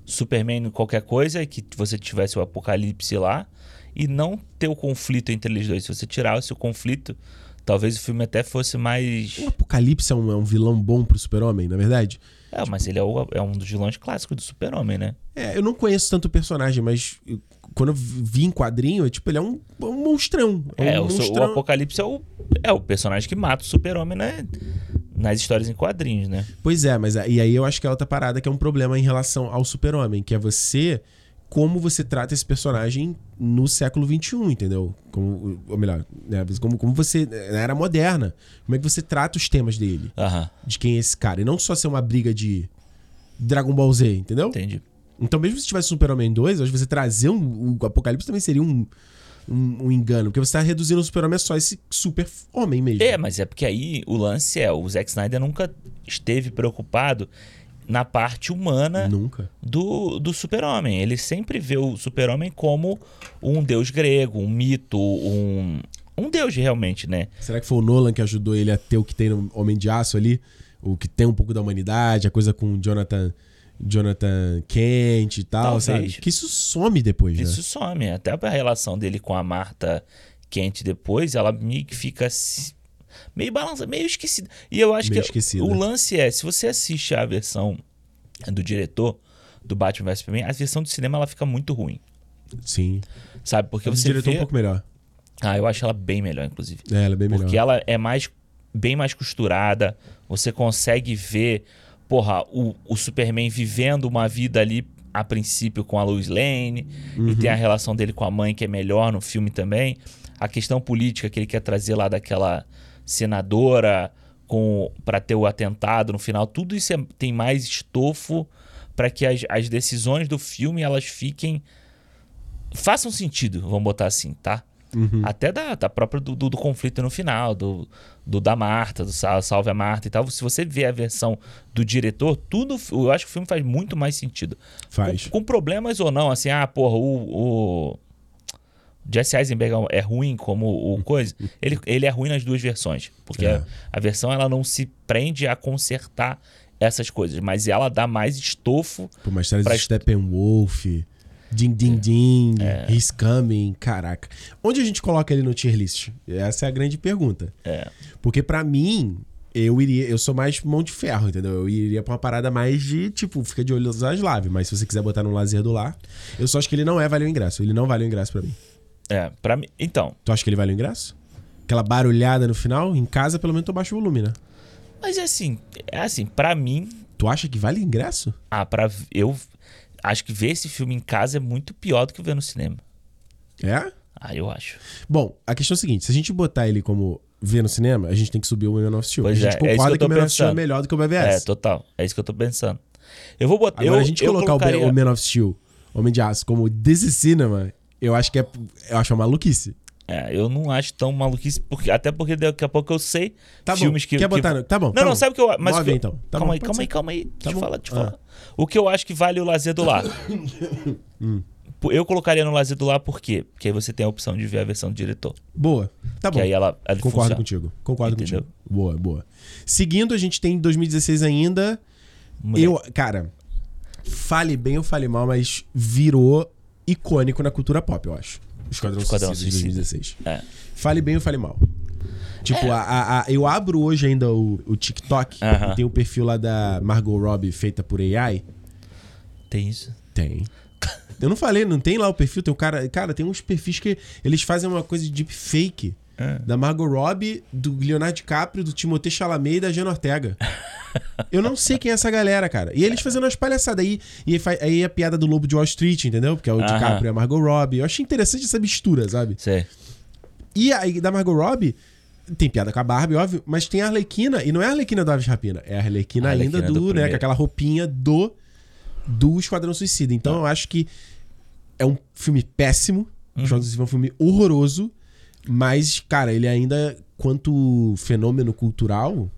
B: Superman qualquer coisa, e que você tivesse o apocalipse lá e não ter o conflito entre eles dois. Se você tirasse o conflito, talvez o filme até fosse mais.
A: O Apocalipse é um, é um vilão bom pro Super-Homem, na verdade?
B: É, mas ele é, o- é um dos vilões clássicos do Super-Homem, né?
A: É, eu não conheço tanto o personagem, mas eu- quando eu vi em quadrinho, é, tipo, ele é um, é um monstrão.
B: É,
A: um
B: o, so- o Apocalipse é o, é o personagem que mata o super-homem né? nas histórias em quadrinhos, né?
A: Pois é, mas a- e aí eu acho que é outra parada que é um problema em relação ao super-homem, que é você. Como você trata esse personagem no século XXI, entendeu? Como, ou melhor, né, como, como você. Na era moderna. Como é que você trata os temas dele?
B: Aham,
A: De quem é esse cara? E não só ser uma briga de Dragon Ball Z, entendeu?
B: entendi.
A: Então, mesmo se tivesse Super-Homem 2, eu acho que você trazer um, o Apocalipse também seria um, um, um engano. Porque você tá reduzindo o Super-Homem a só esse super-homem mesmo.
B: É, mas é porque aí o lance é, o Zack Snyder nunca esteve preocupado na parte humana
A: Nunca.
B: do, do super-homem. Ele sempre vê o super-homem como um deus grego, um mito, um, um deus realmente, né?
A: Será que foi o Nolan que ajudou ele a ter o que tem no Homem de Aço ali? O que tem um pouco da humanidade, a coisa com o Jonathan, Jonathan Kent e tal,
B: Talvez.
A: sabe? Que isso some depois, né?
B: Isso some. Até a relação dele com a Marta quente depois, ela meio que fica se- meio balança, meio esquecida. E eu acho
A: Meio
B: que
A: esquecida.
B: o lance é, se você assiste a versão do diretor do Batman vs Superman, a versão do cinema ela fica muito ruim,
A: Sim.
B: sabe? Porque
A: O
B: você
A: diretor
B: vê...
A: um pouco melhor.
B: Ah, eu acho ela bem melhor, inclusive.
A: É, ela é bem melhor.
B: Porque ela é mais bem mais costurada. Você consegue ver, porra, o, o Superman vivendo uma vida ali a princípio com a Lois Lane.
A: Uhum.
B: E tem a relação dele com a mãe que é melhor no filme também. A questão política que ele quer trazer lá daquela senadora com para ter o atentado no final, tudo isso é- tem mais estofo para que as, as decisões do filme elas fiquem façam um sentido, vamos botar assim, tá?
A: Uhum.
B: Até da, da própria do, do- do conflito no final, do, do da Marta, do sal- Salve a Marta e tal. Se você vê a versão do diretor, tudo. Eu acho que o filme faz muito mais sentido.
A: Faz.
B: Com, com problemas ou não, assim, ah, porra, o. o Jesse Eisenberg é ruim como o coisa. Ele, ele é ruim nas duas versões. Porque
A: É.
B: a, a versão ela não se prende a consertar essas coisas, mas ela dá mais estofo.
A: Pô, mas séries
B: Pra- É.
A: de Steppenwolf, Ding Ding Ding, He's Coming, caraca. Onde a gente coloca ele no tier list? Essa é a grande pergunta.
B: É.
A: Porque pra mim, eu iria, eu sou mais mão de ferro, entendeu? Eu iria pra uma parada mais de, tipo, fica de olho nas lives, mas se você quiser botar num lazer do lar, eu só acho que ele não é vale o ingresso, ele não vale o ingresso pra mim.
B: É, para mim. Então,
A: Tu acha que ele vale o ingresso? Aquela barulhada no final, em casa pelo menos eu baixo o volume, né?
B: Mas é assim, é assim, pra mim,
A: Tu acha que vale ingresso?
B: ah, para eu acho que ver esse filme em casa é muito pior do que ver no cinema.
A: É?
B: Ah, eu acho.
A: Bom, a questão é a seguinte: se a gente botar ele como ver no cinema, a gente tem que subir o Man of Steel.
B: Pois
A: a gente
B: é, é isso que eu tô
A: o Man of Steel é
B: pensando.
A: melhor do que o
B: É,
A: BVS.
B: total. É isso que eu tô pensando. Eu vou botar.
A: Agora,
B: eu,
A: a gente
B: eu
A: colocar o
B: colocaria-
A: Ben- o Man of Steel, Homem de Aço, como This is Cinema, eu acho que é. Eu acho uma maluquice.
B: É, eu não acho tão maluquice, porque, até porque daqui a pouco eu sei
A: Tá bom.
B: filmes que.
A: Quer
B: que-
A: botar no- tá bom,
B: Não,
A: tá
B: não,
A: bom.
B: sabe o que eu. Mas o
A: Move
B: que eu-
A: então. Tá
B: calma
A: bom,
B: aí,
A: pode
B: calma aí,
A: ser.
B: calma aí. Deixa eu
A: bom.
B: falar, deixa eu
A: Ah.
B: falar. O que eu acho que vale é o lazer do lar.
A: Hum.
B: Pô, Eu colocaria no lazer do lar por quê? Porque aí você tem a opção de ver a versão do diretor.
A: Boa. Tá bom.
B: que aí ela, ela
A: Concordo
B: funciona.
A: contigo. Concordo
B: Entendeu?
A: contigo. Boa, boa. Seguindo, a gente tem 2016 ainda.
B: Moleque.
A: Eu, cara, fale bem ou fale mal, mas virou icônico na cultura pop, eu acho. Esquadrão,
B: Esquadrão
A: Suicida de
B: Suicida.
A: 2016.
B: É.
A: Fale bem ou fale mal. Tipo, a- a- a- eu abro hoje ainda o, o TikTok.
B: Aham.
A: e Tem o perfil lá da Margot Robbie feita por AI.
B: Tem isso.
A: Tem. Eu não falei, não tem lá o perfil, tem o cara. Cara, tem uns perfis que eles fazem uma coisa de deepfake.
B: É.
A: Da Margot Robbie, do Leonardo DiCaprio, do Timothée Chalamet e da Jana Ortega. Eu não sei quem é essa galera, cara. E eles fazendo umas palhaçadas aí. E fa- aí a piada do Lobo de Wall Street, entendeu? Porque é o
B: Aham.
A: DiCaprio e a Margot Robbie. Eu achei interessante essa mistura, sabe?
B: Sei.
A: E aí, da Margot Robbie, tem piada com a Barbie, óbvio, mas tem a Arlequina, e não é a Arlequina do Aves de Rapina, é a Arlequina,
B: A Arlequina
A: ainda
B: do
A: do, né,
B: primeiro.
A: com aquela roupinha do do Esquadrão Suicida. Então eu acho que é um filme péssimo. O Esquadrão Suicida é um filme horroroso. Mas, cara, ele ainda, quanto fenômeno cultural.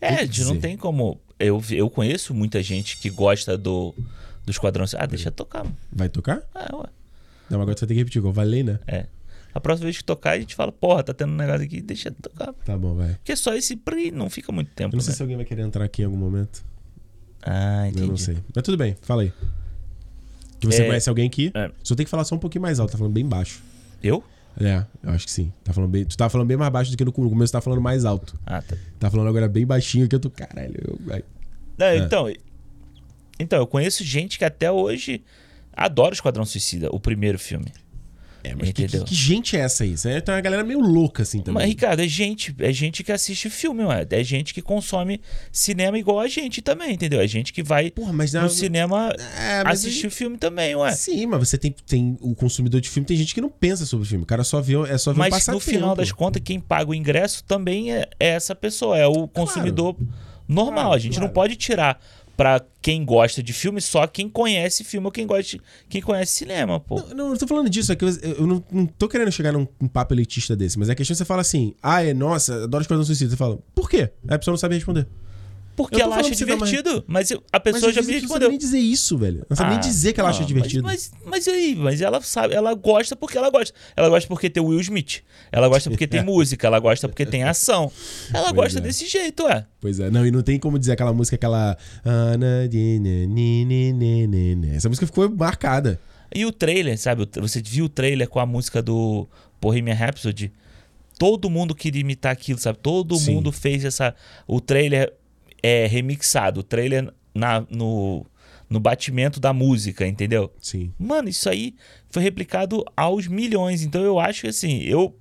B: É,
A: Quer
B: de não
A: dizer-
B: tem como. Eu, vi- eu conheço muita gente que gosta do, do Esquadrão. Suicida. Ah, deixa tocar. mano.
A: Vai tocar?
B: Ah, ué.
A: Não, agora você vai ter que repetir, igual valei, né?
B: É. A próxima vez que tocar, a gente fala, porra, tá tendo um negócio aqui, deixa tocar.
A: Tá bom, vai.
B: Porque só esse pri não fica muito
A: Eu
B: tempo,
A: não
B: né?
A: sei se alguém vai querer entrar aqui em algum momento.
B: Ah, entendi.
A: Eu não sei. Mas tudo bem, fala aí. Que você
B: É.
A: conhece alguém aqui?
B: É.
A: Só tem que falar só um pouquinho mais alto, tá falando bem baixo.
B: Eu?
A: É, eu acho que sim. Tá falando bem, tu tá falando bem mais baixo do que no começo, tu tá falando mais alto.
B: Ah, tá.
A: Tá falando agora bem baixinho que eu tô. Caralho, eu. ai.
B: Não,
A: É.
B: Então, então, eu conheço gente que até hoje adora o Esquadrão Suicida, o primeiro filme.
A: É, mas que,
B: Entendeu.
A: que- que gente é essa aí? Isso aí tem uma galera meio louca assim também.
B: Mas, Ricardo, é gente, é gente que assiste filme, ué. É gente que consome cinema igual a gente também, entendeu? É gente que vai
A: Porra, mas
B: no
A: na-
B: cinema
A: É, mas
B: assistir o filme também, ué.
A: Sim, mas você tem, tem. O consumidor de filme tem gente que não pensa sobre o filme. O cara só vê, é só vê um
B: Mas no
A: passatempo.
B: final das contas, quem paga o ingresso também é, é essa pessoa, é o consumidor normal.
A: Claro,
B: a gente
A: claro.
B: não pode tirar pra quem gosta de filme só quem conhece filme ou quem gosta de- quem conhece cinema, pô.
A: Não, não, eu tô falando disso, é que eu, eu não, não tô querendo chegar num, num papo elitista desse, mas é a questão que você fala assim, ah, é, nossa, adoro Esquadrão Suicida. Você fala, por quê? Aí a pessoa não sabe responder. Eu
B: Porque
A: tô
B: ela
A: falando
B: acha
A: que você tá mais-
B: divertido, mas eu- a
A: Mas
B: pessoa
A: às vezes
B: já me
A: a pessoa não sabe
B: respondeu.
A: nem dizer isso, velho. Ela Não sabe
B: Ah,
A: nem dizer que ela acha
B: não,
A: divertido.
B: Mas, mas, mas aí, mas ela sabe, ela gosta porque ela gosta. Ela gosta porque tem Will Smith. Ela gosta porque tem música, ela gosta porque tem ação. Ela
A: Pois
B: gosta
A: é.
B: desse jeito, ué.
A: Pois é, não, e não tem como dizer aquela música, aquela. Ana de ne- ne- ne- ne- ne- ne. Essa música ficou marcada.
B: E o trailer, sabe? o tra- Você viu o trailer com a música do Bohemian Rhapsody? Todo mundo queria imitar aquilo, sabe? Todo
A: Sim.
B: mundo fez essa. O trailer é remixado, o trailer na, no, no batimento da música, entendeu?
A: Sim.
B: Mano, isso aí foi replicado aos milhões. Então eu acho que assim, eu.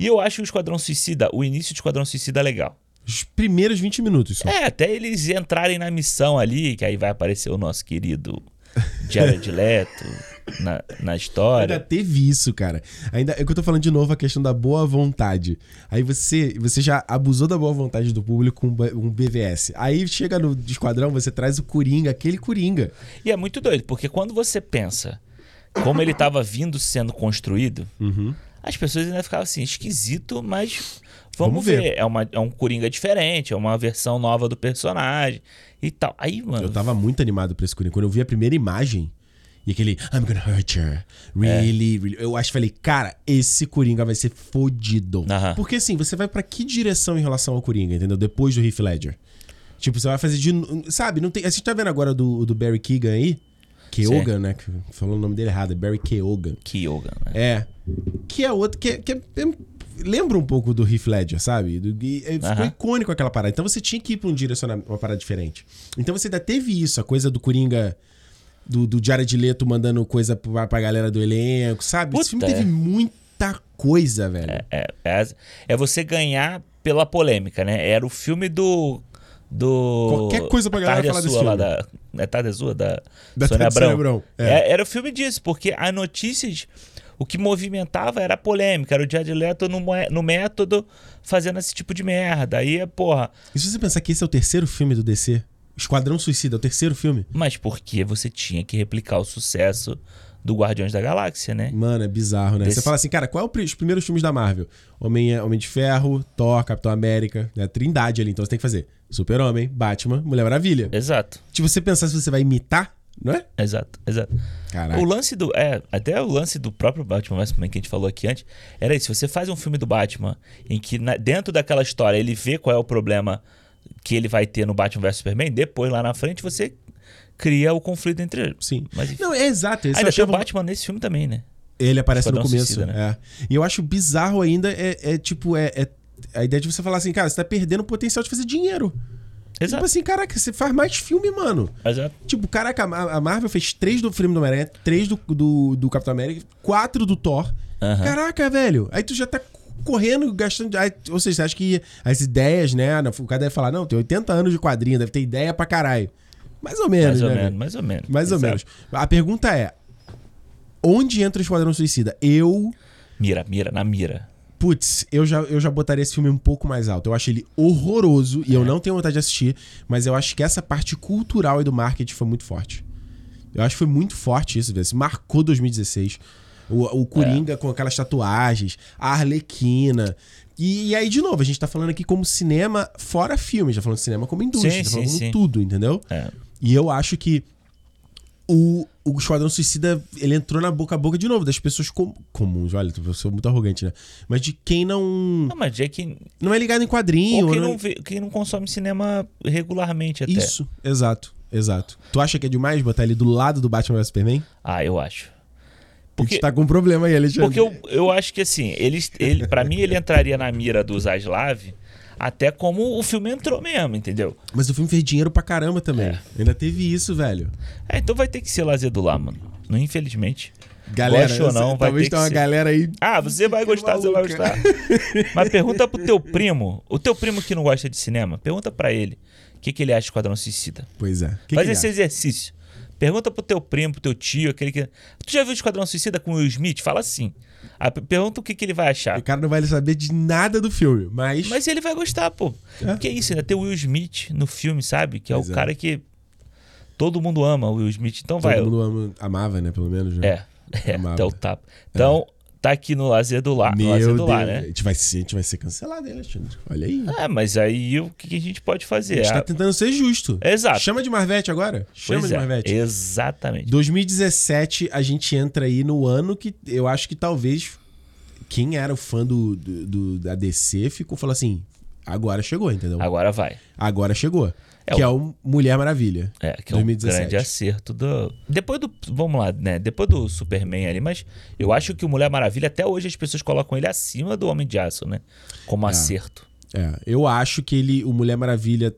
B: E eu acho o Esquadrão Suicida, o início do Esquadrão Suicida é legal.
A: Os primeiros 20 minutos só.
B: É, até eles entrarem na missão ali, que aí vai aparecer o nosso querido Jared Leto na, na
A: Ainda
B: história.
A: teve isso, cara. Ainda é que eu tô falando de novo a questão da boa vontade. Aí você, você já abusou da boa vontade do público com um B- um BVS. Aí chega no esquadrão, você traz o Coringa, aquele Coringa.
B: E é muito doido, porque quando você pensa como ele tava vindo sendo construído,
A: Uhum.
B: as pessoas ainda ficavam assim, esquisito, mas vamos,
A: Vamos
B: ver.
A: ver.
B: É, uma, é um Coringa diferente, é uma versão nova do personagem e tal. Aí, mano,
A: Eu tava muito animado pra esse Coringa. Quando eu vi a primeira imagem e aquele I'm gonna hurt her. Really, really. Eu acho que falei, cara, esse Coringa vai ser fodido.
B: Aham.
A: Porque assim, você vai pra que direção em relação ao Coringa, entendeu? Depois do Heath Ledger. Tipo, você vai fazer de. n- Sabe, não tem. Você tá vendo agora do, do Barry Keegan aí? Keoghan, né? Que Falou o nome dele errado, é Barry Keoghan.
B: Kyoga, né?
A: É. Que é outro. Que, é- que é- é- lembra um pouco do Heath Ledger, sabe? Do, e, é, ficou
B: Aham.
A: icônico aquela parada. Então você tinha que ir pra um direcionamento, uma parada diferente. Então você ainda teve isso, a coisa do Coringa. Do, do Jared Leto mandando coisa pra, pra galera do elenco, sabe? Esse filme
B: Puta,
A: teve
B: é.
A: muita coisa, velho.
B: É, é, é você ganhar pela polêmica, né? Era o filme do. do
A: Qualquer coisa pra
B: A
A: galera
B: Tarde
A: falar desse
B: Azul, lá
A: filme.
B: da, é Tarde Azul? Da,
A: Da
B: Sônia
A: Tarde de Sônia
B: Abrão.
A: Abrão, é.
B: É, era o filme disso, porque as notícias. O que movimentava era a polêmica, era o Jared Leto no, moe- no método fazendo esse tipo de merda. Aí, porra,
A: E se você pensar que esse é o terceiro filme do DC? Esquadrão Suicida é o terceiro filme?
B: mas por que você tinha que replicar o sucesso do Guardiões da Galáxia, né?
A: Mano, é bizarro, né?
B: Desse-
A: Você fala assim, cara, qual é o pri- os primeiros filmes da Marvel? Homem, é, Homem de Ferro, Thor, Capitão América, né? Trindade ali. Então você tem que fazer Super-Homem, Batman, Mulher Maravilha.
B: Exato,
A: Tipo, você pensar se você vai imitar, não é?
B: exato, exato.
A: Caraca.
B: O lance do. É, até o lance do próprio Batman vs Superman que a gente falou aqui antes, era isso. Você faz um filme do Batman em que na- dentro daquela história ele vê qual é o problema que ele vai ter no Batman vs Superman, depois lá na frente você cria o conflito entre eles.
A: Sim.
B: Mas enfim.
A: Não, é exato. Esse eu
B: Ainda tem o
A: achava-
B: Batman nesse filme também, né?
A: Ele aparece no
B: Esquadrão
A: começo.
B: Suicida,
A: é. E eu acho bizarro ainda, é, é tipo, é, é a ideia de você falar assim, cara, você tá perdendo o potencial de fazer dinheiro. Tipo
B: Exato.
A: assim, caraca, você faz mais filme, mano.
B: Exato.
A: Tipo, caraca, a a Marvel fez três do filme do Homem-Aranha, três do, do, do Capitão América, quatro do Thor.
B: Aham.
A: Caraca, velho. Aí tu já tá correndo, gastando. aí- ou seja, você acha que as ideias, né? na- O cara deve falar, não, tem 80 anos de quadrinho, deve ter ideia pra caralho. Mais ou menos,
B: Mais ou
A: né?
B: menos,
A: velho?
B: mais ou menos.
A: Mais ou
B: Exato.
A: menos. A pergunta é: onde entra o Esquadrão Suicida? Eu.
B: Mira, mira, na mira.
A: Putz, eu já, eu já botaria esse filme um pouco mais alto. Eu acho ele horroroso
B: É.
A: e eu não tenho vontade de assistir, mas eu acho que essa parte cultural e do marketing foi muito forte. Eu acho que foi muito forte isso, velho. Isso Marcou 2016.
B: É.
A: O, o Coringa com aquelas tatuagens, a Arlequina. E, e aí, de novo, a gente tá falando aqui como cinema fora filme, já falando de cinema como indústria,
B: Sim,
A: tá
B: sim,
A: falando como
B: sim.
A: tudo, entendeu?
B: É.
A: E eu acho que o, o Esquadrão Suicida, ele entrou na boca a boca de novo, das pessoas com- comuns, olha, eu sou muito arrogante, né? Mas de quem não.
B: Ah, mas é que.
A: Não é ligado em quadrinho.
B: Ou
A: ou
B: quem
A: não- é-
B: não, vê- quem não consome cinema regularmente até.
A: né? Isso, exato, exato. Tu acha que é demais botar ele do lado do Batman vs Superman?
B: Ah, eu acho.
A: A
B: Porque,
A: gente tá com um problema aí, Alexandre.
B: porque eu, eu acho que assim, ele, ele, para mim ele entraria na mira do Zaslav até como o filme entrou mesmo, entendeu?
A: Mas o filme fez dinheiro pra caramba também. Ainda teve isso, velho.
B: É, então vai ter que ser Lazer do Lá, mano. Não, Infelizmente.
A: Galera,
B: Goste ou
A: essa-
B: não, vai
A: talvez
B: ter
A: tenha
B: que
A: uma
B: ser.
A: galera aí.
B: Ah, você vai gostar, você vai
A: maluca.
B: gostar. Mas pergunta pro teu primo, o teu primo que não gosta de cinema, pergunta pra ele o que, que ele acha de Esquadrão Suicida.
A: Pois é. Que
B: Faz
A: que
B: esse
A: ele
B: exercício. Pergunta pro teu primo, pro teu tio, aquele que. Tu já viu Esquadrão Suicida com o Will Smith? Fala assim. Ah, p- pergunta o que, que ele vai
A: acha? O
B: achar.
A: cara não vai saber de nada do filme, mas.
B: Mas ele vai gostar, pô. Porque é isso, ainda tem o Will Smith no filme, sabe? Que é
A: Pois
B: o
A: é.
B: cara que. Todo mundo ama o Will Smith. Então
A: Todo
B: vai.
A: mundo ama- amava, né? Pelo menos, né?
B: É. É,
A: Amava.
B: até o tapa. Então, tá aqui no Lazer do Lar.
A: Meu
B: lazer
A: Deus.
B: do Lar,
A: a,
B: né?
A: gente vai ser, a gente vai ser cancelado, hein, Alexandre? Olha aí.
B: Ah, mas aí o que, que a gente pode
A: a
B: fazer?
A: gente tá
B: Ah,
A: tentando ser justo.
B: Exato.
A: Chama de Marvete agora? Chama
B: pois
A: de
B: é,
A: Marvete.
B: Exatamente.
A: 2017, a gente entra aí no ano que eu acho que talvez quem era o fã do, do, do- da DC ficou falou assim: agora chegou, entendeu?
B: Agora vai.
A: Agora chegou.
B: É
A: que é o Mulher Maravilha.
B: É, que é
A: 2017.
B: um grande acerto do. Depois do. Vamos lá, né? Depois do Superman ali, mas eu acho que o Mulher Maravilha, até hoje as pessoas colocam ele acima do Homem de Aço, né? Como acerto.
A: É, eu acho que ele, o Mulher Maravilha,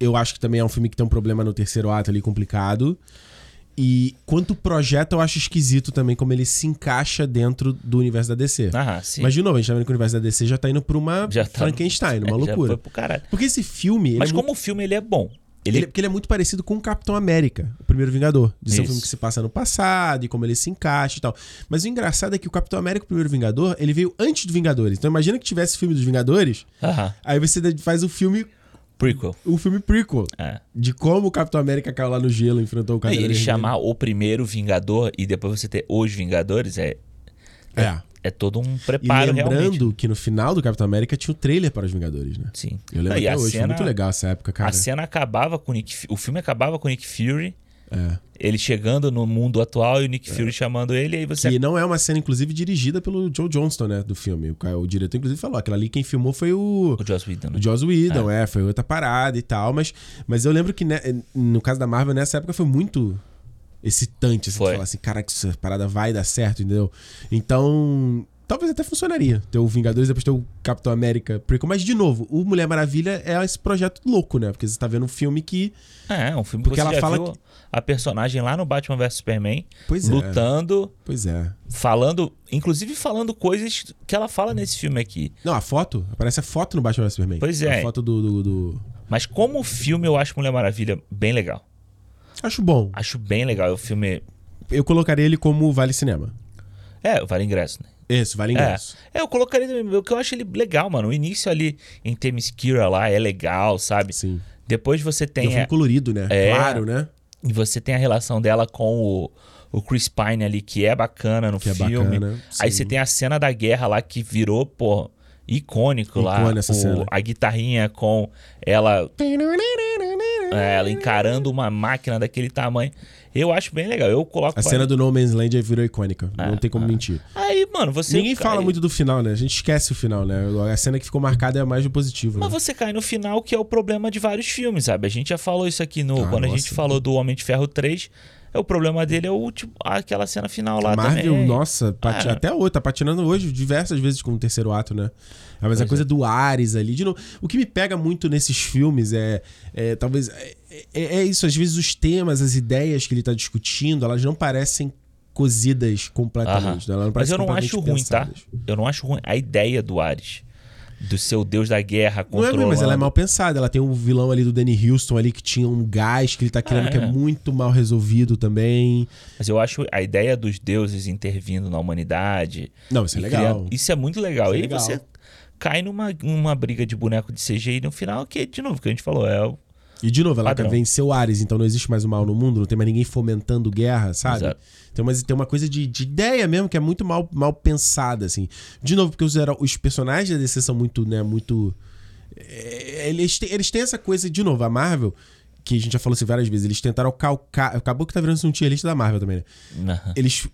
A: eu acho que também é um filme que tem um problema no terceiro ato ali complicado. E quanto projeto, eu acho esquisito também como ele se encaixa dentro do universo da DC.
B: Ah, sim.
A: Mas de novo, a gente tá vendo que o universo da DC já tá indo pra uma
B: Já tá-
A: Frankenstein, uma
B: É, já
A: loucura.
B: foi pro caralho.
A: Porque esse filme, ele
B: Mas
A: é
B: como o filme ele é bom. Ele,
A: Ele, porque ele é muito parecido com o Capitão América, o Primeiro Vingador. De ser um
B: Isso.
A: filme que se passa no passado e como ele se encaixa e tal. Mas o engraçado é que o Capitão América, o Primeiro Vingador, ele veio antes do Vingadores. Então imagina que tivesse filme dos Vingadores,
B: Aham.
A: aí você faz o filme,
B: Prequel.
A: o filme prequel.
B: É.
A: De como o Capitão América caiu lá no gelo, enfrentou o
B: E
A: Cadeira
B: ele
A: Vermelha.
B: chamar o primeiro Vingador e depois você ter os Vingadores é,
A: É.
B: é todo um
A: E
B: preparo
A: lembrando
B: realmente.
A: que no final do Capitão América tinha o trailer para os Vingadores, né?
B: Sim.
A: Eu lembro
B: Não, e
A: até
B: a
A: hoje, foi
B: cena,
A: muito legal essa época, cara.
B: A cena acabava com o Nick Fu- O filme acabava com o Nick Fury.
A: É.
B: Ele chegando no mundo atual e o Nick Fury chamando É. ele, aí você.
A: Que não é uma cena, inclusive, dirigida pelo Joe Johnston, né? Do filme. O, ca- o diretor, inclusive, falou: aquela ali quem filmou foi o.
B: O Joss Whedon, né?
A: O Joss Whedon, é. foi outra parada e tal, mas, mas eu lembro que né, no caso da Marvel, nessa época foi muito excitante, assim,
B: Foi.
A: de falar assim, cara, que essa parada vai dar certo, entendeu? Então, talvez até funcionaria ter o Vingadores, depois ter o Capitão América, prequel, mas de novo, o Mulher Maravilha é esse projeto louco, né? Porque você tá vendo um filme que,
B: É, é um filme
A: Porque
B: que né? você
A: ela
B: já
A: fala
B: viu a personagem lá no Batman vs Superman
A: pois é,
B: lutando,
A: pois é.
B: falando, inclusive falando coisas que ela fala nesse filme aqui.
A: Não, a foto, aparece a foto no Batman vs Superman.
B: Pois é.
A: A foto do... do- do-
B: Mas como filme eu acho Mulher Maravilha bem legal.
A: Acho bom.
B: Acho bem legal. É O filme
A: Eu colocaria ele como Vale Cinema.
B: é, vale ingresso, né?
A: Isso, Vale Ingresso.
B: É, é, eu colocaria também, o que eu acho ele legal, mano. O início ali em Themyscira lá é legal, sabe?
A: Sim.
B: Depois você
A: É um
B: tem
A: filme
B: a,
A: colorido, né?
B: É.
A: Claro, né?
B: e você tem a relação dela com o, o Chris Pine ali que é bacana no
A: Que é
B: filme.
A: bacana,
B: Aí
A: sim.
B: você tem a cena da guerra lá que virou, pô, icônico lá.
A: Icônica essa
B: o-
A: cena.
B: A guitarrinha com ela, é, ela encarando uma máquina daquele tamanho. Eu acho bem legal. Eu coloco.
A: A cena do No Man's Land aí virou icônica. não tem como mentir.
B: É, Aí, mano, você.
A: Ninguém
B: cai-
A: fala muito do final, né? A gente esquece o final, né? A cena que ficou marcada é a mais do positivo.
B: Mas
A: né?
B: você cai no final, que é o problema de vários filmes, sabe? A gente já falou isso aqui no.
A: Ah,
B: quando a
A: nossa.
B: gente falou do Homem de Ferro 3. É, o problema dele é o último, aquela cena final lá
A: A Marvel,
B: também.
A: nossa, pati-
B: Ah.
A: até hoje, tá patinando hoje diversas vezes com o terceiro ato, né? Ah, Mas a
B: é.
A: coisa do Ares ali, de novo. O que me pega muito nesses filmes é, é talvez. É, é- é isso, às vezes os temas, as ideias que ele tá discutindo, elas não parecem cozidas completamente. né?
B: Aham.
A: Elas não
B: Mas
A: parecem
B: eu não
A: completamente
B: acho ruim,
A: pensadas.
B: tá? Eu não acho ruim a ideia do Ares. do seu deus da guerra
A: Não é
B: controlando.
A: ruim, mas ela é mal pensada. Ela tem um vilão ali do Danny Houston ali que tinha um gás que ele tá querendo
B: Ah,
A: que é
B: é.
A: muito mal resolvido também.
B: Mas eu acho a ideia dos deuses intervindo na humanidade.
A: Não, isso é
B: e
A: legal.
B: criando- isso é muito legal.
A: Isso é
B: e
A: legal.
B: aí você cai numa, numa briga de boneco de CGI no final, que, de novo, que a gente falou, é o.
A: E de novo, ela
B: Padrão.
A: venceu Ares, então não existe mais o mal no mundo, não tem mais ninguém fomentando guerra, sabe?
B: Exato.
A: Tem, umas, tem uma coisa de, de ideia mesmo que é muito mal, mal pensada, assim. De novo, porque os, heró- os personagens da DC são muito, né, muito. é, Eles têm, eles têm essa coisa, de novo, a Marvel, que a gente já falou assim várias vezes, eles tentaram calcar. Acabou que tá virando um tier list da Marvel também, né?
B: Aham.
A: eles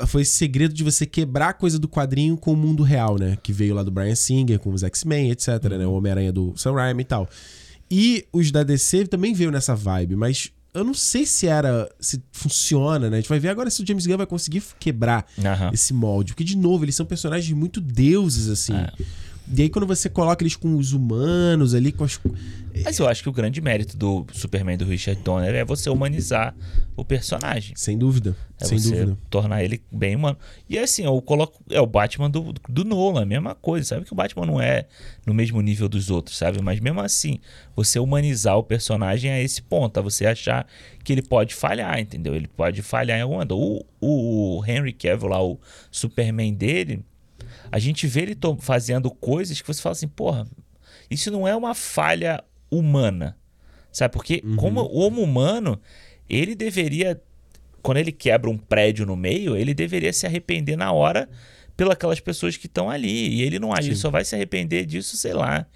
A: ah, foi esse segredo de você quebrar a coisa do quadrinho com o mundo real, né? Que veio lá do Brian Singer, com os X-Men, etc, né?
B: Uhum.
A: O Homem-Aranha do Sam Raimi e tal. E os da DC também veio nessa vibe, mas eu não sei se era... Se funciona, né? A gente vai ver agora se o James Gunn vai conseguir quebrar
B: Aham.
A: esse molde. Porque, de novo, eles são personagens muito deuses, assim.
B: É.
A: E aí, quando você coloca eles com os humanos ali, com as...
B: Mas eu acho que o grande mérito do Superman do Richard Donner é você humanizar o personagem.
A: Sem dúvida,
B: É
A: sem
B: você
A: dúvida.
B: tornar ele bem humano. E assim, eu coloco. É o Batman do, do Nolan, a mesma coisa. Sabe que o Batman não é no mesmo nível dos outros, sabe? Mas mesmo assim, você humanizar o personagem a esse ponto, a você achar que ele pode falhar, entendeu? Ele pode falhar em alguma. O, o Henry Cavill lá, o Superman dele, a gente vê ele to- fazendo coisas que você fala assim, porra, isso não é uma falha humana. Sabe? Porque
A: Uhum.
B: como o homo humano, ele deveria. Quando ele quebra um prédio no meio, ele deveria se arrepender na hora pelas pessoas que estão ali. E ele não age, ele só vai se arrepender disso, sei lá,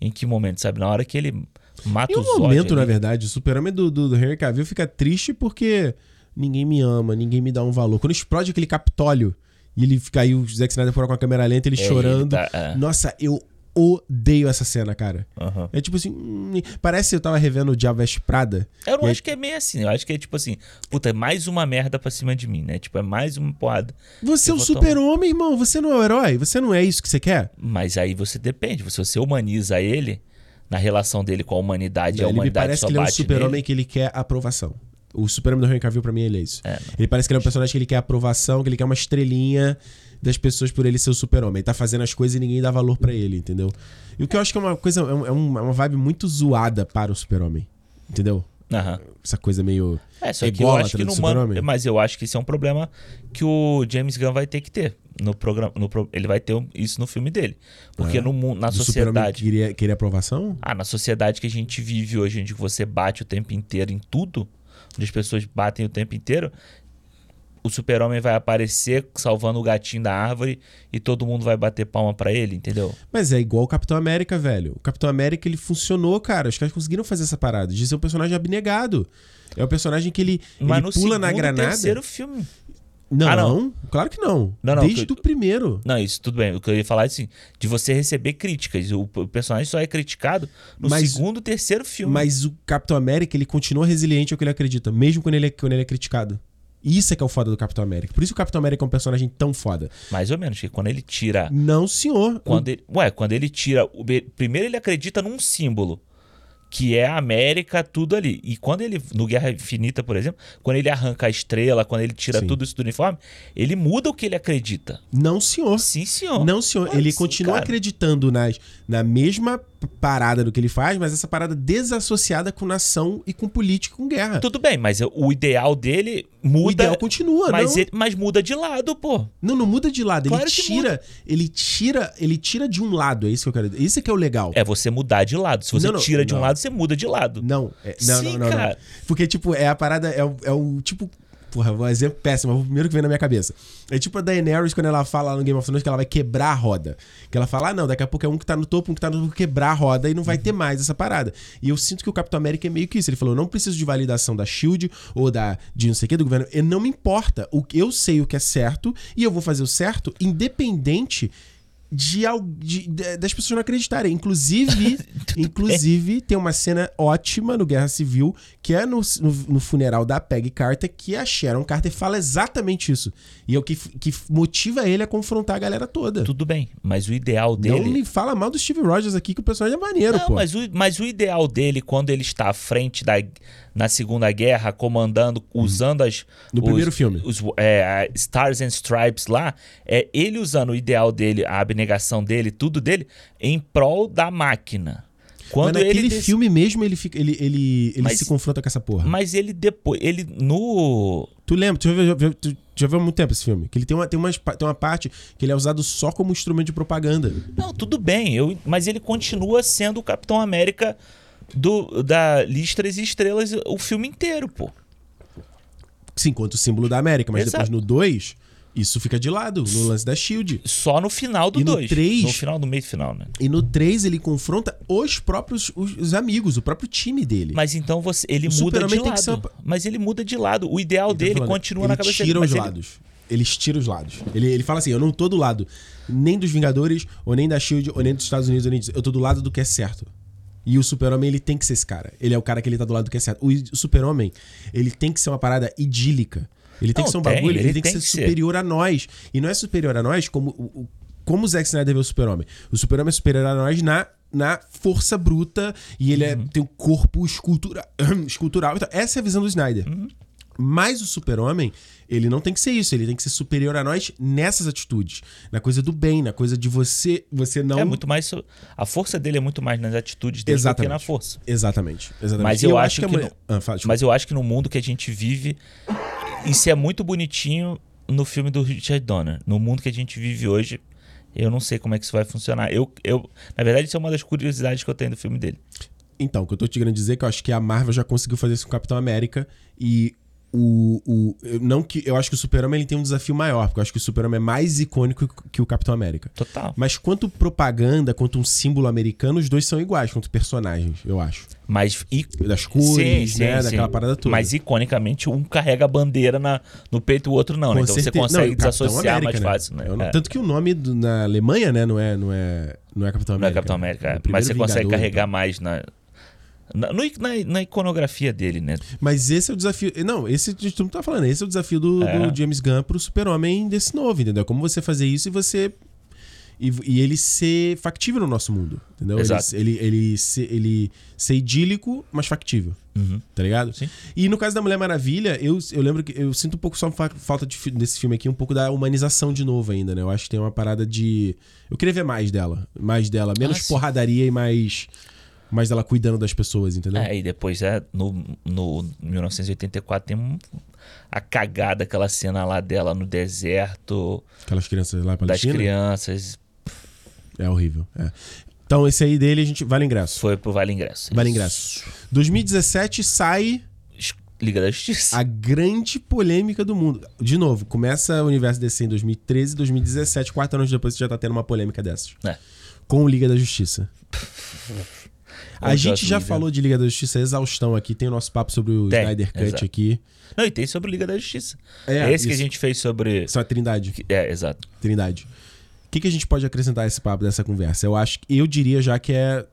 B: em que momento, sabe? Na hora que ele mata
A: Em
B: o
A: um
B: Zod
A: momento,
B: ali.
A: na verdade, o super-homem do, do, do Henry Cavill fica triste porque ninguém me ama, ninguém me dá um valor. Quando explode aquele Capitólio e ele fica aí, o Zack Snyder fora com a câmera lenta, ele
B: É,
A: chorando.
B: ele tá- é. Ah.
A: Nossa, eu odeio essa cena, cara.
B: Aham.
A: É tipo assim, hum, parece que eu tava revendo o Diabo Veste Prada. E
B: Eu não
A: aí-
B: acho que é meio assim. Eu acho que é tipo assim, puta, é mais uma merda pra cima de mim, né? Tipo, é mais uma porrada.
A: Você é
B: Eu
A: um
B: vou
A: super-homem, irmão. Você não é o herói. Você não é isso que você quer.
B: Mas aí você depende. Se você humaniza ele, na relação dele com a humanidade, a
A: ele me
B: humanidade
A: parece
B: só
A: que ele é um
B: bate nele.
A: super-homem que ele quer aprovação. O super-homem do Henry Cavill, pra mim, ele é isso.
B: É,
A: Ele parece que ele é um personagem que ele quer aprovação, que ele quer uma estrelinha das pessoas por ele ser o super-homem. Ele tá fazendo as coisas e ninguém dá valor pra ele, entendeu? E o que eu acho que é uma coisa, é, um- é um- é uma vibe muito zoada para o super-homem, entendeu?
B: Aham.
A: Essa coisa meio...
B: É, só
A: É
B: que eu
A: ególatra
B: acho que
A: do
B: no humano,
A: Super-Homem?
B: mas eu acho que isso é um problema que o James Gunn vai ter que ter no programa, no pro- ele vai ter um- isso no filme dele, porque no mu- na
A: É, do super-homem
B: sociedade,
A: que queria, queria aprovação?
B: ah, na sociedade que a gente vive hoje, onde você bate o tempo inteiro em tudo, onde as pessoas batem o tempo inteiro, o super-homem vai aparecer salvando o gatinho da árvore e todo mundo vai bater palma pra ele, entendeu?
A: Mas é igual o Capitão América, velho. O Capitão América, ele funcionou, cara. Os caras conseguiram fazer essa parada de ser um personagem abnegado. É um personagem que ele,
B: Mas
A: ele pula
B: no segundo
A: na
B: e
A: granada...
B: terceiro filme.
A: Não,
B: Ah, não.
A: não, claro que não.
B: Não, não,
A: Desde
B: que-
A: o primeiro.
B: Não, isso tudo bem. O que eu ia falar é assim, de você receber críticas. O, o personagem só é criticado no
A: Mas-
B: segundo, terceiro filme.
A: Mas o Capitão América, ele continua resiliente ao que ele acredita, mesmo quando ele é, quando ele é criticado. E Isso é que é o foda do Capitão América. Por isso que o Capitão América é um personagem tão foda.
B: Mais ou menos, que quando ele tira.
A: Não, senhor.
B: Quando ele, ué, quando ele tira. o be- Primeiro ele acredita num símbolo. Que é a América, tudo ali. E quando ele. No Guerra Infinita, por exemplo, quando ele arranca a estrela, quando ele tira
A: Sim.
B: tudo isso do uniforme, ele muda o que ele acredita.
A: Não, senhor.
B: Sim, senhor.
A: Não, senhor.
B: Claro
A: ele
B: que sim,
A: continua
B: assim, cara.
A: acreditando nas, na mesma p- parada do que ele faz, mas essa parada desassociada com nação e com política, e com guerra.
B: Tudo bem, mas o ideal dele muda.
A: o ideal continua,
B: mas,
A: não?
B: ele- mas muda de lado, pô.
A: Não, não muda de lado.
B: Claro
A: ele
B: que
A: tira, ele tira, ele tira de um lado. É isso que eu quero dizer. Isso é que é o legal.
B: É você mudar de lado. Se você
A: Não, não,
B: tira de um
A: não.
B: lado, você muda de lado.
A: Não, é- não,
B: Sim,
A: não, não, não.
B: cara.
A: Porque, tipo, é a parada, é o, é o tipo. Porra, um exemplo péssimo, mas o primeiro que vem na minha cabeça. É tipo a Daenerys quando ela fala lá no Game of Thrones que ela vai quebrar a roda. Que ela fala, ah, não, daqui a pouco é um que tá no topo, um que tá no topo, quebrar a roda e não vai ter mais essa parada. E eu sinto que o Capitão América é meio que isso. Ele falou, eu não preciso de validação da Shield ou da de não sei o que do governo. E não me importa. O, eu sei o que é certo e eu vou fazer o certo, independente de, al- de- de- das pessoas não acreditarem. Inclusive, inclusive tem uma cena ótima no Guerra Civil, que é no, no, no funeral da Peggy Carter, que a Sharon Carter fala exatamente isso. E é o que, f- que f- motiva ele a confrontar a galera toda.
B: Tudo bem, mas o ideal
A: Não
B: dele.
A: me fala mal do Steve Rogers aqui, que o personagem é maneiro,
B: Não,
A: pô.
B: mas, o, mas o ideal dele, quando ele está à frente da, na Segunda Guerra, comandando, usando as.
A: Hum. No primeiro filme.
B: Os, é, a Stars and Stripes lá, é ele usando o ideal dele, a abne- negação dele, tudo dele, em prol da máquina. Quando
A: Mas naquele
B: ele dec-
A: filme mesmo ele, fica, ele, ele, ele
B: Mas-
A: se confronta com essa porra.
B: Mas ele depois, ele no
A: Tu lembra? Tu já viu, já viu- tu já viu há muito tempo esse filme. Que ele tem uma, tem, umas pa- tem uma parte que ele é usado só como instrumento de propaganda.
B: Não, tudo bem, eu, mas ele continua sendo o Capitão América do da Listras e Estrelas o filme inteiro, pô.
A: Sim, enquanto símbolo da América. Mas
B: Exato.
A: depois no 2, isso fica de lado, no lance da Shield.
B: Só no final do
A: E no
B: 2.
A: três?
B: final, no meio final, né?
A: E no 3 ele confronta os próprios os, os amigos, o próprio time dele.
B: Mas então você, ele
A: O
B: muda de
A: Super-Homem tem
B: lado.
A: que ser
B: Mas ele muda de lado. O ideal
A: Então,
B: dele
A: falando,
B: continua
A: ele
B: na cabeça
A: tira
B: dele.
A: os
B: mas ele- é
A: lados. Eles tiram os lados. Ele, ele fala assim: eu não tô do lado nem dos Vingadores, ou nem da Shield, ou nem dos Estados Unidos, ou nem disso. Eu tô do lado do que é certo. E o Super-Homem, ele tem que ser esse cara. Ele é o cara que ele tá do lado do que é certo. O i- o Super-Homem, ele tem que ser uma parada idílica. Ele tem
B: Não,
A: que ser um
B: tem,
A: bagulho, ele,
B: ele
A: tem que ser
B: tem que ser.
A: superior a nós. E não é superior a nós como o, o- como o Zack Snyder vê o Super-Homem. O Super-Homem é superior a nós na, na força bruta e ele
B: Uhum.
A: é- tem um corpo escultura, escultural. Então, essa é a visão do Snyder.
B: Uhum.
A: Mas o super-homem, ele não tem que ser isso. Ele tem que ser superior a nós nessas atitudes. Na coisa do bem, na coisa de você você não...
B: É muito mais. so- A força dele é muito mais nas atitudes dele do que
A: Exatamente.
B: na força.
A: Exatamente. Exatamente.
B: Mas
A: E
B: eu acho
A: a
B: que
A: mulher- Ah, fala, desculpa.
B: Mas eu acho que no mundo que a gente vive, isso é muito bonitinho no filme do Richard Donner. No mundo que a gente vive hoje, eu não sei como é que isso vai funcionar. Eu, eu, na verdade, isso é uma das curiosidades que eu tenho do filme dele.
A: Então, o que eu tô te querendo dizer é que eu acho que a Marvel já conseguiu fazer isso com o Capitão América e o, o eu- não que eu acho que o Super-Homem ele tem um desafio maior, porque eu acho que o Super-Homem é mais icônico que o Capitão América.
B: Total.
A: Mas quanto propaganda, quanto um símbolo americano, os dois são iguais, quanto personagens, eu acho.
B: Mas e
A: Das cores,
B: Sim,
A: né,
B: sim,
A: daquela
B: sim.
A: parada toda.
B: Mas iconicamente um carrega a bandeira na, no peito e o outro não. né?
A: Com
B: Então você
A: certeza.
B: consegue
A: Não, e o Capitão
B: desassociar
A: América,
B: mais fácil, né?
A: É o nome-
B: É.
A: Tanto que o nome do- na Alemanha, né, não é, não é, não é Capitão
B: Não é
A: América.
B: Capitão América,
A: É
B: é.
A: o primeiro
B: mas você consegue
A: Vingador, então.
B: carregar mais na na, no- na- na iconografia dele, né?
A: Mas esse é o desafio. Não, esse de tu não tá falando. Esse é o desafio do,
B: É.
A: do James Gunn pro super-homem desse novo, entendeu? Como você fazer isso e você. E, e ele ser factível no nosso mundo, entendeu? Ele-
B: Exato.
A: Ele, ele, ser, ele ser idílico, mas factível. Tá ligado?
B: Uhum. Sim.
A: E no caso da Mulher Maravilha, eu, eu lembro que eu sinto um pouco só fa- falta de fi- desse filme aqui, um pouco da humanização de novo ainda, né? Eu acho que tem uma parada de. Eu queria ver mais dela. Mais dela. Menos
B: Ah, sim.
A: porradaria e mais. Mais dela cuidando das pessoas, entendeu?
B: É, e depois é, no, no 1984 tem um- a cagada, aquela cena lá dela no deserto,
A: Aquelas crianças lá
B: das
A: palestinas.
B: crianças.
A: É horrível. é. Então, esse aí dele, a gente. Vale ingresso.
B: Foi pro Vale Ingresso.
A: Vale ingresso. 2017 sai
B: Es- Liga da Justiça.
A: a grande polêmica do mundo. De novo, começa o universo DC em 2013, 2017, quatro anos depois você já tá tendo uma polêmica dessas.
B: É.
A: Com o Liga da Justiça. A
B: Onde
A: gente
B: eu
A: já
B: assumo,
A: falou de Liga da Justiça é exaustão aqui, tem o nosso papo sobre o
B: Tem,
A: Snyder Cut
B: exato.
A: aqui.
B: né? Não, e tem sobre Liga da Justiça.
A: É,
B: É, esse que a
A: isso.
B: gente fez sobre.
A: Isso é a Trindade.
B: É, exato.
A: Trindade. O que, que a gente pode acrescentar a esse papo dessa conversa? Eu acho que eu diria já que é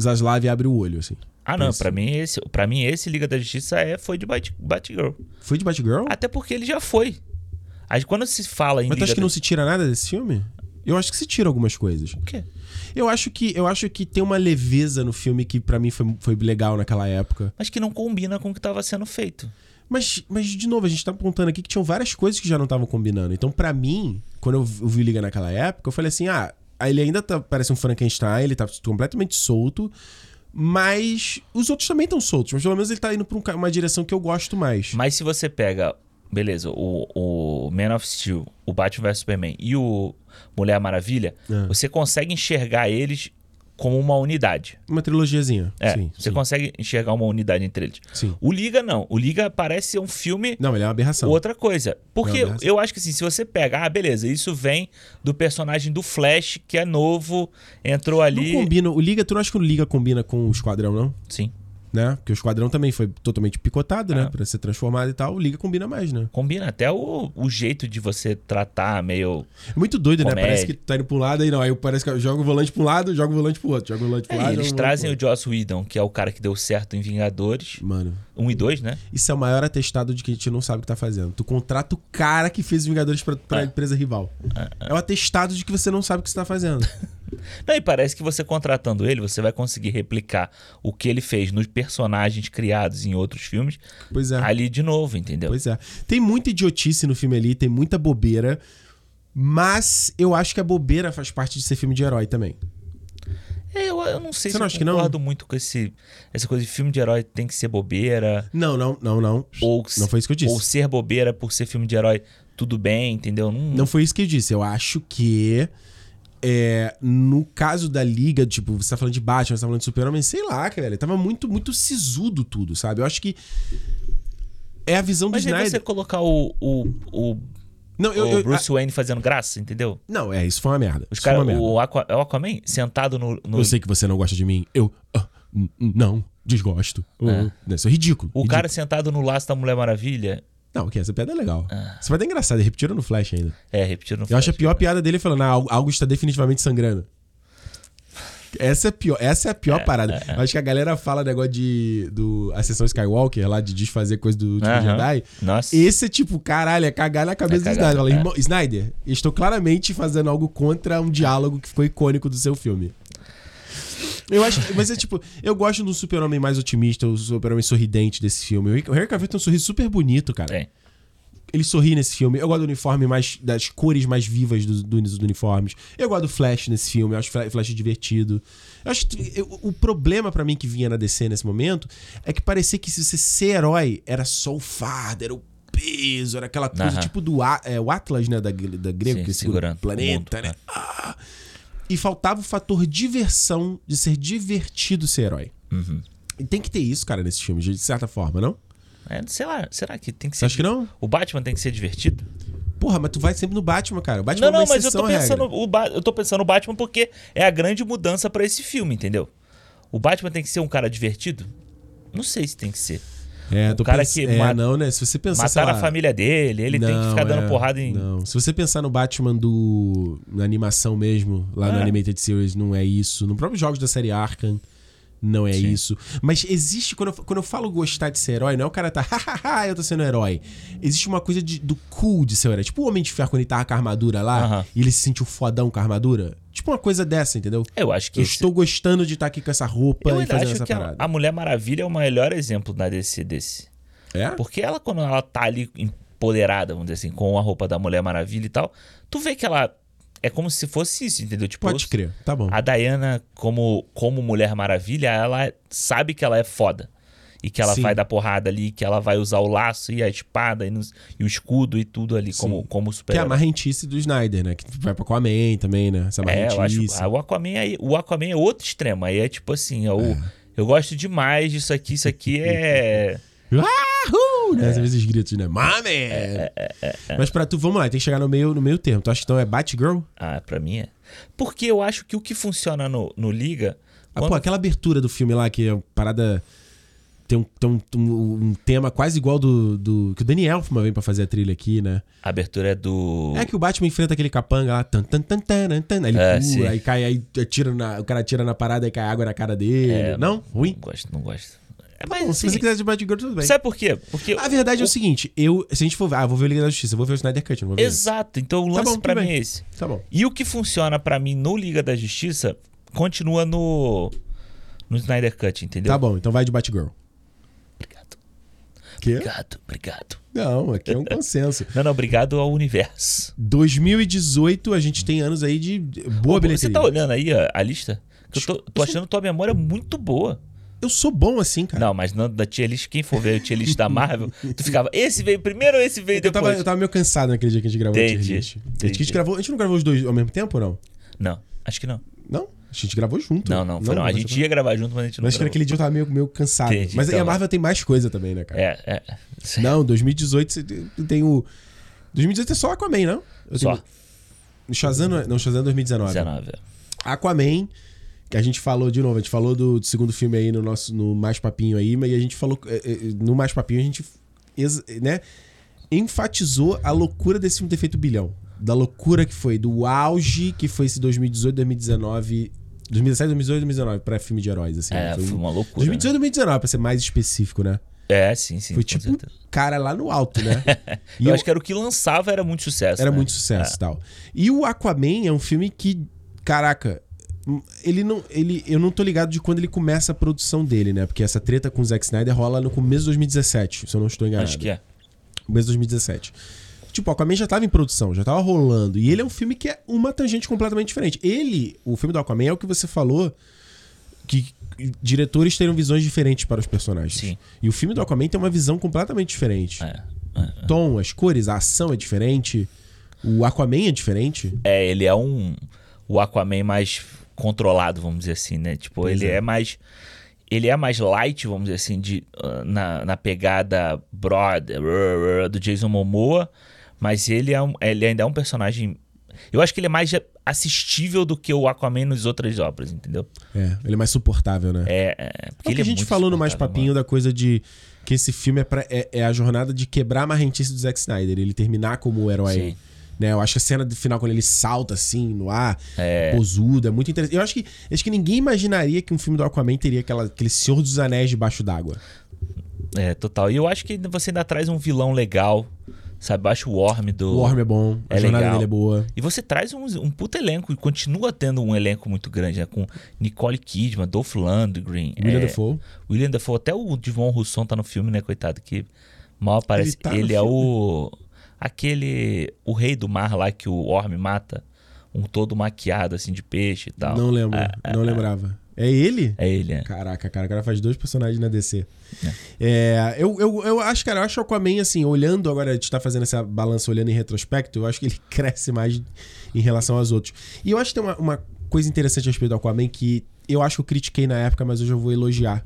A: Zaslav abre o olho, assim.
B: Ah, não,
A: Esse.
B: pra mim esse, para mim esse Liga da Justiça é foi de Bat, Batgirl.
A: Foi de Batgirl?
B: Até porque ele já foi. Aí quando se fala em
A: Mas tu
B: Liga
A: acha que
B: da
A: não se tira nada desse filme? Eu acho que se tira algumas coisas.
B: O quê?
A: Eu acho que, eu acho que tem uma leveza no filme que pra mim foi, foi legal naquela época.
B: Mas que não combina com o que tava sendo feito.
A: Mas, mas, de novo, a gente tá apontando aqui que tinham várias coisas que já não estavam combinando. Então, pra mim, quando eu vi eu vi Liga naquela época, eu falei assim: ah, aí ele ainda tá, parece um Frankenstein, ele tá completamente solto. Mas os outros também estão soltos. Mas pelo menos ele tá indo pra um ca- uma direção que eu gosto mais.
B: Mas se você pega, beleza, o, o Man of Steel, o Batman vs Superman e o Mulher Maravilha,
A: É.
B: você consegue enxergar eles como uma unidade.
A: Uma trilogiazinha.
B: É,
A: sim.
B: você
A: sim.
B: consegue enxergar uma unidade entre eles.
A: Sim.
B: O Liga não. O Liga parece um filme
A: Não, ele é uma aberração.
B: Outra coisa. Porque
A: Não, dessa-
B: eu acho que assim, se você pega, ah, beleza, isso vem do personagem do Flash, que é novo, entrou
A: Não
B: ali.
A: combina. O Liga, tu não acha que o Liga combina com o Esquadrão, não?
B: Sim,
A: né? Porque o Esquadrão também foi totalmente picotado, né?
B: É.
A: Pra ser transformado e tal. O Liga combina mais, né?
B: combina até o, o jeito de você tratar meio.
A: É muito doido, né?
B: Comédia.
A: Parece que tu tá indo pra um lado aí não. Aí parece que joga o volante pra um lado, joga o volante pro outro, joga o volante pro
B: É,
A: lado.
B: eles trazem o Joss Whedon, que é o cara que deu certo em Vingadores
A: o. Mano,
B: 1 e 2, né?
A: isso é o maior atestado de que a gente não sabe o que tá fazendo. Tu contrata o cara que fez os Vingadores pra, pra
B: É.
A: empresa rival. É o atestado de que você não sabe o que você tá fazendo.
B: Não, e parece que você contratando ele, você vai conseguir replicar o que ele fez nos personagens criados em outros filmes
A: Pois é.
B: ali de novo, entendeu?
A: Pois é. Tem muita idiotice no filme ali, tem muita bobeira. Mas eu acho que a bobeira faz parte de ser filme de herói também.
B: É, eu, eu não
A: Você
B: sei se
A: não
B: eu
A: acha que não?
B: concordo muito com esse, essa coisa de filme de herói tem que ser bobeira.
A: Não, não, não, não.
B: Ou,
A: Não foi isso que eu disse.
B: ou ser bobeira por ser filme de herói, tudo bem, entendeu? Não,
A: Não foi isso que eu disse. Eu acho que. é, no caso da liga, tipo, você tá falando de Batman, você tá falando de Super-Homem, sei lá, cara, velho. Tava muito, muito sisudo tudo, sabe? Eu acho que. É a visão do
B: Mas aí
A: Snyder.
B: você colocar o, o, o,
A: Não, eu.
B: o
A: eu-
B: Bruce Wayne fazendo graça, entendeu?
A: ah, não, é, isso foi uma merda.
B: Os
A: isso foi
B: caras,
A: uma merda.
B: o, Aqua- é o Aquaman sentado no. no-
A: Eu sei que você não gosta de mim. Eu. ah, n- n- não, desgosto. Uh, né, Isso é ridículo.
B: o cara sentado no laço da Mulher Maravilha.
A: Não, ok, essa piada é legal. Essa piada é engraçada, ele repetiu no Flash ainda.
B: É, repetindo no
A: Eu acho a
B: flash.
A: pior piada dele falando, ah, algo- algo está definitivamente sangrando. Essa é, pior, essa é a pior parada. Eu Acho que a galera fala negócio de. Do, a sessão Skywalker lá, de desfazer coisa do último
B: Aham.
A: Jedi.
B: Nossa.
A: Esse é tipo, caralho, é cagar na cabeça
B: É
A: do
B: cagada,
A: Snyder. Fala,
B: é.
A: irmão, Snyder, estou claramente fazendo algo contra um diálogo que ficou icônico do seu filme. Eu acho. que- Mas é tipo, eu gosto do super-homem mais otimista, o super-homem sorridente desse filme. O Henry- O Harry Cavill tem um sorriso super bonito, cara
B: Tem.
A: ele sorri nesse filme. Eu gosto do uniforme mais. das cores mais vivas dos do, dos uniformes. Eu gosto do Flash nesse filme. Eu acho Fla- Flash divertido. Eu acho que eu- o problema pra mim que vinha na DC nesse momento é que parecia que se você ser herói era só o fardo, era o peso, era aquela coisa
B: Aham.
A: tipo do A- é, o Atlas, né? Da, gre- da grego,
B: Sim,
A: que segura o
B: segurando o
A: planeta,
B: mundo,
A: né?
B: né?
A: Ah! E faltava o fator diversão de ser divertido ser herói.
B: Uhum.
A: E tem que ter isso, cara, nesse filme, de certa forma, não?
B: É, sei lá, será que tem que
A: Você
B: ser.
A: acha que não?
B: O Batman tem que ser divertido?
A: Porra, mas tu vai sempre no Batman, cara. O Batman
B: não,
A: é
B: não,
A: uma
B: mas eu tô
A: exceção à regra.
B: pensando. O Ba- eu tô pensando o Batman porque é a grande mudança pra esse filme, entendeu? O Batman tem que ser um cara divertido? Não sei se tem que ser.
A: É, tô
B: cara
A: pens-
B: que
A: é,
B: ma-
A: não, né? Se você pensar, sei
B: Mataram
A: lá-
B: a família dele, ele tem que
A: Não,
B: ficar
A: é,
B: dando porrada em.
A: Não, se você pensar no Batman do... Na animação mesmo, lá no
B: É.
A: Animated Series, não é isso. No próprio jogos da série Arkham, não é
B: Sim.
A: isso. Mas existe... Quando eu, quando eu falo gostar de ser herói, não é o cara tá... Hahaha, eu tô sendo herói. Existe uma coisa de- do cool de ser herói. Tipo o Homem de Ferro, quando ele tava com a armadura lá,
B: Aham.
A: e ele se sentiu fodão com a armadura. Tipo uma coisa dessa, entendeu?
B: É, Eu acho que
A: Eu
B: esse-
A: estou gostando de estar aqui com essa roupa
B: Eu
A: e
B: ainda
A: fazendo
B: acho
A: essa
B: que é a,
A: parada.
B: a Mulher Maravilha é o melhor exemplo da DC desse.
A: É?
B: Porque ela, quando ela tá ali empoderada, vamos dizer assim, com a roupa da Mulher Maravilha e tal, tu vê que ela. É como se fosse isso, entendeu? Tipo,
A: Pode crer, tá bom.
B: a Diana, como, como Mulher Maravilha, ela sabe que ela é foda. E que ela
A: Sim.
B: vai dar porrada ali, que ela vai usar o laço e a espada e, nos- e o escudo e tudo ali,
A: Sim.
B: como, como
A: Que é a
B: super-herói.
A: marrentice do Snyder, né? Que vai pra Aquaman também, né? Essa
B: É, eu acho.
A: marrentice.
B: ah, O Aquaman, aí, o Aquaman é outro extremo. Aí é tipo assim, é o- eu gosto demais disso aqui, isso aqui é.
A: Ahul! Né? Às vezes esses gritos, né? Mame!
B: É,
A: Mas pra tu, vamos lá, tem que chegar no meio, no meio termo. Tu acha que então é Batgirl?
B: Ah, pra mim é. Porque eu acho que o que funciona no, no Liga.
A: Ah,
B: quando-
A: pô, aquela abertura do filme lá que é uma parada. Tem um, tem um, um- um tema quase igual do, do. Que o Daniel Elfman vem pra fazer a trilha aqui, né?
B: a abertura é do.
A: É que o Batman enfrenta aquele capanga lá. Tan, tan, tan, tan, tan, tan, aí ele
B: É,
A: pula,
B: sim.
A: aí cai, aí atira na, o cara atira na parada e cai água na cara dele. não? é Ruim?
B: É,
A: Tá
B: Não gosto, não gosto. É,
A: Bom,
B: mas,
A: se você
B: assim,
A: quiser de Batgirl, tudo bem.
B: sabe por quê? Porque.
A: A verdade é o seguinte, eu. Se a gente for ver. Ah, vou ver o Liga da Justiça, eu vou ver o Snyder Cut, eu não vou ver.
B: Exato. Então o
A: Tá
B: lance
A: bom,
B: pra
A: tudo
B: mim
A: bem.
B: é esse.
A: Tá bom.
B: E o que funciona pra mim no Liga da Justiça continua no. No Snyder Cut, entendeu?
A: Tá bom, então vai de Batgirl.
B: Obrigado.
A: Quê?
B: Obrigado, obrigado.
A: Não, aqui é um consenso.
B: Não, não, obrigado ao universo.
A: 2018, a gente tem anos aí de boa
B: Ô,
A: bilheteria.
B: Você tá olhando aí a, a lista? Que eu tô, tô achando tua memória muito boa.
A: Eu sou bom assim, cara.
B: Não, mas não da tier list, quem for ver a tier list da Marvel, tu ficava, esse veio primeiro ou esse veio
A: eu, tava,
B: depois?
A: eu tava meio cansado naquele dia que a gente gravou
B: Entendi,
A: a tier list. A
B: entendi.
A: gente, gravou, a gente não gravou os dois ao mesmo tempo ou não?
B: Não, acho que não.
A: Não? A gente gravou junto.
B: Não, não, foi não. A
A: mas-
B: gente ia gravar junto, mas a gente não
A: Mas acho que
B: gravou.
A: naquele dia eu tava meio, meio cansado.
B: Entendi,
A: mas aí a
B: então.
A: Marvel tem mais coisa também, né, cara?
B: É, é.
A: Não, 2018 você tem- tem o. 2018 é só Aquaman, não? Eu
B: Só.
A: tenho- Shazam, não, é- não, Shazam é 2019.
B: 19. é.
A: Aquaman, que a gente falou de novo, a gente falou do, do segundo filme aí no nosso no Mais Papinho aí, mas a gente falou é, é, no Mais Papinho a gente ex- né, enfatizou a loucura desse filme ter feito bilhão, da loucura que foi, do auge que foi esse 2018, 2019, 2017, 2018, 2019 pra filme de heróis assim.
B: É,
A: foi
B: foi uma loucura. né?
A: 2018, 2019 pra ser mais específico, né?
B: É, sim, sim.
A: Foi
B: com
A: tipo um
B: certeza.
A: cara lá no alto, né?
B: Eu, acho que era o que lançava, era muito sucesso.
A: Era
B: né?
A: muito sucesso
B: É.
A: e tal. E o Aquaman é um filme que, caraca, hum, ele não. Ele, eu não tô ligado de quando ele começa a produção dele, né? Porque essa treta com o Zack Snyder rola no começo de 2017, se eu não estou enganado.
B: Acho que é.
A: Começo de 2017. Tipo, Aquaman já tava em produção, já tava rolando. E ele é um filme que é uma tangente completamente diferente. Ele, o filme do Aquaman, é o que você falou que diretores teriam visões diferentes para os personagens.
B: Sim.
A: E o filme do Aquaman tem uma visão completamente diferente.
B: É.
A: Tom, as cores, a ação é diferente. O Aquaman é diferente.
B: É, ele é um. O Aquaman mais controlado, vamos dizer assim, né? Tipo,
A: Pois
B: ele
A: é.
B: é. mais. Ele é mais light, vamos dizer assim, de, ah, na, na pegada broad rrr, rrr, do Jason Momoa, mas ele, é um- ele ainda é um personagem. Eu acho que ele é mais assistível do que o Aquaman nas outras obras, entendeu?
A: É, ele é mais suportável, né?
B: É, é
A: É
B: porque
A: o que
B: ele
A: a gente
B: muito
A: falou no Mais
B: suportável,
A: Papinho da coisa de que esse filme é, pra- é- é a jornada de quebrar a marrentice do Zack Snyder, ele terminar como o herói.
B: Sim.
A: Né? Eu acho que a cena do final, quando ele salta assim no ar,
B: É.
A: posudo, é muito interessante. Eu acho que, acho que ninguém imaginaria que um filme do Aquaman teria aquela, aquele Senhor dos Anéis debaixo d'água.
B: mano. É, total. E eu acho que você ainda traz um vilão legal, sabe? Eu acho o Worm do.
A: O Orm é bom, a
B: É
A: jornada
B: legal.
A: dele é boa.
B: E você traz um, um puto elenco e continua tendo um elenco muito grande, né? Com Nicole Kidman, Dolph Lundgren,
A: William
B: é,
A: Dafoe.
B: William Dafoe, até o Divon Rousson tá no filme, né, coitado, que mal aparece.
A: Ele
B: Ele,
A: tá no filme?
B: é o aquele o rei do mar lá que o Orme mata, um todo maquiado assim de peixe e tal.
A: Não lembro, não lembrava. É ele?
B: É ele, né?
A: Caraca, cara, o cara faz dois personagens na DC. É, eu, eu, eu acho, cara, eu acho o Aquaman, assim, olhando agora, a gente tá fazendo essa balança olhando em retrospecto, eu acho que ele cresce mais em relação aos outros. E eu acho que tem uma, uma coisa interessante a respeito do Aquaman que eu acho que eu critiquei na época, mas hoje eu vou elogiar.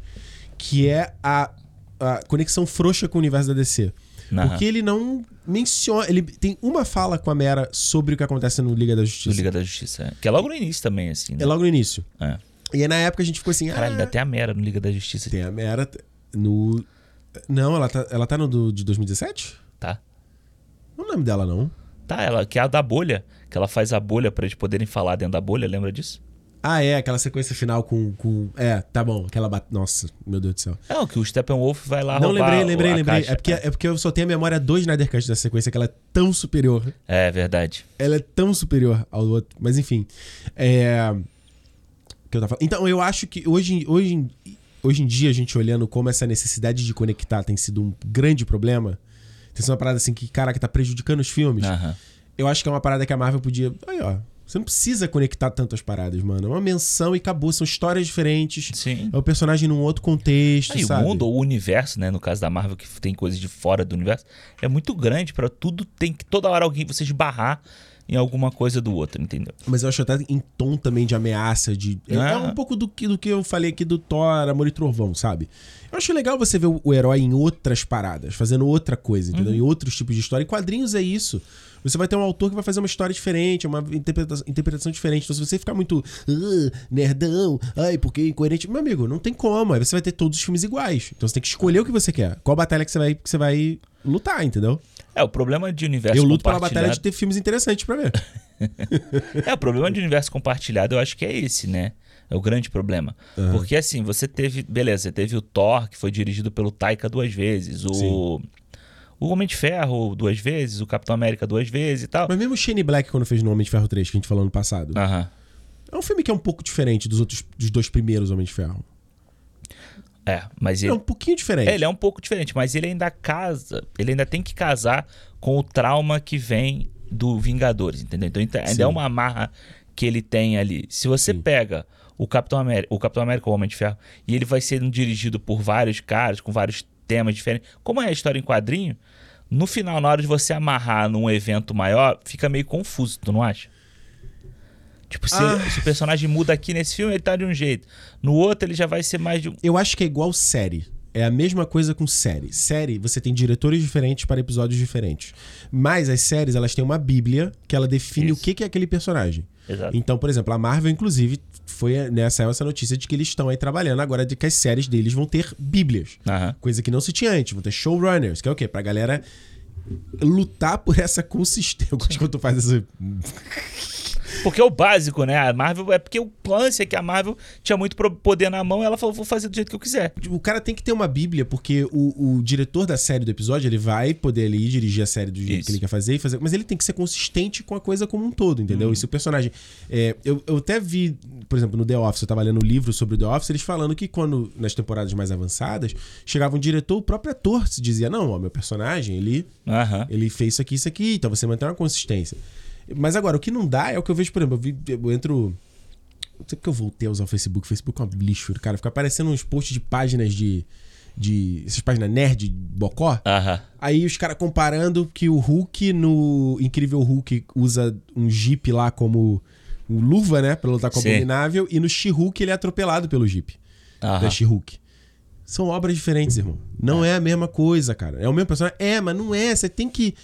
A: Que é a, a conexão frouxa com o universo da DC.
B: Aham.
A: Porque ele não menciona. Ele tem uma fala com a Mera sobre o que acontece no Liga da
B: Do
A: Justiça.
B: Liga da Justiça. é. Que é logo no início também, assim,
A: É
B: né?
A: logo no início.
B: É.
A: E aí na época a gente ficou assim.
B: Caralho,
A: ah,
B: ainda tem a Mera no Liga da Justiça,
A: Tem a Mera t- no. Não, ela tá, ela tá no do, de 2017?
B: tá?
A: Não lembro dela, não.
B: Tá, ela que é a da bolha, que ela faz a bolha pra eles poderem falar dentro da bolha, lembra disso?
A: Ah, é, aquela sequência final com. com... É, tá bom, aquela bat... Nossa, meu Deus do céu.
B: É, o que o Steppenwolf vai lá
A: não,
B: roubar
A: lembrei, lembrei,
B: a
A: lembrei.
B: caixa.
A: É porque, é porque eu só tenho a memória do Snyder Cut dessa sequência, que ela é tão superior.
B: É verdade.
A: Ela é tão superior ao outro. Mas enfim. É. o Que eu tava falando. Então, eu acho que hoje, hoje, em- hoje em dia, a gente olhando como essa necessidade de conectar tem sido um grande problema. Tem sido uma parada assim que, caraca, tá prejudicando os filmes.
B: Aham.
A: Eu acho que é uma parada que a Marvel podia. Aí, ó. Você não precisa conectar tantas paradas, mano. É uma menção e acabou. São histórias diferentes.
B: Sim.
A: É o personagem num outro contexto,
B: Aí, o
A: sabe?
B: mundo ou o universo, né? No caso da Marvel, que tem coisas de fora do universo, é muito grande pra tudo. Tem que toda hora alguém você esbarrar em alguma coisa do outro, entendeu?
A: Mas eu acho até em tom também de ameaça, de. É,
B: Ah.
A: é um pouco do que, do que eu falei aqui do Thor, Amor e Trovão, sabe? Eu acho legal você ver o, o herói em outras paradas, fazendo outra coisa, entendeu? Em outros tipos de história. E quadrinhos é isso. Você vai ter um autor que vai fazer uma história diferente, uma interpretação, interpretação diferente. Então, se você ficar muito "Ah, nerdão, ai, porque é incoerente, meu amigo, não tem como. Aí você vai ter todos os filmes iguais. Então você tem que escolher o que você quer. Qual batalha que você vai, que você vai lutar, entendeu?
B: É, o problema de universo
A: eu luto pela batalha de
B: compartilhado.
A: ter filmes interessantes pra ver.
B: É, o problema de universo compartilhado, eu acho que é esse, né? É o grande problema. Porque assim, você teve. Beleza, você teve o Thor, que foi dirigido pelo Taika duas vezes, o. O Homem de Ferro duas vezes, o Capitão América duas vezes e tal.
A: Mas mesmo o Shane Black, quando fez No Homem de Ferro 3, que a gente falou no passado,
B: Aham.
A: é um filme que é um pouco diferente dos outros dos dois primeiros Homens de Ferro.
B: É, mas
A: É
B: ele.
A: um pouquinho diferente.
B: É, ele é um pouco diferente, mas ele ainda casa, ele ainda tem que casar com o trauma que vem do Vingadores, entendeu? Então ainda ainda é
A: Sim.
B: uma amarra que ele tem ali. Se você pega o Capitão América, o Capitão América, o Homem de Ferro, e ele vai sendo dirigido por vários caras com vários temas diferentes, como é a história em quadrinho, no final, na hora de você amarrar num evento maior, fica meio confuso, tu não acha? Tipo, se,
A: Ah.
B: se o personagem muda aqui nesse filme, ele tá de um jeito. No outro, ele já vai ser mais de um.
A: Eu acho que é igual série. É a mesma coisa com série. Série, você tem diretores diferentes para episódios diferentes. Mas as séries, elas têm uma bíblia que ela define o
B: Isso.
A: que que é aquele personagem.
B: Exato.
A: Então, por exemplo, a Marvel, inclusive, foi, né, saiu essa notícia de que eles estão aí trabalhando agora de que as séries deles vão ter bíblias.
B: Aham.
A: Coisa que não se tinha antes. Vão ter showrunners, que é o quê? Pra galera lutar por essa consistência. Eu gosto quando tu faz essa.
B: Porque é o básico, né? A Marvel. É porque o lance é que a Marvel tinha muito pro- poder na mão e ela falou: vou fazer do jeito que eu quiser.
A: Tipo, O cara tem que ter uma bíblia, porque o, o diretor da série do episódio, ele vai poder ali dirigir a série do jeito
B: Isso.
A: que ele quer fazer, e fazer, mas ele tem que ser consistente com a coisa como um todo, entendeu? E se o personagem... é, eu, eu até vi, por exemplo, no The Office, eu tava lendo um livro sobre o The Office, eles falando que quando, nas temporadas mais avançadas, chegava um diretor, o próprio ator se dizia, não, ó, meu personagem, ele...
B: Aham.
A: Ele fez isso aqui, isso aqui, então você mantém uma consistência. Mas agora, o que não dá é o que eu vejo, por exemplo, eu, vi, eu entro. Não sei porque eu voltei a usar o Facebook. O Facebook é um lixo, cara. Fica aparecendo uns posts de páginas de. de essas páginas nerd, bocó.
B: Aham.
A: Aí os caras comparando que o Hulk no Incrível Hulk usa um Jeep lá como um luva, né? Pra lutar com o
B: Sim.
A: Abominável. E no She-Hulk ele é atropelado pelo Jeep da
B: Aham.
A: She-Hulk. São obras diferentes, irmão. Não é. a mesma coisa, cara. É o mesmo personagem? É, mas não é. Você tem que.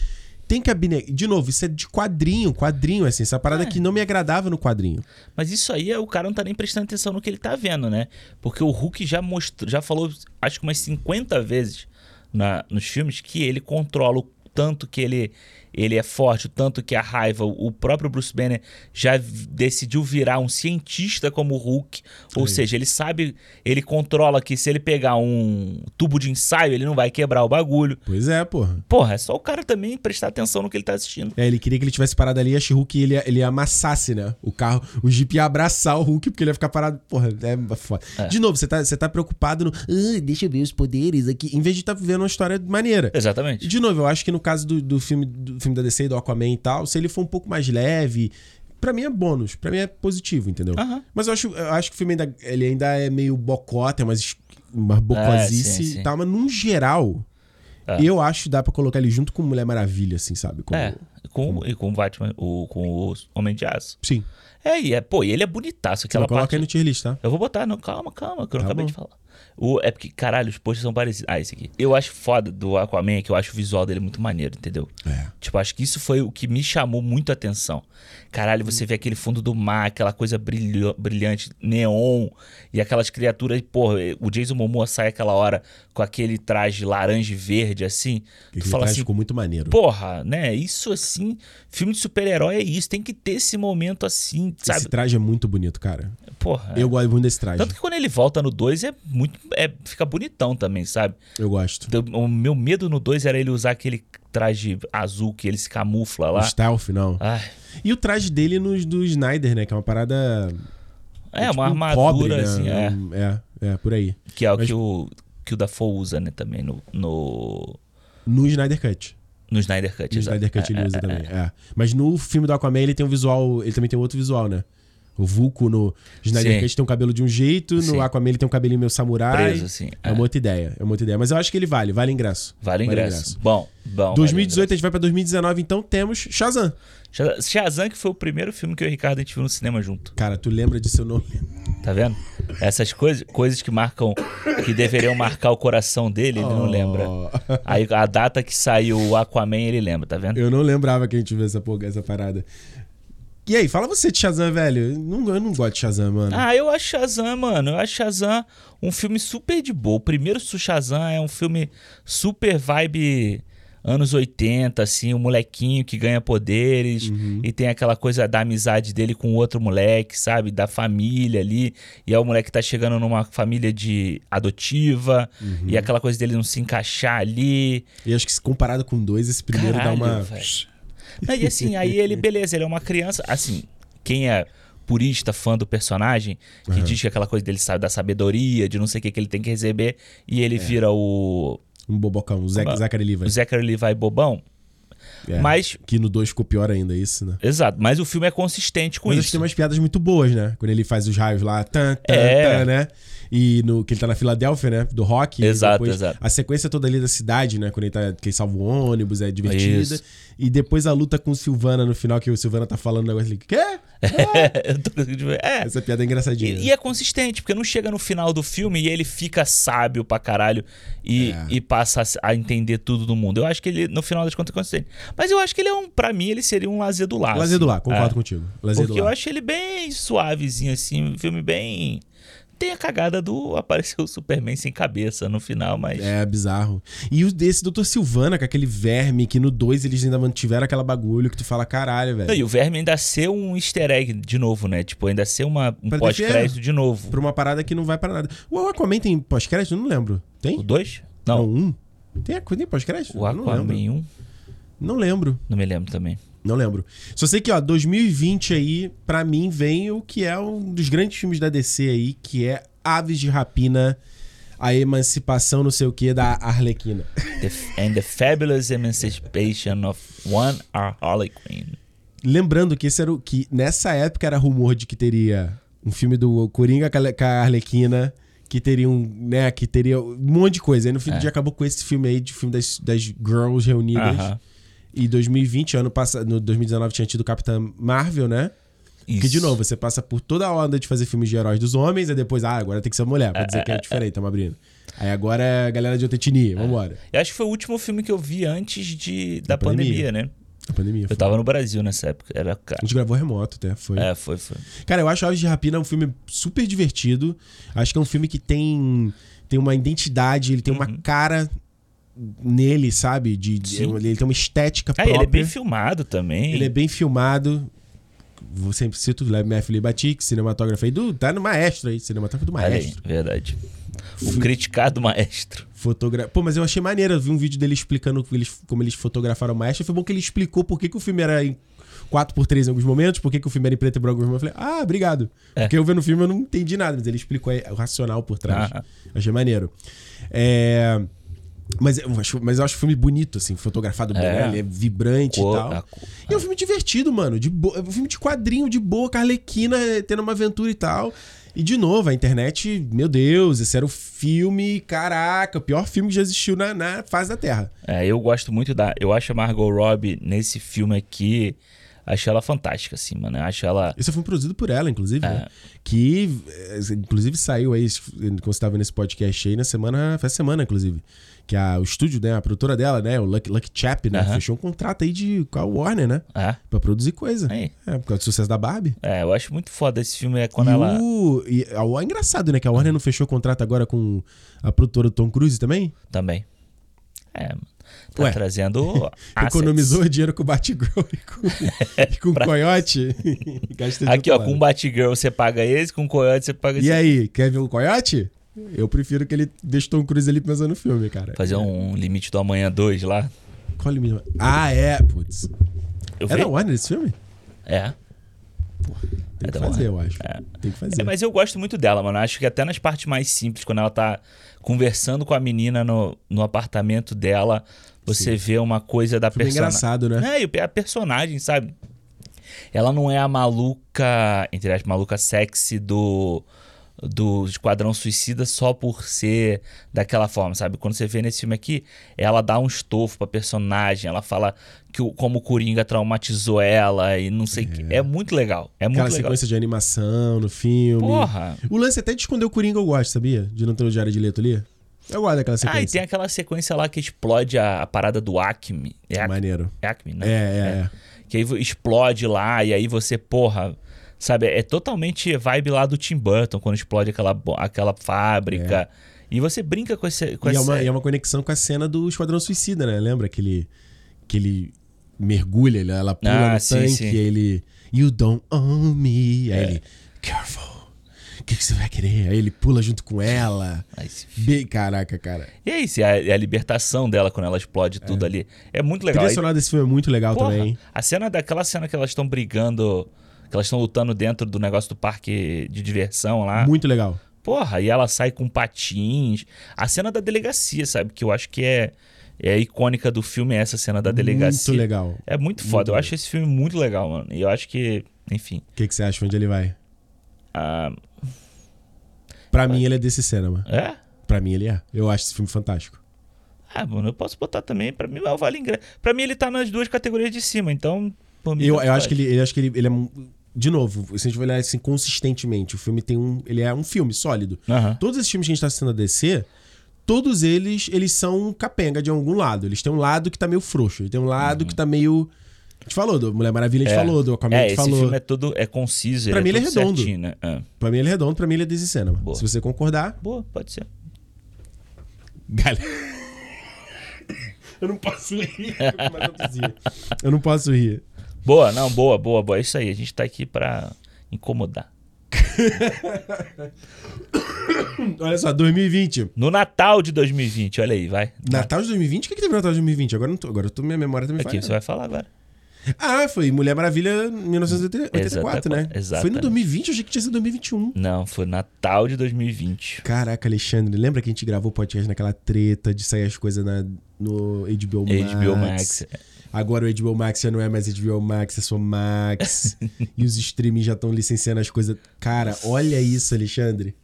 A: Tem que abnegar. De novo, isso é de quadrinho. Quadrinho, assim. Essa
B: É.
A: parada que não me agradava no quadrinho.
B: Mas isso aí é- o cara não tá nem prestando atenção no que ele tá vendo, né? Porque o Hulk já mostrou, já falou acho que umas 50 vezes na, nos filmes que ele controla o tanto que ele, ele é forte, o tanto que a raiva, o próprio Bruce Banner já v- decidiu virar um cientista como o Hulk. Ou seja, ele sabe, ele controla que se ele pegar um tubo de ensaio, ele não vai quebrar o bagulho.
A: Pois é, porra.
B: Porra, é só o cara também prestar atenção no que ele tá assistindo.
A: É, ele queria que ele tivesse parado ali e a She-Hulk ele, ele amassasse, né? O carro, o Jeep ia abraçar o Hulk porque ele ia ficar parado. Porra, é foda. De novo, você tá, você tá preocupado no. "Ah, deixa eu ver os poderes aqui. Em vez de estar tá vivendo uma história maneira. E,
B: Exatamente.
A: De novo, eu acho que no caso do, do filme, do filme da DC, do Aquaman e tal, se ele for um pouco mais leve, pra mim é bônus, pra mim é positivo, entendeu?
B: Aham.
A: Mas eu acho, eu acho que o filme ainda, ele ainda é meio bocó, tem umas, es- uma bocosice
B: É, sim, sim.
A: e tal, mas num geral,
B: É.
A: eu acho que dá pra colocar ele junto com Mulher Maravilha, assim, sabe? Como-
B: É, com, e com o Batman, o, com o Homem de Aço.
A: Sim,
B: É, e é, pô, e ele é
A: ela
B: bonitaço. Aquela
A: coloca
B: parte...
A: aí no tier list, tá?
B: Eu vou botar, não, calma, calma, que eu não
A: Tá
B: acabei
A: bom.
B: de falar. O, é porque, caralho, os posts são parecidos. Ah, esse aqui. Eu acho foda do Aquaman, é que eu acho o visual dele muito maneiro, entendeu?
A: É.
B: Tipo, acho que isso foi o que me chamou muito a atenção. Caralho, você vê aquele fundo do mar, aquela coisa brilho- brilhante, neon, e aquelas criaturas. Porra, o Jason Momoa sai aquela hora com aquele traje laranja e verde, assim.
A: Que
B: tu fala assim,
A: ficou muito maneiro.
B: Porra, né? Isso assim, filme de super-herói é isso. Tem que ter esse momento assim, sabe?
A: Esse traje é muito bonito, cara.
B: Porra.
A: Eu gosto muito desse traje.
B: Tanto que quando ele volta no 2 é muito. É, fica bonitão também, sabe?
A: Eu gosto.
B: Então, O meu medo no 2 era ele usar aquele traje azul que ele se camufla
A: O
B: lá. Ah.
A: stealth, não.
B: Ai,
A: E o traje dele nos, do Snyder, né? Que é uma parada
B: é,
A: tipo
B: uma
A: um
B: armadura,
A: cobre, né?
B: assim, é.
A: Um- é. É, por aí.
B: Que é o
A: Mas-
B: que o, que o Dafoe usa, né, também no. No,
A: No Snyder Cut.
B: no Snyder Cut.
A: No
B: exato.
A: Snyder Cut
B: É,
A: ele
B: é,
A: usa
B: é.
A: também. É. Mas no filme do Aquaman ele tem um visual. Ele também tem outro visual, né? O Vulco no Snyder
B: Sim.
A: Cut tem um cabelo de um jeito, no
B: Sim.
A: Aquaman ele tem um cabelinho meio samurai.
B: Preso, assim.
A: É.
B: é.
A: uma outra ideia, é uma outra ideia. Mas eu acho que ele vale, vale ingresso.
B: Vale o ingresso. Bom, bom.
A: 2018, a gente vai pra 2019, então temos Shazam.
B: vale o ingresso. Shazam, que foi o primeiro filme que eu e o Ricardo a gente viu no cinema junto.
A: Cara, tu lembra disso? Eu não lembro.
B: Tá vendo? Essas coisas, coisas que marcam, que deveriam marcar o coração dele, ele
A: Oh,
B: não lembra. Aí a data que saiu o Aquaman, ele lembra, tá vendo?
A: Eu não lembrava que a gente viu essa, porra, essa parada. E aí, fala você de Shazam, velho. Eu não, eu não gosto de Shazam, mano.
B: Ah, eu acho Shazam, mano. Eu acho Shazam um filme super de boa. O primeiro Su- Shazam é um filme super vibe anos 80, assim, o molequinho que ganha poderes e tem aquela coisa da amizade dele com outro moleque, sabe? Da família ali. E é o moleque que tá chegando numa família de adotiva e aquela coisa dele não se encaixar ali.
A: E acho que se comparado com dois, esse primeiro
B: Caralho,
A: dá uma.
B: velho. Não, E assim, aí ele, beleza, ele é uma criança. Assim, quem é purista, fã do personagem, que diz que aquela coisa dele sabe da sabedoria, de não sei o que que ele tem que receber, e
A: É.
B: ele vira o,
A: Um bobocão, o Zac,
B: Uma-
A: Zachary
B: o
A: Levi.
B: Zachary Levi bobão.
A: É,
B: Mas,
A: Que no 2 ficou pior ainda, isso, né?
B: exato, mas o filme é consistente com
A: Mas acho que
B: isso.
A: tem umas piadas muito boas, né? Quando ele faz os raios lá, tan, tan,
B: É.
A: tan, né? E no, que ele tá na Filadélfia, né? Do rock. e
B: Exato, exato.
A: A sequência toda ali da cidade, né? Quando ele, tá, que ele salva o ônibus, é divertida.
B: Isso.
A: E depois a luta com o Silvana no final, que o Silvana tá falando um negócio ali. Quê?
B: Eu tô conseguindo ver. é,
A: Essa piada é engraçadinha.
B: E, e é consistente, porque não chega no final do filme e ele fica sábio pra caralho e,
A: É.
B: e passa a se- a entender tudo do mundo. Eu acho que ele, no final das contas, é consistente. Mas eu acho que ele é um, pra mim, ele seria um lazer do lar.
A: Lazer do
B: assim.
A: Lar, concordo
B: É.
A: contigo. Lazer
B: Porque
A: do
B: eu
A: Lar.
B: acho ele bem suavezinho, assim, um filme bem Tem a cagada do aparecer o Superman sem cabeça no final, mas.
A: É, bizarro. E o desse Doutor Silvana, com aquele verme, que no 2 eles ainda mantiveram aquela bagulho que tu fala, caralho,
B: Não,
A: velho.
B: e o Verme ainda ser um easter egg de novo, né? Tipo, ainda ser uma, um
A: Pra
B: pós-crédito de novo.
A: Pra uma parada que não vai pra nada. O Aquaman tem pós-crédito? Não lembro.
B: O
A: Tem?
B: dois? Não.
A: um? Tem, Aqu- tem pós-crédito?
B: o
A: Não
B: Aquaman
A: lembro.
B: 1.
A: Não lembro.
B: Não me lembro também.
A: Não lembro. Só sei que, ó, 2020 aí, pra mim, vem o que é um dos grandes filmes da DC aí, que é Aves de Rapina, a emancipação não sei o que da Arlequina.
B: The f- and the Fabulous Emancipation of One Harley Quinn.
A: Lembrando que esse era o que nessa época era rumor de que teria um filme do Coringa com a Le- com a Arlequina, que teria um, né, que teria um monte de coisa. Aí no fim do dia acabou com esse filme aí, de filme das, das girls reunidas.
B: Aham.
A: E 2020, ano passado, no 2019 tinha tido Capitã Marvel, né? Porque, de
B: Isso.
A: novo, você passa por toda a onda de fazer filmes de heróis dos homens, aí depois, ah, agora tem que ser mulher, pra dizer que é diferente, estamos abrindo. Aí agora é galera de outra etnia, vambora.
B: Eu acho que foi o último filme que eu vi antes de, da
A: pandemia.
B: pandemia. né?
A: A pandemia.
B: Eu
A: Foi.
B: tava no Brasil nessa época. Era ca-
A: A gente gravou remoto até, foi.
B: É, foi, foi.
A: Cara, eu acho Aves de Rapina um filme super divertido. Acho que é um filme que tem, tem uma identidade, ele tem uma cara nele, sabe? De, de-
B: Uhum. Sim.
A: ele tem uma estética
B: Ah,
A: própria.
B: ele é bem filmado também.
A: Ele é bem filmado. Vou sempre cito o F. Libatic, cinematógrafo aí do. Tá no maestro aí, cinematógrafo do
B: Olha aí,
A: maestro.
B: verdade. O criticado maestro.
A: Fotogra... Pô, mas eu achei maneiro. Eu vi um vídeo dele explicando que eles- como eles fotografaram o maestro. Foi bom que ele explicou por que, que o filme era em 4x3 em alguns momentos, por que, que o filme era em preto e branco em alguns momentos. Eu falei, ah, obrigado.
B: É.
A: Porque eu vendo o filme eu não entendi nada, mas ele explicou aí o racional por trás.
B: Ah.
A: Achei maneiro. É, Mas eu, acho, mas eu acho o filme bonito, assim, fotografado bem,
B: É.
A: né? Ele é vibrante
B: Cor-
A: e tal.
B: a cor-
A: E é um filme divertido, mano. De bo... É um filme de quadrinho, de boa, Carlequina eh, tendo uma aventura e tal. E de novo, a internet, meu Deus, esse era o filme, caraca, o pior filme que já existiu na, na face da Terra.
B: É, eu gosto muito da. Eu acho a Margot Robbie nesse filme aqui. Acho ela fantástica, assim, mano. Eu acho ela.
A: Esse foi produzido por ela, inclusive, né? Que, eh, inclusive, saiu aí, como você tava nesse podcast aí, na semana, faz semana, inclusive. Que a, o estúdio, né, a produtora dela, né, o Lucky, Lucky Chap, né,
B: Aham.
A: fechou um contrato aí de, com a Warner, né,
B: É,
A: pra produzir coisa.
B: aí.
A: É, por causa do sucesso da Barbie.
B: É, eu acho muito foda esse filme. É quando
A: e
B: ela.
A: o... e a- o- é engraçado, né? Que a Warner não fechou o contrato agora com a produtora do Tom Cruise também?
B: Também. É, mano. Tá
A: Ué.
B: trazendo. assets.
A: Economizou dinheiro com o Batgirl e com, e com o Coyote. Gasta de
B: Aqui, ó,
A: outra
B: com o
A: hora.
B: Batgirl você paga esse, com o Coyote você paga esse.
A: E aí, quer ver o Coyote? Eu prefiro que ele deixe o Tom Cruise ali pensando no filme, cara.
B: Fazer um Limite do Amanhã 2 lá.
A: Qual o limite? Ah, é. Putz.
B: Eu
A: É
B: vi.
A: da Warner esse filme?
B: É.
A: Tem
B: É
A: que
B: da
A: fazer, eu acho.
B: É.
A: Tem que fazer.
B: É, mas eu gosto muito dela, mano. Acho que até nas partes mais simples, quando ela tá conversando com a menina no, no apartamento dela, você vê uma coisa da
A: Foi bem
B: personagem.
A: engraçado, né?
B: É, e a personagem, sabe? Ela não é a maluca, entre as maluca sexy do do Esquadrão Suicida só por ser daquela forma, sabe? Quando você vê nesse filme aqui, ela dá um estofo pra personagem, ela fala que o, como o Coringa traumatizou ela e não sei o que. É muito legal. É muito
A: Aquela
B: legal.
A: sequência de animação no filme.
B: Porra!
A: O lance até de esconder o Coringa eu gosto, sabia? De não ter o Diário de Leto ali. Eu gosto daquela
B: Ah, e
A: sequência.
B: tem aquela sequência lá que explode a, a parada do Acme. É Acme,
A: Maneiro.
B: é Acme né?
A: É, é, é.
B: Que aí vo- explode lá, e aí você, porra. Sabe, é totalmente vibe lá do Tim Burton, quando explode aquela, bo- aquela fábrica. E você brinca com esse. Com
A: É. E é,
B: essa-
A: uma, e é uma conexão com a cena do Esquadrão Suicida, né? Lembra que ele, que ele mergulha, ele- ela pula
B: Ah,
A: no
B: sim,
A: tanque
B: sim. É.
A: e ele... You don't own me. Aí ele... Careful. O que, que você vai querer? Aí ele pula junto com ela.
B: Aí Ah, se-
A: Bem, caraca, cara.
B: E é isso, é a, é a libertação dela quando ela explode tudo ali. É muito
A: A
B: legal.
A: trilha
B: Aí,
A: sonora desse filme é muito legal
B: porra,
A: também.
B: a cena daquela cena que elas estão brigando, que elas estão lutando dentro do negócio do parque de diversão lá.
A: Muito legal.
B: Porra, e ela sai com patins. A cena da delegacia, sabe? Que eu acho que é, é icônica do filme, é essa cena da delegacia.
A: Muito legal. O
B: É muito foda. eu acho esse filme muito legal, mano. E eu acho que, enfim.
A: que, que você acha? Onde ele vai?
B: ah,
A: Pra mim, ele é desse cinema.
B: é?
A: Pra mim, ele é. Eu acho esse filme fantástico.
B: Ah, mano, eu posso botar também. Pra mim, é o Vale Ingresso. Pra mim, ele tá nas duas categorias de cima, então. por mim,
A: Eu,
B: tanto
A: eu acho
B: faz.
A: que ele, eu acho que ele, ele é. um- De novo, se a gente for olhar assim consistentemente, o filme tem um. Ele é um filme sólido.
B: Aham.
A: Todos esses filmes que a gente tá assistindo a DC, todos eles, eles são capenga de algum lado. Eles têm um lado que tá meio frouxo, e tem um lado que tá meio. A gente falou do Mulher Maravilha, a gente
B: Uhum. É.
A: falou do Aquaman, a
B: É,
A: gente
B: esse
A: falou.
B: filme é todo é conciso,
A: Pra mim ele é
B: todo
A: redondo.
B: certinho, né? Ah,
A: Pra mim ele é redondo, pra mim ele é Dizzy Cinema.
B: Boa.
A: Se você concordar,
B: boa, pode ser.
A: galera. eu não posso rir, mas eu preciso. Eu não posso rir.
B: Boa, não, boa, boa, boa. É isso aí, a gente tá aqui pra incomodar.
A: Olha só, 2020.
B: No Natal de 2020, olha aí, vai.
A: Natal de 2020? O que, que teve no Natal de 2020? Agora, eu não tô, agora eu tô, minha memória tá também
B: Aqui,
A: falhando.
B: você vai falar agora.
A: Ah, foi Mulher Maravilha 1984, né?
B: Exatamente.
A: Foi no 2020, eu achei que tinha sido 2021.
B: Não, foi Natal de 2020.
A: Caraca, Alexandre, lembra que a gente gravou o podcast naquela treta de sair as coisas na- no HBO Max?
B: HBO Max.
A: Agora o HBO Max já não é mais HBO Max, é só Max. e os streamings já estão licenciando as coisas. Cara, olha isso, Alexandre.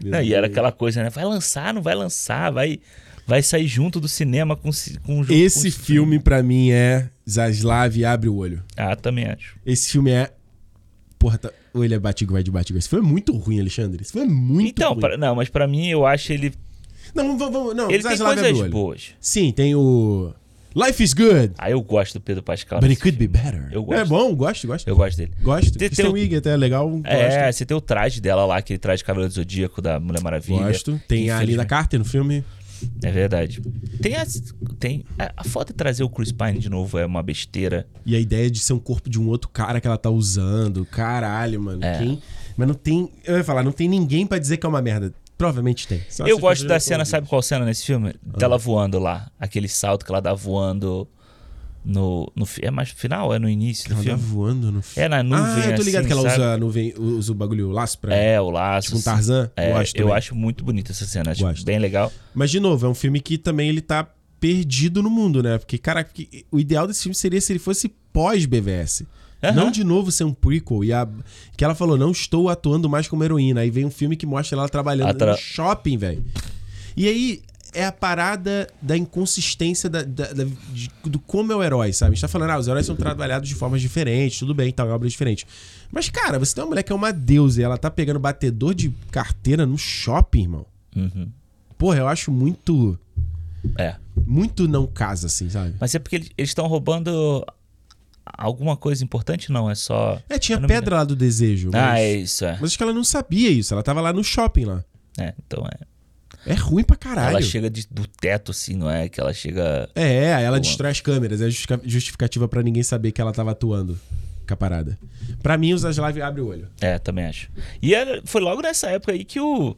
A: Meu
B: Não, e
A: Deus.
B: era aquela coisa, né? Vai lançar, não vai lançar, vai, vai sair junto do cinema com, ci- um com junto
A: Esse
B: com os-
A: filme, pra mim, é Zaslav Abre o Olho.
B: Ah, também acho.
A: Esse filme é... Porra, tá... ou ele é Batigo, vai de Batigo. Esse filme é muito ruim, Alexandre. Esse filme é muito
B: então,
A: ruim.
B: pra- não, mas pra mim eu acho ele.
A: Não, vamos... vamos não,
B: Ele tem
A: Zaslav Abre o
B: coisas
A: Olho.
B: boas.
A: Sim, tem o... Life is Good.
B: Ah, eu gosto do Pedro Pascal.
A: But it
B: nesse
A: could be
B: filme.
A: better.
B: Eu gosto.
A: É bom, gosto, gosto.
B: Eu gosto dele.
A: Gosto.
B: Tem-
A: Kristen
B: tem o-
A: Wiig até é legal, gosto.
B: É, você tem o traje dela lá, aquele traje de cabelo do zodíaco da Mulher Maravilha.
A: Gosto. Tem
B: Que,
A: a Linda
B: né? infelizmente-
A: Carter no filme.
B: É verdade. Tem as. Tem. A, a foto de trazer o Chris Pine de novo é uma besteira.
A: E a ideia de ser um corpo de um outro cara que ela tá usando. Caralho, mano.
B: É.
A: Quem- Mas não tem. Eu ia falar, não tem ninguém pra dizer que é uma merda. Provavelmente tem. Só se
B: eu
A: um
B: gosto da
A: você-
B: cena, sabe qual cena nesse filme?
A: Ah.
B: Dela voando lá. Aquele salto que ela dá voando no. no fi- é mais no final? É no início do
A: Ela tá
B: filme?
A: voando no filme.
B: É na nuvem.
A: Ah, eu tô ligado
B: assim,
A: que ela
B: sabe?
A: usa a nuvem, usa o bagulho, o laço pra.
B: É, o laço.
A: Tipo um Tarzan.
B: É,
A: eu
B: eu
A: acho
B: acho,
A: também.
B: muito bonita essa cena. Acho
A: Gosto.
B: bem legal.
A: Mas, de novo, é um filme que também ele tá perdido no mundo, né? Porque, cara, que- o ideal desse filme seria se ele fosse pós-BVS.
B: Aham.
A: Não de novo ser um prequel. E a, que ela falou, não estou atuando mais como heroína. Aí vem um filme que mostra ela trabalhando
B: Atra-
A: no shopping, velho. E aí é a parada da inconsistência da, da- da- de- do como é o herói, sabe? A gente tá falando, ah, os heróis são trabalhados de formas diferentes, tudo bem, tal, é uma obra diferente. Mas, cara, você tem uma mulher que é uma deusa e ela tá pegando batedor de carteira no shopping, irmão.
B: Uhum.
A: Porra, eu acho muito.
B: É.
A: Muito não casa, assim, sabe?
B: Mas é porque eles estão roubando alguma coisa importante? Não, é só.
A: É, tinha
B: Eu não me
A: pedra lá do desejo. Mas,
B: Ah, é isso, é.
A: mas acho que ela não sabia isso. Ela tava lá no shopping lá.
B: É, então é.
A: É ruim pra caralho.
B: Ela chega de- do teto, assim, não é? Que ela chega.
A: É, aí ela
B: Boa.
A: destrói as câmeras. É justifica- justificativa pra ninguém saber que ela tava atuando com a parada. Pra mim, o Zaslav abre o olho.
B: É, também acho. E era- foi logo nessa época aí que o.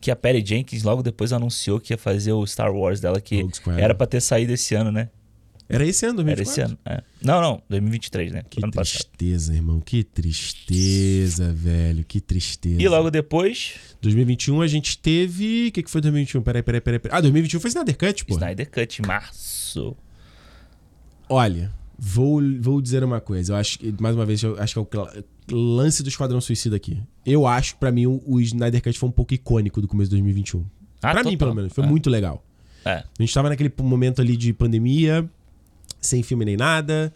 B: Que a Perry Jenkins logo depois anunciou que ia fazer o Star Wars dela, que
A: Rogue Squadron.
B: era pra ter saído esse ano, né?
A: Era esse ano, 2024?
B: Era esse ano. é. Não, não, 2023, né?
A: Que
B: ano passado.
A: tristeza, irmão. Que tristeza, velho. Que tristeza.
B: E logo depois,
A: 2021 a gente teve... O que, que foi 2021? Peraí, peraí, peraí. peraí. Ah, 2021 foi Snyder Cut, pô.
B: Snyder Cut, em março.
A: Olha, vou, vou dizer uma coisa. Eu acho que, mais uma vez, eu acho que é o cla- lance do Esquadrão Suicida aqui. Eu acho que, pra mim, o, o Snyder Cut foi um pouco icônico do começo de 2021.
B: Ah,
A: pra
B: total.
A: mim, pelo menos. Foi
B: É.
A: muito legal.
B: É.
A: A gente tava naquele momento ali de pandemia, sem filme nem nada.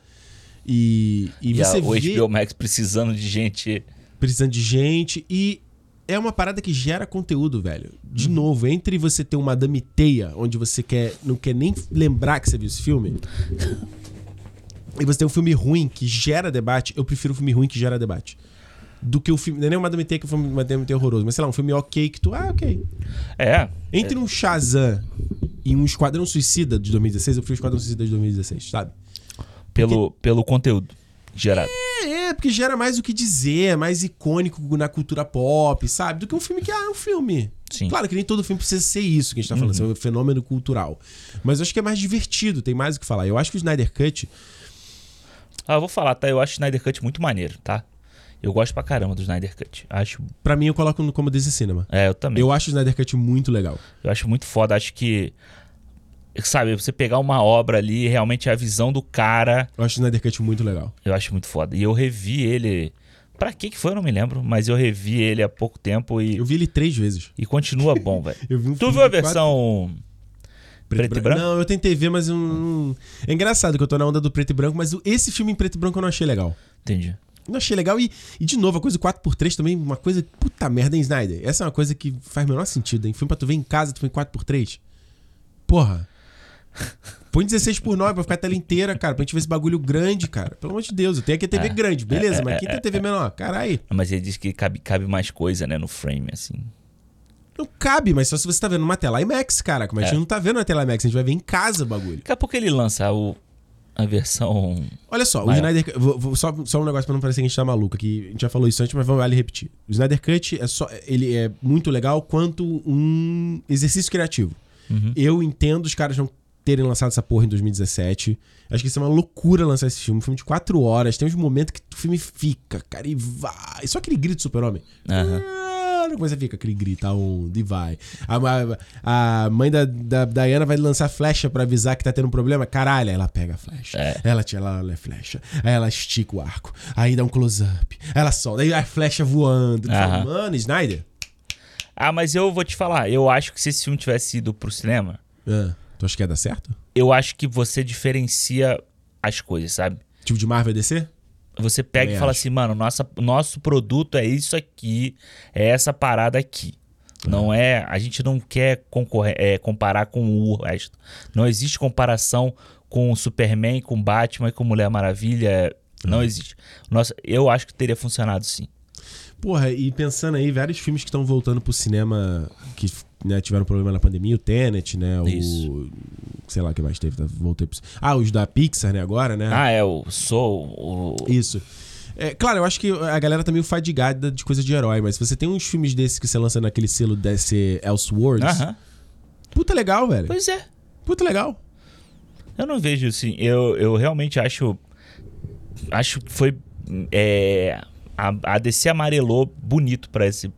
A: E, e,
B: E,
A: você
B: a, o
A: vê
B: HBO Max precisando de gente.
A: precisando de gente. E é uma parada que gera conteúdo, velho.
B: Uhum.
A: De novo, entre você ter uma Madame Teia, onde você quer não quer nem lembrar que você viu esse filme, e você ter um filme ruim que gera debate, eu prefiro um filme ruim que gera debate. Do que o filme. Não é nem o Madame Teia, que foi um Madame Teia horroroso, mas sei lá, um filme ok que tu. Ah, ok.
B: É.
A: Entre um Shazam e um Esquadrão Suicida de 2016, eu prefiro o Esquadrão Suicida de 2016, sabe?
B: Pelo, pelo conteúdo gerado.
A: É, é, porque gera mais o que dizer, é mais icônico na cultura pop, sabe? Do que um filme que ah, é um filme.
B: Sim. Uhum.
A: Claro que nem todo filme precisa ser isso que a gente tá falando, isso é um fenômeno cultural. Mas eu acho que é mais divertido, tem mais o que falar. Eu acho que o Snyder Cut.
B: Ah, eu vou falar, tá? Eu acho o Snyder Cut muito maneiro, tá? Eu gosto pra caramba do Snyder Cut. Acho.
A: Pra mim, eu coloco no como desse cinema.
B: É, eu também.
A: Eu acho o Snyder Cut muito legal.
B: Eu acho muito foda. Acho que. Sabe, você pegar uma obra ali, realmente a visão do cara,
A: Eu acho o Snyder Cut muito legal.
B: eu acho muito foda. E eu revi ele. Pra que que foi, eu não me lembro, mas eu revi ele há pouco tempo e,
A: Eu vi ele três vezes.
B: e continua bom, velho.
A: Eu vi um
B: Tu
A: filme
B: viu a
A: de quatro-
B: versão. preto e branco?
A: Não, eu tentei ver, mas eu não. É engraçado que eu tô na onda do preto e branco, mas o- esse filme em preto e branco eu não achei legal.
B: Entendi.
A: Não achei legal. E, e, de novo, a coisa do 4x3 também, uma coisa. Puta merda, hein, Snyder? Essa é uma coisa que faz o menor sentido, hein? Filme pra tu ver em casa, tu foi em 4x3. Porra. Põe 16 por 9 pra ficar a tela inteira, cara. Pra gente ver esse bagulho grande, cara. Pelo amor de Deus, eu tenho aqui a TV grande, beleza, mas aqui tem TV menor. Caralho.
B: Mas ele diz que cabe, cabe mais coisa, né, no frame, assim.
A: Não cabe, mas só se você tá vendo uma tela IMAX, cara. Como a gente
B: É.
A: não tá vendo na tela IMAX, a gente vai ver em casa o bagulho.
B: Daqui a pouco ele lança o, a versão.
A: Olha só, o
B: Vai lá.
A: Snyder Cut- vou- vou- só, só um negócio pra não parecer que a gente tá maluco aqui. A gente já falou isso antes, mas vamos vale repetir. O Snyder Cut é só, ele é muito legal quanto um exercício criativo.
B: Uhum.
A: Eu entendo os caras não terem lançado essa porra em 2017. Acho que isso é uma loucura lançar esse filme. Um filme de quatro horas. Tem uns momentos que o filme fica, cara, e vai. Só aquele grito do super-homem.
B: Aham.
A: Ah, Depois você fica aquele grito, a onda e vai. A, a- a mãe da, da Diana vai lançar flecha pra avisar que tá tendo um problema. Caralho, aí ela pega a flecha.
B: É.
A: Ela tira ela olha a flecha. Aí ela estica o arco. Aí dá um close-up. aí Ela solta. Aí a flecha voando. Tu fala,
B: Aham.
A: Mano, Snyder.
B: Ah, mas eu vou te falar, eu acho que se esse filme tivesse ido pro cinema,
A: Ah, tu acha que ia dar certo?
B: eu acho que você diferencia as coisas, sabe?
A: Tipo de Marvel e DC?
B: Você pega
A: Também
B: e fala
A: acho.
B: assim, mano, nossa, nosso produto é isso aqui, é essa parada aqui. Não é. A gente não quer concorrer, é, comparar com o resto. Não existe comparação com o Superman, com Batman e com Mulher Maravilha. é, Não existe. Nossa, eu acho que teria funcionado sim.
A: Porra, e pensando aí, vários filmes que estão voltando pro cinema que né, tiveram problema na pandemia, o Tenet, né? O.
B: Isso.
A: Sei lá o que mais teve, tá? voltei pro. Ah, os da Pixar, né, agora, né?
B: Ah, é, o Soul, o.
A: Isso. É, claro, eu acho que a galera tá meio fadigada de coisa de herói, mas se você tem uns filmes desses que você lança naquele selo DC Elseworlds,
B: Aham.
A: puta legal, velho.
B: Pois é.
A: Puta legal.
B: Eu não vejo assim. Eu, eu realmente acho. Acho que foi. é, a, a DC amarelou bonito pra esse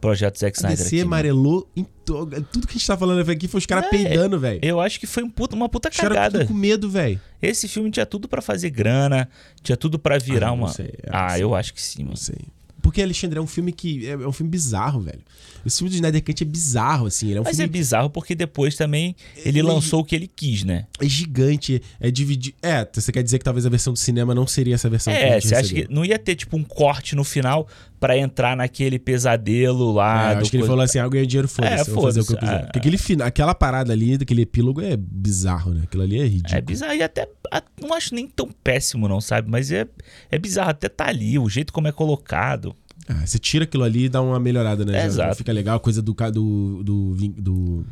B: projeto Zack
A: A
B: Snyder.
A: DC
B: aqui, né?
A: amarelou em to... Tudo que a gente tá falando aqui foi os caras
B: É,
A: peidando, velho.
B: Eu acho que foi um puta- uma puta
A: Os caras
B: cagada.
A: tudo com medo, velho.
B: Esse filme tinha tudo pra fazer grana, tinha tudo pra virar
A: Ah, não
B: uma.
A: sei, eu não
B: ah,
A: sei.
B: eu acho que sim,
A: Não
B: mano.
A: sei. Porque Alexandre é um filme que. É, é um filme bizarro, velho. Esse filme do Snyder Cut é bizarro, assim. Ele é um
B: Mas é
A: filme
B: bizarro porque depois também ele
A: Ele-
B: lançou o que ele quis, né?
A: é gigante, é dividido. É, você quer dizer que talvez a versão do cinema não seria essa versão que a
B: É,
A: gente
B: você acha
A: recebeu.
B: que não ia ter tipo um corte no final pra entrar naquele pesadelo lá
A: É,
B: do
A: acho que ele
B: coisa-
A: falou assim, ah, eu ganhei dinheiro, foda-se,
B: É,
A: eu vou fazer o que eu
B: foda-se,
A: quiser.
B: é.
A: Porque aquele fina- aquela parada ali, daquele epílogo é bizarro, né? Aquilo ali é ridículo.
B: É bizarro e até a- não acho nem tão péssimo não, sabe? Mas é é bizarro até tá ali, o jeito como é colocado.
A: Ah, você tira aquilo ali e dá uma melhorada, né?
B: É,
A: Já- já
B: exato.
A: Fica legal, a coisa do, ca- do, do, vin- do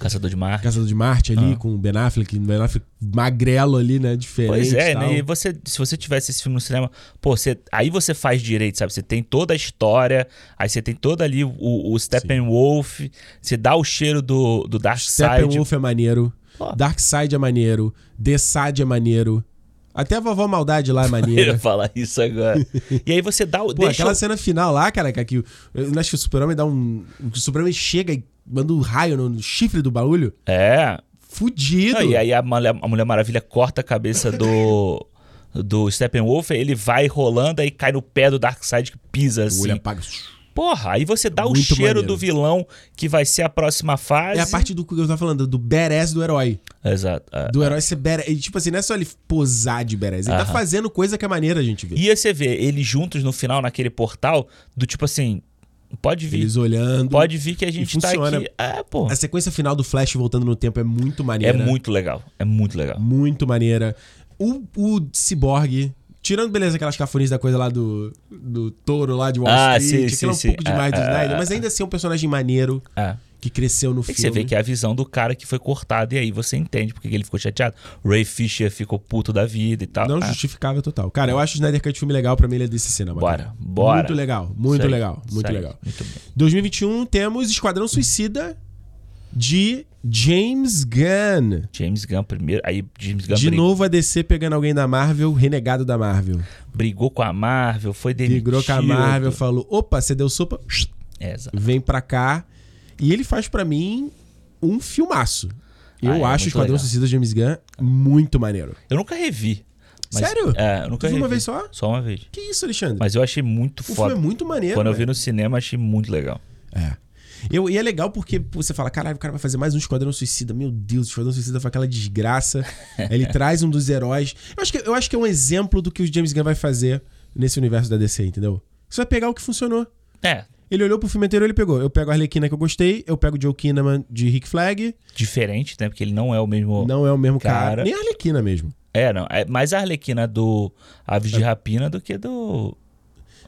B: Caçador de Mar.
A: Caçador de Marte ali,
B: Ah.
A: com o Ben Affleck, Ben Affleck magrelo ali, né? Diferente
B: Pois é,
A: e tal.
B: né? E você, se você tivesse esse filme no cinema, pô, você, aí você faz direito, sabe? Você tem toda a história, aí você tem todo ali o, o Steppenwolf, você dá o cheiro do, do Dark Side.
A: Steppenwolf é maneiro,
B: Ó.
A: Dark Side é maneiro, The Side é maneiro, até a Vovó Maldade lá é
B: Eu ia
A: maneira.
B: falar isso agora. e aí você dá o.
A: Pô,
B: deixa
A: aquela
B: o-
A: cena final lá, cara, que, que, o- eu acho que o Super-Homem dá um... O Super-Homem chega e manda um raio no, no chifre do barulho.
B: É.
A: Fudido.
B: Não, e aí a Mulher, a Mulher Maravilha corta a cabeça do. Do Steppenwolf, ele vai rolando aí cai no pé do Darkseid que pisa
A: o
B: assim.
A: olho apaga.
B: Porra, aí você dá o
A: Muito
B: cheiro
A: maneiro.
B: do vilão que vai ser a próxima fase.
A: É a parte do que eu tava falando, do badass do herói.
B: Exato. é.
A: Do herói ser badass. E, Tipo assim, não é só ele posar de badass. Ele tá
B: Aham.
A: fazendo coisa que é maneira a gente vê.
B: E aí você vê eles juntos no final, naquele portal, do tipo assim: pode vir,
A: Eles olhando.
B: pode vir que a gente tá
A: funciona.
B: aqui. É, pô.
A: A sequência final do Flash voltando no tempo é muito
B: É
A: maneira.
B: muito legal. É muito legal.
A: Muito maneira. O, o Cyborg... Tirando, beleza, aquelas cafonis da coisa lá do, do touro lá de Wall
B: Ah,
A: Street.
B: sim,
A: aquilo é um
B: sim,
A: pouco
B: sim.
A: demais do
B: Ah, ah,
A: Snyder.
B: ah,
A: mas ainda assim é um personagem maneiro
B: É.
A: que cresceu no
B: E
A: filme.
B: você vê que é a visão do cara que foi cortado, e aí você entende porque ele ficou chateado. Ray Fisher ficou puto da vida e tal.
A: Não
B: Ah,
A: justificável total. Cara, eu acho o Snyder Cut filme legal. Pra mim ele é desse cinema.
B: Bora,
A: cara.
B: bora.
A: Muito legal, muito
B: isso aí,
A: legal,
B: isso
A: muito
B: aí.
A: legal.
B: Muito bem.
A: 2021 temos Esquadrão Suicida de James Gunn.
B: James Gunn primeiro. Aí James Gunn
A: De
B: bri-
A: novo a DC pegando alguém da Marvel, renegado da Marvel.
B: brigou com a Marvel, foi demitido.
A: Migrou com a Marvel, falou: opa, você deu sopa,
B: É, exato.
A: vem pra cá. E ele faz pra mim um filmaço. Eu
B: Ah, é
A: acho
B: muito
A: o Esquadrão
B: legal.
A: Suicida de James Gunn muito maneiro.
B: Eu nunca revi. mas-
A: Sério?
B: É, eu
A: Tu
B: nunca
A: viu
B: revi.
A: uma vez só?
B: Só uma vez.
A: Que isso, Alexandre?
B: Mas eu achei muito
A: o
B: foda.
A: filme é muito maneiro.
B: Quando eu
A: velho.
B: vi no cinema, achei muito legal.
A: É. Eu, e é legal porque pô, você fala, caralho, o cara vai fazer mais um Esquadrão Suicida. Meu Deus, o Esquadrão Suicida foi aquela desgraça. Aí ele traz um dos heróis. Eu acho, que, eu acho que é um exemplo do que o James Gunn vai fazer nesse universo da DC, entendeu? Você vai pegar o que funcionou.
B: É,
A: Ele olhou pro filme anterior e ele pegou. Eu pego a Arlequina que eu gostei, eu pego o Joe Kinnaman de Rick Flag.
B: Diferente, né? Porque ele não é o mesmo.
A: Não é o mesmo cara.
B: Cara.
A: Nem a Arlequina mesmo.
B: É, não. É mais a Arlequina do Aves
A: É.
B: de Rapina do que do.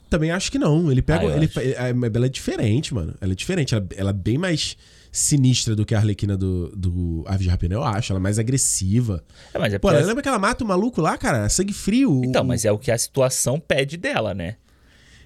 A: Também acho que não. Ele pega.
B: Ah, eu
A: ele,
B: acho.
A: ele- é, mas ela é diferente, mano. Ela é diferente. Ela, ela é bem mais sinistra do que a Arlequina do, do Aves de Rapina, eu acho. Ela é mais agressiva.
B: É, mas é
A: Pô,
B: porque
A: ela
B: a-
A: lembra que ela mata o maluco lá, cara? É Sangue frio.
B: Então,
A: O-
B: mas é o que a situação pede dela, né?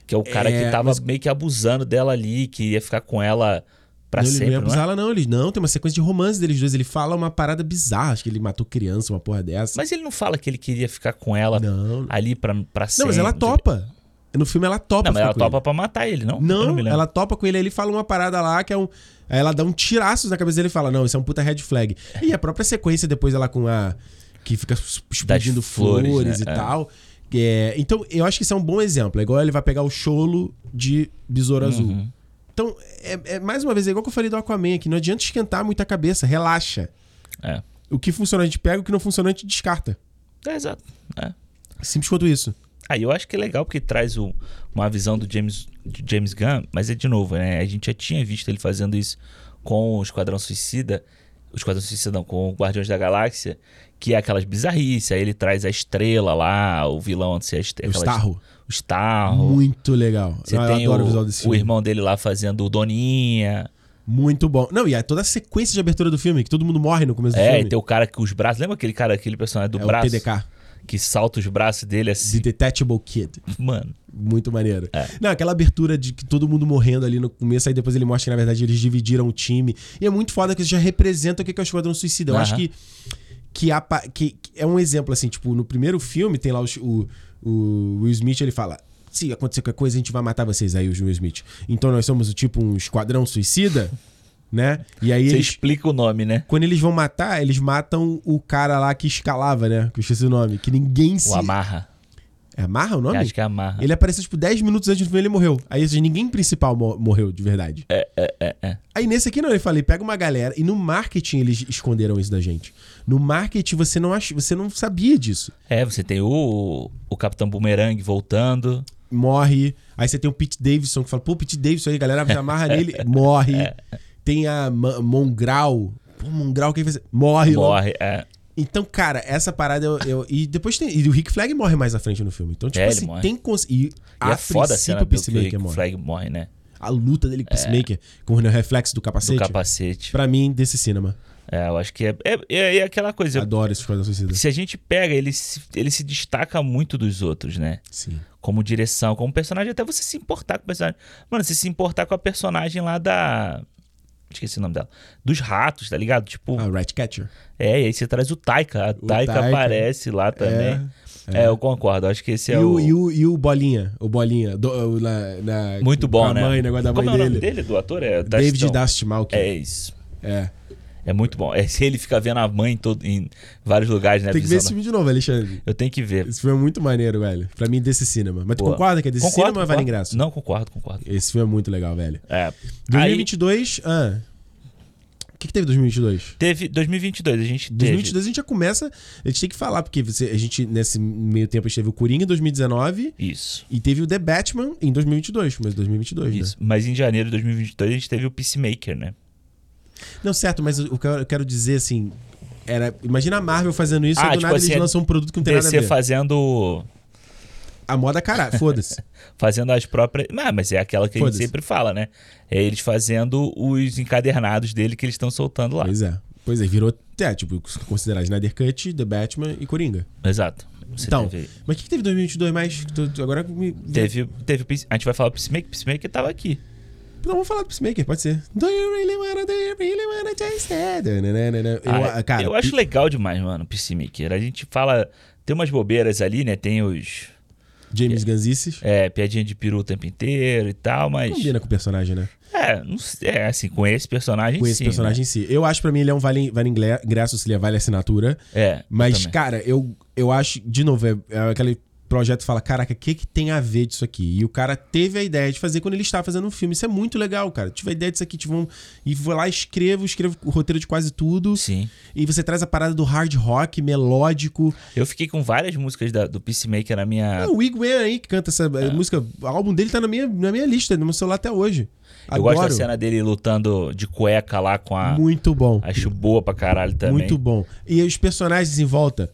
B: Que é o cara
A: É,
B: que tava meio que abusando dela ali, que ia ficar com ela pra
A: não, ele
B: sempre.
A: não ia
B: não é?
A: abusar ela, não. Eles não, tem uma sequência de romance deles dois. Ele fala uma parada bizarra. Acho que ele matou criança, uma porra dessa.
B: Mas ele não fala que ele queria ficar com ela
A: Não.
B: ali pra, pra sempre.
A: Não, mas ela topa. No filme ela topa.
B: Não, mas
A: ficar
B: ela
A: com ele.
B: topa pra matar ele, não? Eu
A: Não,
B: me lembro.
A: ela topa com ele, aí ele fala uma parada lá que é um. Aí ela dá um tiraço na cabeça dele e fala: Não, isso é um puta red flag. E a própria sequência depois ela com a. que fica s- explodindo flores,
B: flores,
A: e
B: né? É.
A: tal. É, então, eu acho que isso é um bom exemplo. É igual ele vai pegar o cholo de Besouro
B: Uhum.
A: Azul. Então, é, é- mais uma vez, é igual que eu falei do Aquaman aqui: não adianta esquentar muito a cabeça, relaxa.
B: É.
A: O que funciona a gente pega, o que não funciona a gente descarta.
B: É, exato. É.
A: Simples quanto isso.
B: Aí eu acho que é legal porque traz o- uma visão do James, de James Gunn, mas é de novo, né? A gente já tinha visto ele fazendo isso com o Esquadrão Suicida, o Esquadrão Suicida não, com o Guardiões da Galáxia, que é aquelas bizarrices. Aí ele traz a estrela lá, o vilão antes de ser a
A: O
B: estrela.
A: Starro.
B: O Starro.
A: Muito legal.
B: Você
A: eu
B: tem
A: adoro
B: o,
A: o visual desse
B: o
A: filme.
B: irmão dele lá fazendo o Doninha.
A: Muito bom. Não, e aí toda a sequência de abertura do filme, que todo mundo morre no começo do
B: É,
A: filme.
B: e tem o cara que os braços. Lembra aquele cara, aquele personagem do
A: é
B: braço?
A: o TDK.
B: Que salta os braços dele
A: The
B: assim.
A: Detachable Kid.
B: Mano.
A: Muito maneiro.
B: É.
A: Não, aquela abertura de que todo mundo morrendo ali no começo, aí depois ele mostra que, na verdade, eles dividiram o time. E é muito foda que isso já representa o que é o Esquadrão Suicida. Eu
B: Aham.
A: acho que, que, a pa- que- que é um exemplo, assim, tipo, no primeiro filme tem lá os- o, o Will Smith, ele fala... Se acontecer qualquer coisa, a gente vai matar vocês aí, o Will Smith. Então nós somos o tipo um esquadrão suicida, né? E aí
B: Você
A: eles
B: explica o nome, né?
A: Quando eles vão matar, eles matam o cara lá que escalava, né? Que eu esqueci o nome. Que ninguém se.
B: O Amarra.
A: É Amarra o
B: Eu
A: nome?
B: Acho que é Amarra.
A: Ele apareceu, tipo, 10 minutos antes do filme ele morreu. Aí, ou seja, ninguém principal mo- morreu, de verdade.
B: É, é, é, é.
A: Aí nesse aqui não, ele falei, pega uma galera. E no marketing eles esconderam isso da gente. No marketing você não, ach... você não sabia disso.
B: É, você tem o, o Capitão Boomerang voltando.
A: Morre. Aí você tem o Pete Davidson que fala, pô, Pete Davidson aí, galera, já amarra nele, morre.
B: É.
A: Tem a Ma- Mongrau. Pô, Mongrau, quem fez? Morre. lá.
B: Morre. É,
A: Então, cara, essa parada eu. eu- e depois tem. E o Rick Flag morre mais à frente no filme. Então, tipo
B: É, ele
A: assim,
B: morre.
A: tem. Cons... E,
B: e
A: a
B: é foda a
A: princípio
B: cena
A: o
B: do que
A: Peacemaker
B: o
A: morre.
B: Flag morre, né?
A: A luta dele com o Peacemaker, com o reflexo do
B: Do
A: capacete.
B: capacete.
A: Pra mim, desse cinema.
B: É, eu acho que é. É, é, é aquela coisa.
A: Adoro esse Esquadrão Suicida.
B: Se a gente pega, ele se, ele se destaca muito dos outros, né?
A: Sim.
B: Como direção, como personagem, até você se importar com o personagem. Mano, você se importar com a personagem lá da. Esqueci o nome dela. Dos ratos, tá ligado? Tipo,
A: Ah, Ratcatcher.
B: é, e aí você traz o Taika. A Taika,
A: Taika.
B: aparece lá também. É, eu concordo. Acho que esse
A: E
B: é
A: o,
B: o.
A: e, o, e o Bolinha. O Bolinha. do- o- na, na-
B: Muito bom,
A: com a
B: né?
A: mãe, negócio da mãe
B: Como é o
A: dele.
B: nome dele, do ator? É
A: David
B: Dustin.
A: Dust Malkin.
B: É isso.
A: É.
B: É muito bom. É, se ele fica vendo a mãe em, todo- em vários lugares, né?
A: Tem que ver esse
B: visando-
A: filme de novo, Alexandre.
B: Eu tenho que ver.
A: Esse filme é muito maneiro, velho. Pra mim, desse cinema. Mas tu
B: Boa.
A: concorda que é desse
B: Concordo,
A: cinema ou vale
B: concordo.
A: ingresso?
B: Não, concordo, concordo.
A: Esse filme é muito legal, velho.
B: É. Aí,
A: 2022. Ah. O que, que teve em 2022?
B: teve 2022, a gente teve...
A: 2022 a gente já começa. A gente tem que falar, porque você- a gente, nesse meio tempo, a gente teve o Coringa em 2019
B: Isso,
A: e teve o The Batman em 2022, mas 2022,
B: isso. Mas em janeiro de 2022 a gente teve o Peacemaker, né?
A: né? Não, certo, mas o que eu eu quero dizer, assim. Era, imagina a Marvel fazendo isso,
B: Ah,
A: aí do
B: tipo
A: nada
B: assim,
A: eles lançam um produto que não tem nada a
B: DC
A: ver.
B: fazendo...
A: A moda é caralho, foda-se.
B: Tá. Fazendo as próprias... Ah, mas é aquela que a gente
A: Foda-se.
B: sempre fala, né? É eles fazendo os encadernados dele que eles estão soltando lá.
A: pois é. Pois é, virou. É, tipo, considerar Snyder Cut, The Batman e Coringa.
B: Exato. Você
A: é. então,
B: teve...
A: mas o que, que teve em 2022 mais? Que tu- Agora me.
B: Teve, teve... o Peace- A gente vai falar do Peacemaker, Peacemaker tava aqui.
A: Não, vamos falar do Peacemaker, pode ser. Do you really wanna, do you really wanna taste that? Né, Nananana. Eu,
B: Ah,
A: cara,
B: eu acho legal demais, mano, o Peacemaker. A gente fala... Tem umas bobeiras ali, né? Tem os...
A: James Ganzices.
B: É, piadinha de peru o tempo inteiro e tal, mas.
A: Combina com o personagem, né?
B: É, não sei, é, assim, com esse personagem
A: Com esse
B: sim, né?
A: personagem em si. Eu acho, pra mim, ele é um vale, vale ingresso, se ele é vale assinatura.
B: Né? É. eu
A: Mas,
B: também.
A: cara, eu, eu acho, de novo, é, é aquele projeto e fala: Caraca, o que, que tem a ver disso aqui? E o cara teve a ideia de fazer quando ele estava fazendo um filme. Isso é muito legal, cara. Tive a ideia disso aqui, tive um. E vou lá, escrevo, escrevo o roteiro de quase tudo.
B: Sim.
A: E você traz a parada do hard rock, melódico.
B: Eu fiquei com várias músicas da- do Peacemaker na minha.
A: É o Wig Man aí que canta essa
B: É.
A: eh, música. O álbum dele tá na minha, na minha lista, no meu celular até hoje.
B: eu
A: Adoro.
B: gosto da cena dele lutando de cueca lá com a.
A: Muito bom.
B: Acho boa pra caralho também.
A: Muito bom. E os personagens em volta.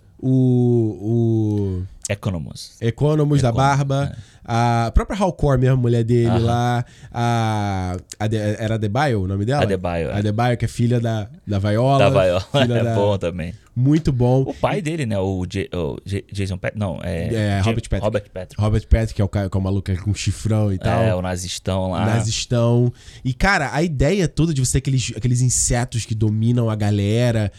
A: O. O.
B: Economos.
A: Economus da
B: Econo-
A: Barba. A própria Halcor, mesmo, mulher dele
B: Aham.
A: lá. A. a De- era Adebayo o nome dela?
B: Adebayo, é.
A: Adebayo, que é filha da, da Viola.
B: Da Viola.
A: Filha
B: É
A: da-
B: bom também.
A: Muito bom.
B: O pai dele, né? O, J- o J- Jason Pat. Não, é.
A: É,
B: Jam-
A: Robert Patrick.
B: Robert Patrick.
A: Robert Patrick, que é o, ca- que é o maluco com chifrão e tal.
B: É, o nazistão lá.
A: nazistão. E, cara, a ideia toda de você ter aqueles, aqueles insetos que dominam a galera.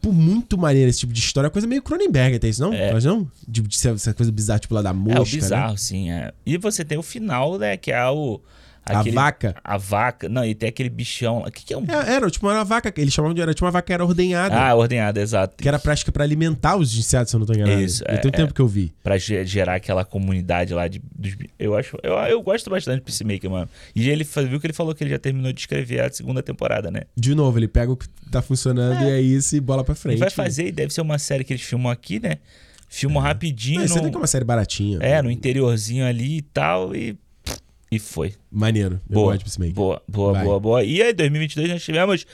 A: Pô, muito maneiro esse tipo de história. É Coisa meio Cronenberg até isso, não? É. não? De, de ser essa coisa bizarra, tipo lá da mosca,
B: é o
A: né?
B: bizarro, sim. é. E você tem o final, né? Que é o.
A: A vaca.
B: A vaca. Não, e tem aquele bichão lá. O que, que é um.
A: É, era, tipo, era uma vaca. que Eles chamavam de... Era, tipo, uma vaca que era ordenhada.
B: ah, ordenhado, exato.
A: que é era prática pra alimentar os insetos, se eu não tô enganado.
B: Isso,
A: Eu
B: é,
A: tenho
B: é.
A: tempo que eu vi.
B: Pra ge- gerar aquela comunidade lá de, dos bi- Eu acho. Eu, eu gosto bastante do Peacemaker, mano. E ele fa- viu que ele falou que ele já terminou de escrever a segunda temporada, né?
A: De novo, ele pega o que tá funcionando e é isso e bola pra frente.
B: Ele vai fazer e deve ser uma série que eles filmam aqui, né? Filmam rapidinho.
A: Não, isso
B: num-
A: até que é uma série baratinha.
B: É, no interiorzinho ali e tal, e. E foi.
A: Maneiro. Eu
B: Boa.
A: gosto de Peacemaker.
B: Boa, boa,
A: Vai.
B: boa, boa. E aí, 2022 nós tivemos.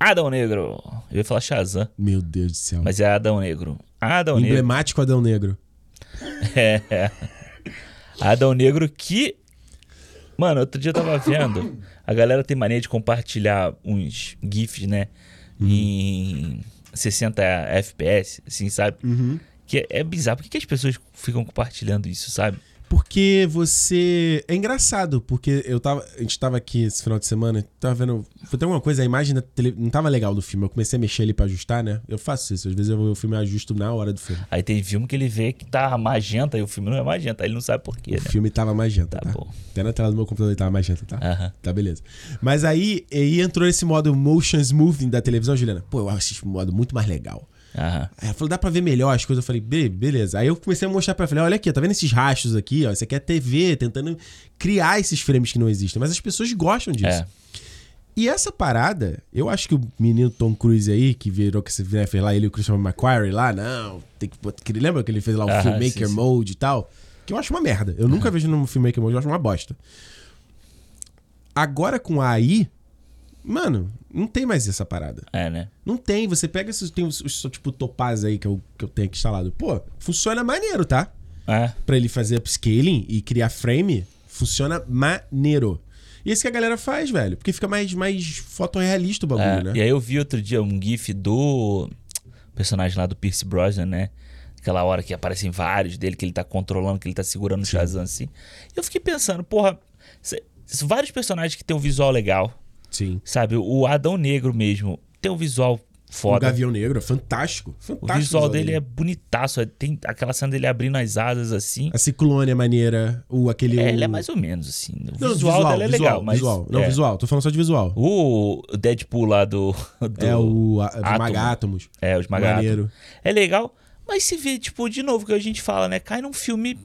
B: Adão Negro. Eu ia falar Shazam,
A: Meu Deus do céu.
B: mas é Adão Negro. Adão Negro.
A: Emblemático Adão Negro.
B: É. Adão Negro que. Mano, outro dia eu tava vendo. A galera tem mania de compartilhar uns GIFs, né? Em 60 FPS, assim, sabe? Que é, é bizarro. Por que, que as pessoas ficam compartilhando isso, sabe?
A: Porque você. É engraçado, porque eu tava. A gente tava aqui esse final de semana, tava vendo. Foi ter alguma coisa, a imagem da tele... não tava legal do filme. Eu comecei a mexer ali pra ajustar, né? Eu faço isso. Às vezes eu vou ver o filme e ajusto na hora do filme.
B: Aí tem filme que ele vê que tá magenta e o filme não é magenta, aí ele não sabe por quê,
A: O
B: né?
A: filme tava magenta,
B: Tá
A: tá?
B: bom.
A: Até na tela do meu computador ele tava magenta, tá?
B: Aham.
A: Tá, beleza. Mas aí, aí entrou esse modo motion smoothing da televisão, Juliana. Pô, eu acho esse modo muito mais legal.
B: Aham.
A: Aí ela falou, dá pra ver melhor as coisas. Eu falei, "Be- beleza. Aí eu comecei a mostrar pra ela, falei, olha aqui, tá vendo esses rastros aqui? Ó, isso aqui é TV, tentando criar esses frames que não existem. Mas as pessoas gostam disso.
B: É.
A: E essa parada, eu acho que o menino Tom Cruise aí, que virou que esse né, fez lá, ele e o Christian McQuarrie lá, não, tem que botar- que ele lembra que ele fez lá o
B: Aham,
A: Filmmaker
B: sim, sim.
A: Mode e tal? Que eu acho uma merda. Eu nunca vejo no Filmmaker Mode, eu acho uma bosta. Agora com a AI, mano, não tem mais essa parada.
B: É, né?
A: Não tem, você pega esses, tem os, os, tipo, topaz aí que eu, que eu tenho aqui instalado. Pô, funciona maneiro, tá?
B: É.
A: Pra ele fazer upscaling e criar frame, funciona maneiro. E é isso que a galera faz, velho, porque fica mais, mais fotorrealista o bagulho,
B: É,
A: né?
B: E aí eu vi outro dia um gif do personagem lá do Pierce Brosnan, né? Aquela hora que aparecem vários dele, que ele tá controlando, que ele tá segurando o Shazam assim. E eu fiquei pensando, porra, cê- vários personagens que tem um visual legal,
A: Sim.
B: sabe? O Adão Negro mesmo tem um visual
A: O
B: foda.
A: Gavião Negro é fantástico. Fantástico.
B: O visual dele é bonitaço. Tem aquela cena dele abrindo as asas assim.
A: A Ciclone é maneira, o aquele...
B: É,
A: o-
B: ele é mais ou menos assim. O
A: Não,
B: visual, dela é
A: visual,
B: legal, mas.
A: Visual. Não,
B: é.
A: visual, tô falando só de visual.
B: O Deadpool lá do. do
A: É o a,
B: Átomo.
A: Magatomos.
B: É, o Esmagado.
A: Maneiro.
B: É legal, mas se vê, tipo, de novo, que a gente fala, né? Cai num filme.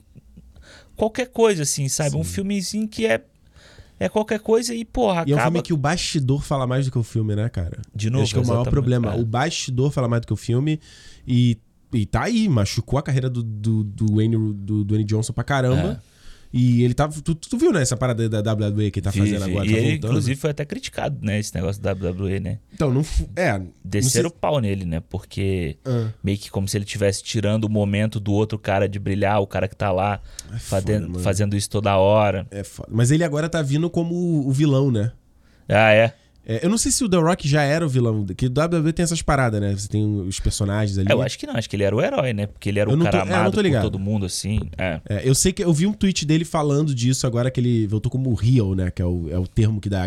B: Qualquer coisa, assim, sabe? Um filmezinho que é. É qualquer coisa e, porra,
A: E é um
B: acaba.
A: filme que o bastidor fala mais do que o filme, né, cara?
B: De novo,
A: Acho que é o maior
B: exatamente,
A: problema.
B: é.
A: O bastidor fala mais do que o filme e, e tá aí, machucou a carreira do, do, do, Wayne, do, do Wayne Johnson pra caramba.
B: É.
A: E ele tá. Tu, tu viu, né, essa parada da WWE que ele tá
B: Vive.
A: fazendo agora?
B: e
A: tá
B: ele,
A: voltando.
B: inclusive, foi até criticado, né? Esse negócio da WWE, né?
A: Então, não. fu- É. não
B: Desceram o pau nele, né? Porque
A: Ah.
B: meio que como se ele estivesse tirando o momento do outro cara de brilhar, o cara que tá lá fazendo,
A: É mano.
B: fazendo isso toda hora.
A: sei- é foda. Mas ele agora tá vindo como o- o vilão, né?
B: Ah, é.
A: É, eu não sei se o The Rock já era o vilão. Que o WWE tem essas paradas, né? Você tem os personagens ali.
B: É, eu acho que não, acho que ele era o herói, né? Porque ele era
A: Eu
B: o
A: não tô-
B: cara
A: é, eu não
B: amado
A: tô
B: por
A: ligado.
B: todo mundo, assim. É.
A: É, eu sei que eu vi um tweet dele falando disso agora que ele voltou como real, né? Que é o, é o termo que dá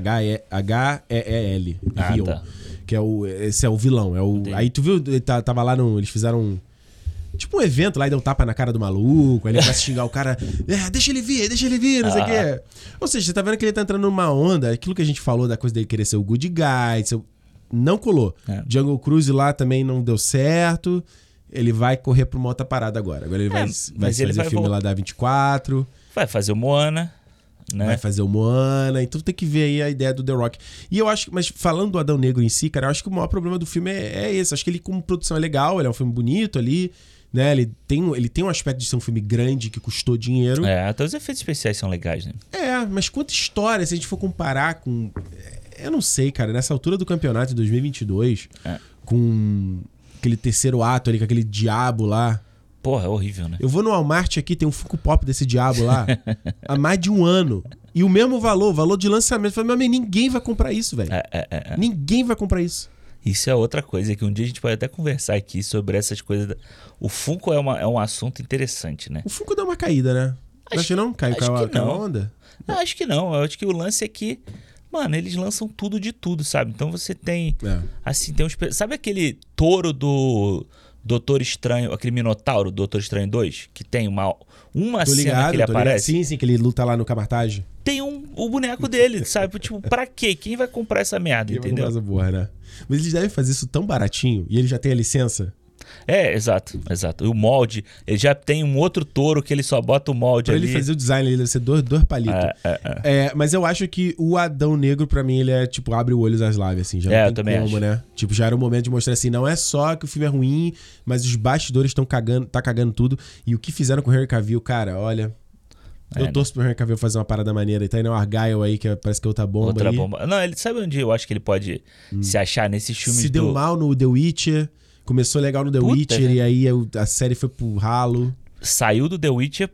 A: H-E-E-L.
B: Ah,
A: real.
B: tá.
A: Que é o. Esse é o vilão. É o, aí tu viu, ele tá- tava lá no. Eles fizeram. um- Tipo um evento lá e deu um tapa na cara do maluco, aí ele começa a xingar o cara, "É, deixa ele vir, deixa ele vir, não sei o
B: Ah.
A: quê. Ou seja, você tá vendo que ele tá entrando numa onda, aquilo que a gente falou da coisa dele querer ser o good guy, ser o- não colou.
B: É.
A: Jungle Cruise lá também não deu certo. Ele vai correr pra uma outra parada agora. Agora ele vai, vai
B: É, mas
A: fazer
B: ele vai
A: filme
B: voltar.
A: lá da 24,
B: Vai fazer o Moana, né?
A: vai fazer o Moana. Então tem que ver aí a ideia do The Rock. E eu acho que, mas falando do Adão Negro em si, cara, eu acho que o maior problema do filme é, é esse. Acho que ele, como produção, é legal, ele é um filme bonito ali, né? Ele tem, um- ele tem um aspecto de ser um filme grande que custou dinheiro.
B: É, até os efeitos especiais são legais, né?
A: É, mas quanta história, se a gente for comparar com. é, Eu não sei, cara, nessa altura do campeonato em 2022,
B: É.
A: com aquele terceiro ato ali, com aquele diabo lá.
B: Porra, é horrível, né?
A: Eu vou no Walmart aqui, tem um Funko Pop desse diabo lá, há mais de um ano. E o mesmo valor, o valor de lançamento. Eu falei, meu amigo, ninguém vai comprar isso, velho.
B: É, é, é, é.
A: Ninguém vai comprar isso.
B: Isso é outra coisa que um dia a gente pode até conversar aqui sobre essas coisas. da- O Funko é, uma- é um assunto interessante, né?
A: O Funko deu uma caída, né?
B: Acho-
A: Acho, que não? Caiu,
B: acho
A: caiu, a-
B: que
A: caiu a
B: não.
A: onda?
B: Não, acho que não. Eu acho que o lance é que, mano, eles lançam tudo de tudo, sabe? Então você tem.
A: É.
B: Assim, tem uns. pe- Sabe aquele touro do Doutor Estranho, aquele Minotauro do Doutor Estranho 2? Que tem uma, uma
A: Tô
B: cena
A: ligado,
B: Tá que ele
A: tô ligado.
B: aparece?
A: Sim, sim, que ele luta lá no camartage.
B: Tem um, o boneco dele, sabe? Tipo, pra quê? Quem vai comprar essa merda,
A: Quem vai comprar
B: entendeu?
A: essa porra, né? Mas eles devem fazer isso tão baratinho e ele já tem a licença.
B: É, exato, exato. E o molde, ele já tem um outro touro que ele só bota o molde
A: Pra
B: ali.
A: ele fazer o design, ele deve ser dois, dois palitos.
B: É, é, é.
A: É, mas eu acho que o Adão Negro, pra mim, ele é tipo, abre o olho das lábias, assim. Já não
B: É,
A: tem
B: eu também
A: como,
B: acho.
A: né? Tipo, já era o momento de mostrar assim, não é só que o filme é ruim, mas os bastidores estão cagando, tá cagando tudo. E o que fizeram com o Henry Cavill, cara, olha.
B: É,
A: eu
B: né?
A: torço pro Henry Cavill fazer uma parada maneira. E tá aí, né? O Argyle aí, que é- parece que é outra bomba.
B: Outra
A: aí. Hum.
B: bomba. Não, ele sabe onde eu acho que ele pode se achar nesses filmes
A: Se
B: do...
A: deu mal no The Witcher. Começou legal no The
B: Puta,
A: Witcher
B: né?
A: e aí eu- a série foi pro ralo.
B: Saiu do The Witcher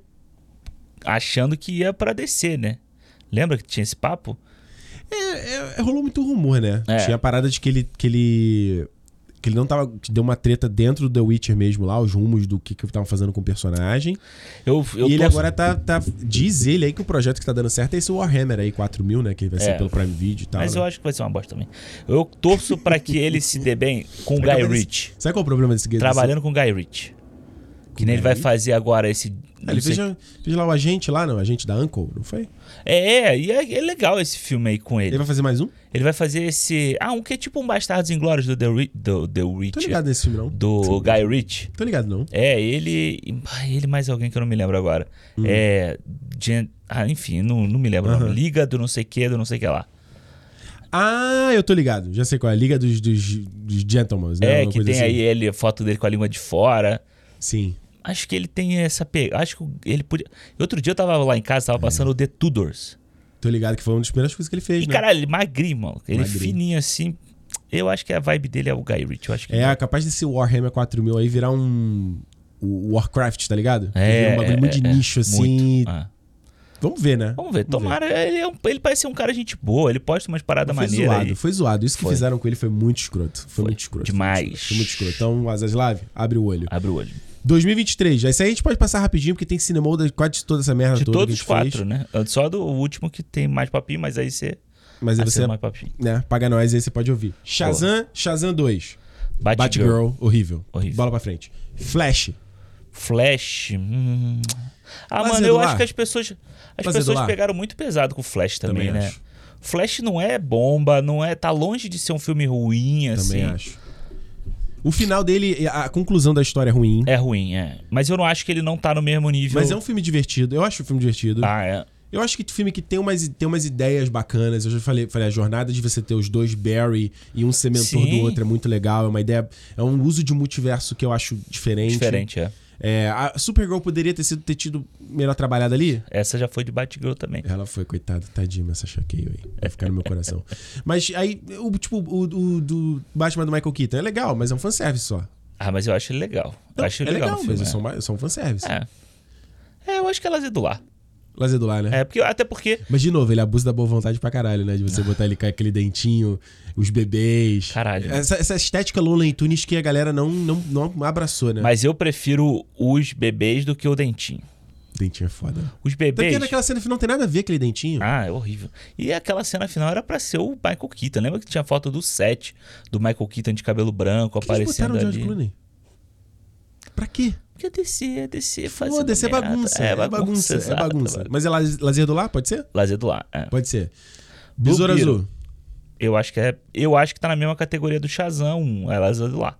B: achando que ia pra descer, né? Lembra que tinha esse papo?
A: É, é, rolou muito rumor, né?
B: É.
A: Tinha a parada de que ele, que ele. Que ele não tava. Que deu uma treta dentro do The Witcher mesmo lá, os rumos do que, que estavam fazendo com o personagem.
B: Eu, eu
A: e ele
B: torço-
A: agora tá, tá- Diz ele aí que o projeto que tá dando certo é esse Warhammer aí, 4000, né? Que vai ser
B: É.
A: pelo Prime Video e tal.
B: Mas
A: né?
B: eu acho que vai ser uma bosta também. Eu torço pra que ele se dê bem com o
A: Será que
B: Guy
A: vai desse-
B: Ritchie.
A: Sabe qual é o problema desse desse-
B: Trabalhando com o Guy Ritchie. Que nem ele vai
A: Guy?
B: fazer agora esse...
A: Ah,
B: não
A: Ele
B: sei
A: fez, já- fez lá o agente lá, não? O agente da Uncle, não foi?
B: É, e é, é legal esse filme aí com
A: Ele
B: ele.
A: vai fazer mais um?
B: Ele vai fazer esse. Ah, um que é tipo um Bastardos Inglórios do The, Ri- do The
A: Tô
B: Witcher.
A: ligado nesse filme, não.
B: Do Guy Ritchie.
A: Tô ligado, não.
B: É, ele. e- ah, Ele mais alguém que eu não me lembro agora. É. Gen- Ah, enfim, não, não me lembro. o nome.
A: Hum. Aham.
B: Liga do não sei o que, do não sei o que lá.
A: Ah, eu tô ligado. Já sei qual é. Liga dos, dos, dos Gentlemen, né?
B: é,
A: Alguma
B: que
A: coisa
B: tem
A: assim.
B: aí ele, a foto dele com a língua de fora.
A: Sim.
B: Acho que ele tem essa pegada. Acho que ele podia. Outro dia eu tava lá em casa,
A: É.
B: tava passando o The Tudors.
A: Tô ligado que foi uma das primeiras coisas que ele fez,
B: E
A: né?
B: caralho, ele é magrinho, mano. Ele
A: Magrinho.
B: fininho assim. Eu acho que a vibe dele é o Guy Ritchie. Eu acho que
A: É, capaz desse Warhammer 4000 aí virar um. O Warcraft, tá ligado?
B: É,
A: Virar um bagulho
B: é,
A: muito de
B: é,
A: nicho, assim.
B: Ah.
A: Vamos ver, né?
B: Vamos ver. Tomara. Ele, é um- ele parece ser um cara gente boa. Ele posta umas paradas
A: Foi
B: maneiras.
A: zoado,
B: aí.
A: foi zoado. Isso que
B: Foi.
A: fizeram com ele foi muito escroto. Foi,
B: Foi.
A: muito escroto.
B: Demais.
A: Foi muito escroto. Então, Azaslav, abre o olho.
B: Abre o olho.
A: 2023, já. Isso aí a gente pode passar rapidinho, porque tem cinema de quase toda essa merda
B: De
A: toda. Tá que a
B: todos
A: gente
B: os quatro,
A: fez.
B: né? Só do último que tem mais papinho, mas aí você.
A: Mas aí
B: Aí
A: você,
B: você mais papinho.
A: né, paga nós aí você pode ouvir. Shazam, Shazam 2.
B: Batgirl.
A: Batgirl, horrível.
B: Horrível.
A: Bola pra frente. Flash.
B: Flash. hum. Ah,
A: Mas,
B: mano, eu
A: Eduardo?
B: acho que as pessoas.
A: Mas,
B: As pessoas
A: Eduardo?
B: pegaram muito pesado com o Flash também,
A: Também
B: né?
A: acho.
B: Flash não é bomba, não é. Tá longe de ser um filme ruim, assim.
A: Também acho. O final dele, a conclusão da história é ruim.
B: É ruim, é. Mas eu não acho que ele não tá no mesmo nível.
A: Mas é um filme divertido. Eu acho um filme divertido.
B: Ah, é.
A: Eu acho que filme que tem umas, tem umas ideias bacanas. Eu já falei, falei, a jornada de você ter os dois Barry e um ser mentor
B: Sim.
A: do outro é muito legal. É uma ideia. É um uso de multiverso que eu acho diferente.
B: Diferente, é.
A: É, a Supergirl poderia ter sido ter tido melhor trabalhada ali?
B: Essa já foi de Batgirl também.
A: Ela foi, coitada, tadinha, essa chaqueio aí. Vai ficar no meu coração. Mas aí, o, tipo, o, o do Batman do Michael Keaton é legal, mas é um fanservice só.
B: Ah, mas eu acho ele legal. Eu
A: Não, é
B: acho ele legal,
A: legal,
B: o filme,
A: mas é
B: é.
A: só, um- é só um fanservice.
B: É. É, eu acho que elas iam do lar.
A: Lazer do lar, né?
B: É, porque, até porque.
A: Mas, de novo, ele abusa da boa vontade pra caralho, né? De você botar ele com aquele dentinho, os bebês.
B: Caralho.
A: Essa, essa estética Looney Tunes que a galera não, não, não abraçou, né?
B: Mas eu prefiro os bebês do que o dentinho.
A: Dentinho é foda.
B: Os
A: Até
B: bebês.
A: porque naquela cena final não tem nada a ver aquele dentinho.
B: Ah, é horrível. E aquela cena final era pra ser o Michael Keaton. Lembra que tinha foto do set do Michael Keaton de cabelo branco
A: Por que eles
B: aparecendo
A: botaram o George
B: ali?
A: Clooney? Pra quê?
B: Porque é descer, descer, fazer.
A: Foda-se, é bagunça. É bagunça, é bagunça. Mas é la- lazer do lar? Pode ser?
B: Lazer do lar. é.
A: Pode ser.
B: Blue
A: Besouro
B: Beetle.
A: Azul.
B: um, Eu acho que é. Eu acho que tá na mesma categoria do Shazam, é Lazer do lar.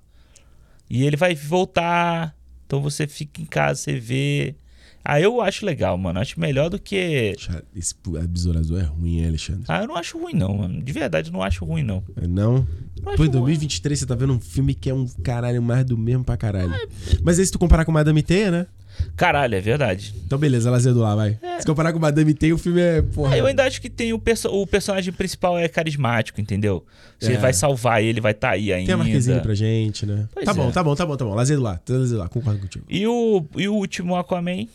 B: E ele vai voltar. Então você fica em casa, você vê. Ah, eu acho legal, mano. Acho melhor do que.
A: Xa- Esse pu- Besouro Azul é ruim, hein, Alexandre?
B: Ah, eu não acho ruim, não, mano. De verdade, eu não acho ruim, não.
A: É, Não?
B: acho
A: Pô, em
B: bom. né?
A: 2023 você tá vendo um filme que é um caralho mais do mesmo pra caralho.
B: É.
A: Mas aí se tu comparar com Madame Teia, né?
B: Caralho, é verdade.
A: Então beleza, ela zedou lá, vai. Se comparar com Madame Teia, o filme é, porra...
B: É. Ah, eu ainda acho que tem o, perso- o personagem principal é carismático, entendeu? Você
A: É.
B: vai salvar ele, vai estar tá aí ainda.
A: Tem a marquezinha pra gente, né?
B: Pois
A: tá bom,
B: é.
A: tá bom, tá bom, tá bom. Lazedo lá, tá lazedo lá, concordo contigo.
B: E o, e o último Aquaman?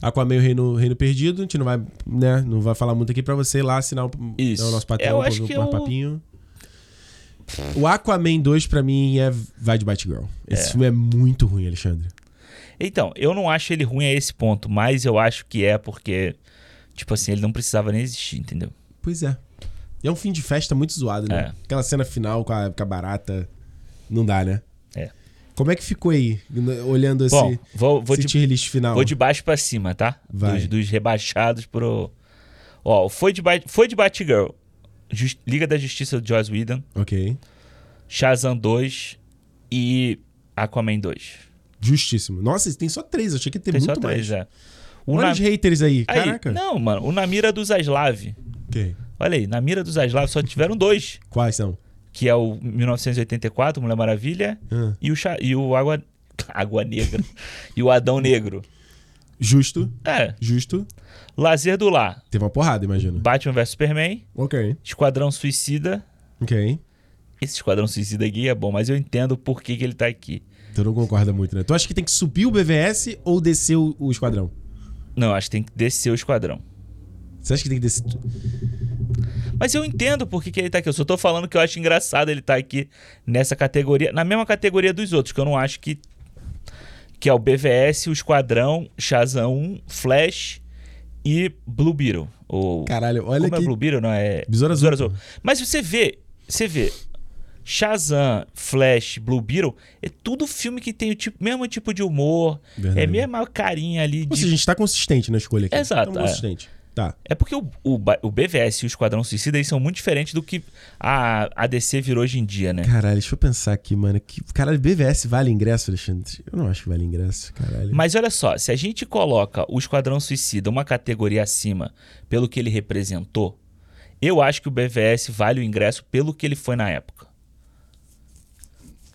A: Aquaman e o Reino, Reino Perdido, a gente não vai, né, não vai falar muito aqui pra você ir lá assinar o, né,
B: Isso.
A: o nosso
B: Eu
A: patrão,
B: acho
A: o
B: que
A: mais
B: eu-
A: papinho. O Aquaman 2 pra mim é vai de Batgirl. Esse filme é muito ruim, Alexandre.
B: Então, eu não acho ele ruim a esse ponto, mas eu acho que é porque, tipo assim, ele não precisava nem existir, entendeu?
A: Pois é. E é um fim de festa muito zoado,
B: É.
A: né? Aquela cena final com a, com a barata. Não dá, né?
B: É.
A: Como é que ficou aí, n- olhando esse,
B: Bom, vou, vou
A: esse
B: de
A: tier list final?
B: Vou de baixo pra cima, tá?
A: Vai.
B: Dos, dos rebaixados pro. Ó, foi de, Bat- foi de Batgirl. Jus- Liga da Justiça do Joss Whedon.
A: Ok.
B: Shazam 2 e Aquaman 2.
A: Justíssimo. Nossa, tem só três. Eu achei que ia ter
B: Tem
A: muito
B: só três,
A: mais.
B: é. O
A: Olha
B: na...
A: os haters aí.
B: aí,
A: Caraca.
B: Não, mano. O na mira dos Aslav.
A: Ok.
B: Olha aí, na mira dos Aslav só tiveram dois.
A: Quais são?
B: Que é o 1984, Mulher Maravilha,
A: Ah.
B: e o, Cha- e o Água... Água Negra. e o Adão Negro.
A: Justo.
B: É.
A: Justo.
B: Lazer do Lar.
A: Teve uma porrada, imagino.
B: Batman vs Superman.
A: Ok.
B: Esquadrão Suicida.
A: Ok.
B: Esse Esquadrão Suicida aqui é bom, mas eu entendo por que, que ele tá aqui.
A: Tu não concorda muito, né? Tu acha que tem que subir o BVS ou descer o, o esquadrão?
B: Não, acho que tem que descer o Esquadrão.
A: Você acha que tem que descer.
B: Mas eu entendo por que, que ele tá aqui. Eu só tô falando que eu acho engraçado ele tá aqui nessa categoria, na mesma categoria dos outros, que eu não acho que. Que é o BVS, o Esquadrão, Shazam 1, Flash e Blue Beetle. Ou...
A: Caralho, olha
B: Como é
A: que.
B: Blue Beetle, não é?
A: Besouro azul.
B: Azul. Mas você vê, você vê. Shazam, Flash, Blue Beetle, é tudo filme que tem o tipo, mesmo tipo de humor,
A: Verdade.
B: é a mesma carinha ali
A: Ou
B: de
A: seja, a gente tá consistente na escolha aqui.
B: Exato,
A: Tamo
B: é.
A: consistente. Tá.
B: É porque o, o, ba- o BVS e o Esquadrão Suicida eles são muito diferentes do que a, a DC virou hoje em dia, né?
A: Caralho, deixa eu pensar aqui, mano. Que, caralho, BVS vale ingresso, Alexandre? Eu não acho que vale ingresso, caralho.
B: Mas olha só, se a gente coloca o Esquadrão Suicida uma categoria acima pelo que ele representou, eu acho que o BVS vale o ingresso pelo que ele foi na época.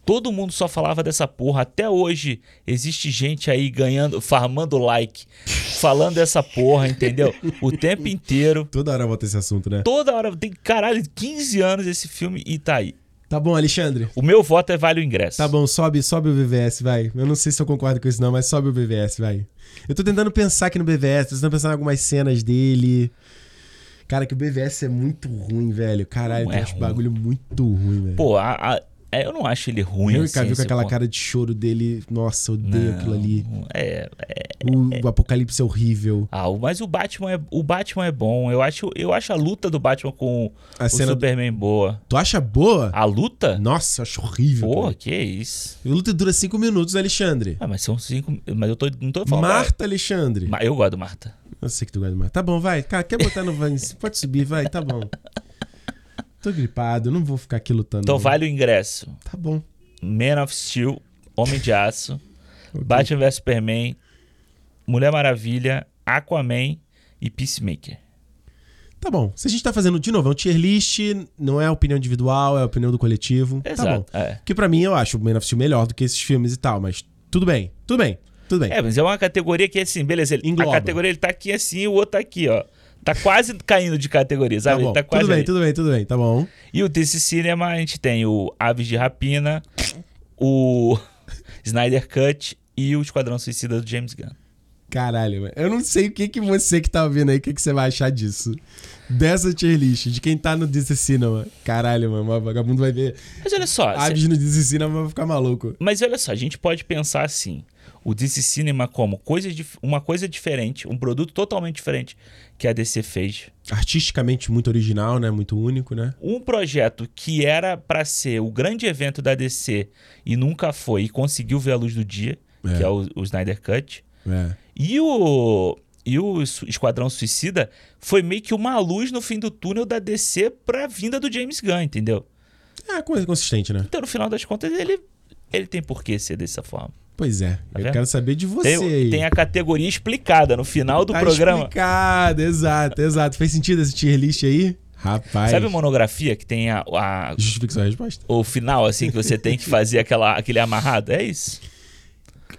B: Todo mundo só falava dessa porra. Até hoje existe gente aí ganhando, farmando like, falando dessa porra, entendeu? O tempo inteiro.
A: Toda hora volta esse assunto, né?
B: Toda hora, tem caralho, 15 anos esse filme e tá aí.
A: Tá bom, Alexandre.
B: O meu voto é vale o ingresso.
A: Tá bom, sobe, sobe o BVS, vai. Eu não sei se eu concordo com isso, não, mas sobe o BVS, vai. Eu tô tentando pensar aqui no BVS, tô tentando pensar em algumas cenas dele. Cara, que o BVS é muito ruim, velho. Caralho,
B: Não
A: tem
B: é
A: uns
B: ruim.
A: bagulho muito ruim, velho.
B: Pô, a- a- é, eu não acho ele ruim.
A: Eu e
B: assim,
A: Cavill com
B: esse
A: aquela
B: ponto.
A: cara de choro dele. Nossa, eu odeio aquilo ali.
B: É, é.
A: O, o apocalipse é horrível.
B: Ah, o- mas o Batman é, o Batman é bom. Eu acho, eu acho a luta do Batman com
A: A
B: o
A: cena do- Hum,
B: Superman boa.
A: Tu acha boa?
B: A luta?
A: Nossa, eu acho horrível.
B: Porra, que isso.
A: A luta dura cinco minutos, Alexandre.
B: Ah, mas são cinco. Mas eu tô, não tô falando.
A: Marta, Alexandre.
B: Ah, Ma- Eu gosto do Marta.
A: Eu sei que tu gosta de Marta. Tá bom, vai. Cara, quer botar no vai? Pode subir, vai. Tá bom. Tô gripado, não vou ficar aqui lutando.
B: Então
A: não.
B: vale o ingresso.
A: Tá bom.
B: Man of Steel, Homem de Aço, Batman vs Superman, Mulher Maravilha, Aquaman e Peacemaker.
A: Tá bom. Se a gente tá fazendo, de novo, é um tier list, não é a opinião individual, é a opinião do coletivo. Tá bom.
B: Exato. é.
A: Que pra mim eu acho o Man of Steel melhor do que esses filmes e tal, mas tudo bem, tudo bem, tudo bem.
B: É, mas é uma categoria que é assim, beleza. Ele, a
A: Engloba.
B: categoria ele tá aqui assim e o outro tá aqui, ó. Tá quase caindo de categoria,
A: tá
B: sabe?
A: bom.
B: ele tá quase.
A: tudo bem,
B: ali.
A: tudo bem, tudo bem, tá bom.
B: E o DC Cinema, a gente tem o Aves de Rapina, o Snyder Cut e o Esquadrão Suicida do James Gunn.
A: Caralho, velho. eu não sei o que, que você que tá ouvindo aí, o que, que você vai achar disso. Dessa tier list, de quem tá no DC Cinema. Caralho, mano, o vagabundo vai ver.
B: Mas olha só, se-
A: Aves no DC Cinema vai ficar maluco.
B: mas olha só, a gente pode pensar assim: o DC Cinema como coisa dif- uma coisa diferente, um produto totalmente diferente que a DC fez.
A: Artisticamente muito original, né? Muito único, né?
B: um projeto que era pra ser o grande evento da DC e nunca foi e conseguiu ver a luz do dia,
A: É.
B: que é o, o Snyder Cut.
A: É.
B: E o e o Su- Esquadrão Suicida foi meio que uma luz no fim do túnel da DC pra vinda do James Gunn, entendeu?
A: É coisa consistente, né?
B: Então, no final das contas, ele Ele tem por que ser dessa forma.
A: Pois é, eu
B: Tá vendo?
A: quero saber de você.
B: Tem,
A: aí.
B: tem a categoria explicada no final do
A: Tá
B: programa.
A: explicado, exato, exato. Fez sentido esse tier list aí? Rapaz.
B: Sabe a monografia que tem a, a-
A: Justifique sua resposta.
B: o final, assim, que você tem que fazer aquela, aquele amarrado? É isso.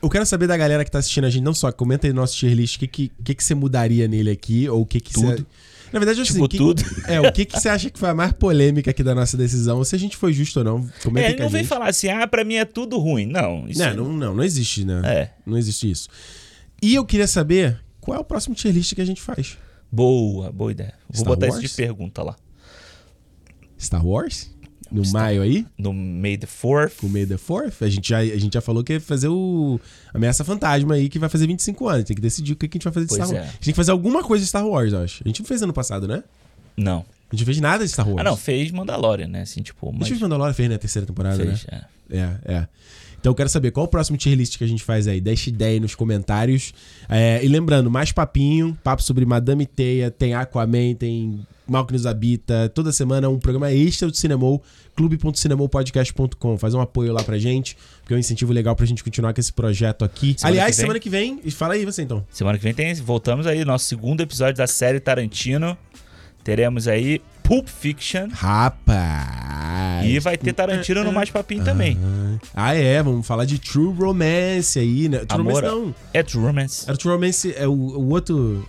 A: Eu quero saber da galera que tá assistindo a gente, não só, comenta aí no nosso tier list o que, que, que, que você mudaria nele aqui, ou o que que você...
B: Tudo.
A: Na verdade, eu
B: Tipo,
A: sei,
B: tudo.
A: É, o que, que você acha que foi a mais polêmica aqui da nossa decisão? Se a gente foi justo ou não, comenta
B: É,
A: aí
B: ele
A: com
B: não
A: a
B: vem
A: gente.
B: falar assim, ah, pra mim é tudo ruim. Não, isso
A: Não, não, não, não existe, né?
B: É.
A: Não existe isso. E eu queria saber qual é o próximo tier list que a gente faz.
B: Boa, boa ideia. Vou
A: Star
B: botar isso
A: Wars?
B: de pergunta lá.
A: Star Wars? No maio aí,
B: No May the 4th.
A: com o May the Fourth, a gente, já, a gente já falou que ia fazer o Ameaça Fantasma aí, que vai fazer 25 anos. Tem que decidir o que que a gente vai fazer de
B: Pois
A: Star Wars.
B: é.
A: A gente tem que fazer alguma coisa de Star Wars, eu acho. A gente não fez ano passado, né?
B: Não.
A: A gente não fez nada de Star Wars.
B: Ah, não, fez Mandalorian, né? Assim,
A: A
B: tipo, mas
A: gente fez Mandalorian, fez, né? A terceira temporada, né?
B: fez, é.
A: É, é. Então eu quero saber qual o próximo tier list que a gente faz aí. Deixa ideia aí nos comentários. É, e lembrando, mais papinho, papo sobre Madame Teia, tem Aquaman, tem Mal que nos habita. Toda semana um programa extra do Cinemol, clube.cinemolpodcast.com. Faz um apoio lá pra gente, porque é um incentivo legal pra gente continuar com esse projeto aqui.
B: Semana
A: Aliás,
B: que vem.
A: semana que vem, e fala aí você então.
B: Semana que vem tem, voltamos aí, nosso segundo episódio da série Tarantino. Teremos aí Pulp Fiction.
A: Rapaz.
B: E vai ter Tarantino no Mais Papinho também.
A: Ah, é, vamos falar de True Romance aí, né? True
B: Amor,
A: Romance não.
B: é True Romance.
A: Era o True Romance, é o, o outro.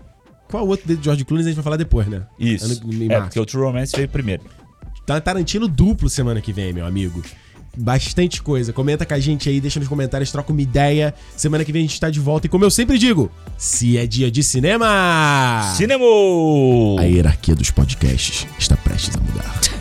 A: Qual é o outro de George Clooney? A gente vai falar depois, né?
B: Isso.
A: Ano- em
B: É,
A: março.
B: porque o True Romance veio primeiro.
A: Tá Tarantino duplo semana que vem, meu amigo. Bastante coisa. Comenta com a gente aí, deixa nos comentários, troca uma ideia. Semana que vem a gente tá de volta. E como eu sempre digo, se é dia de cinema,
B: Cinema!
A: a hierarquia dos podcasts está prestes a mudar.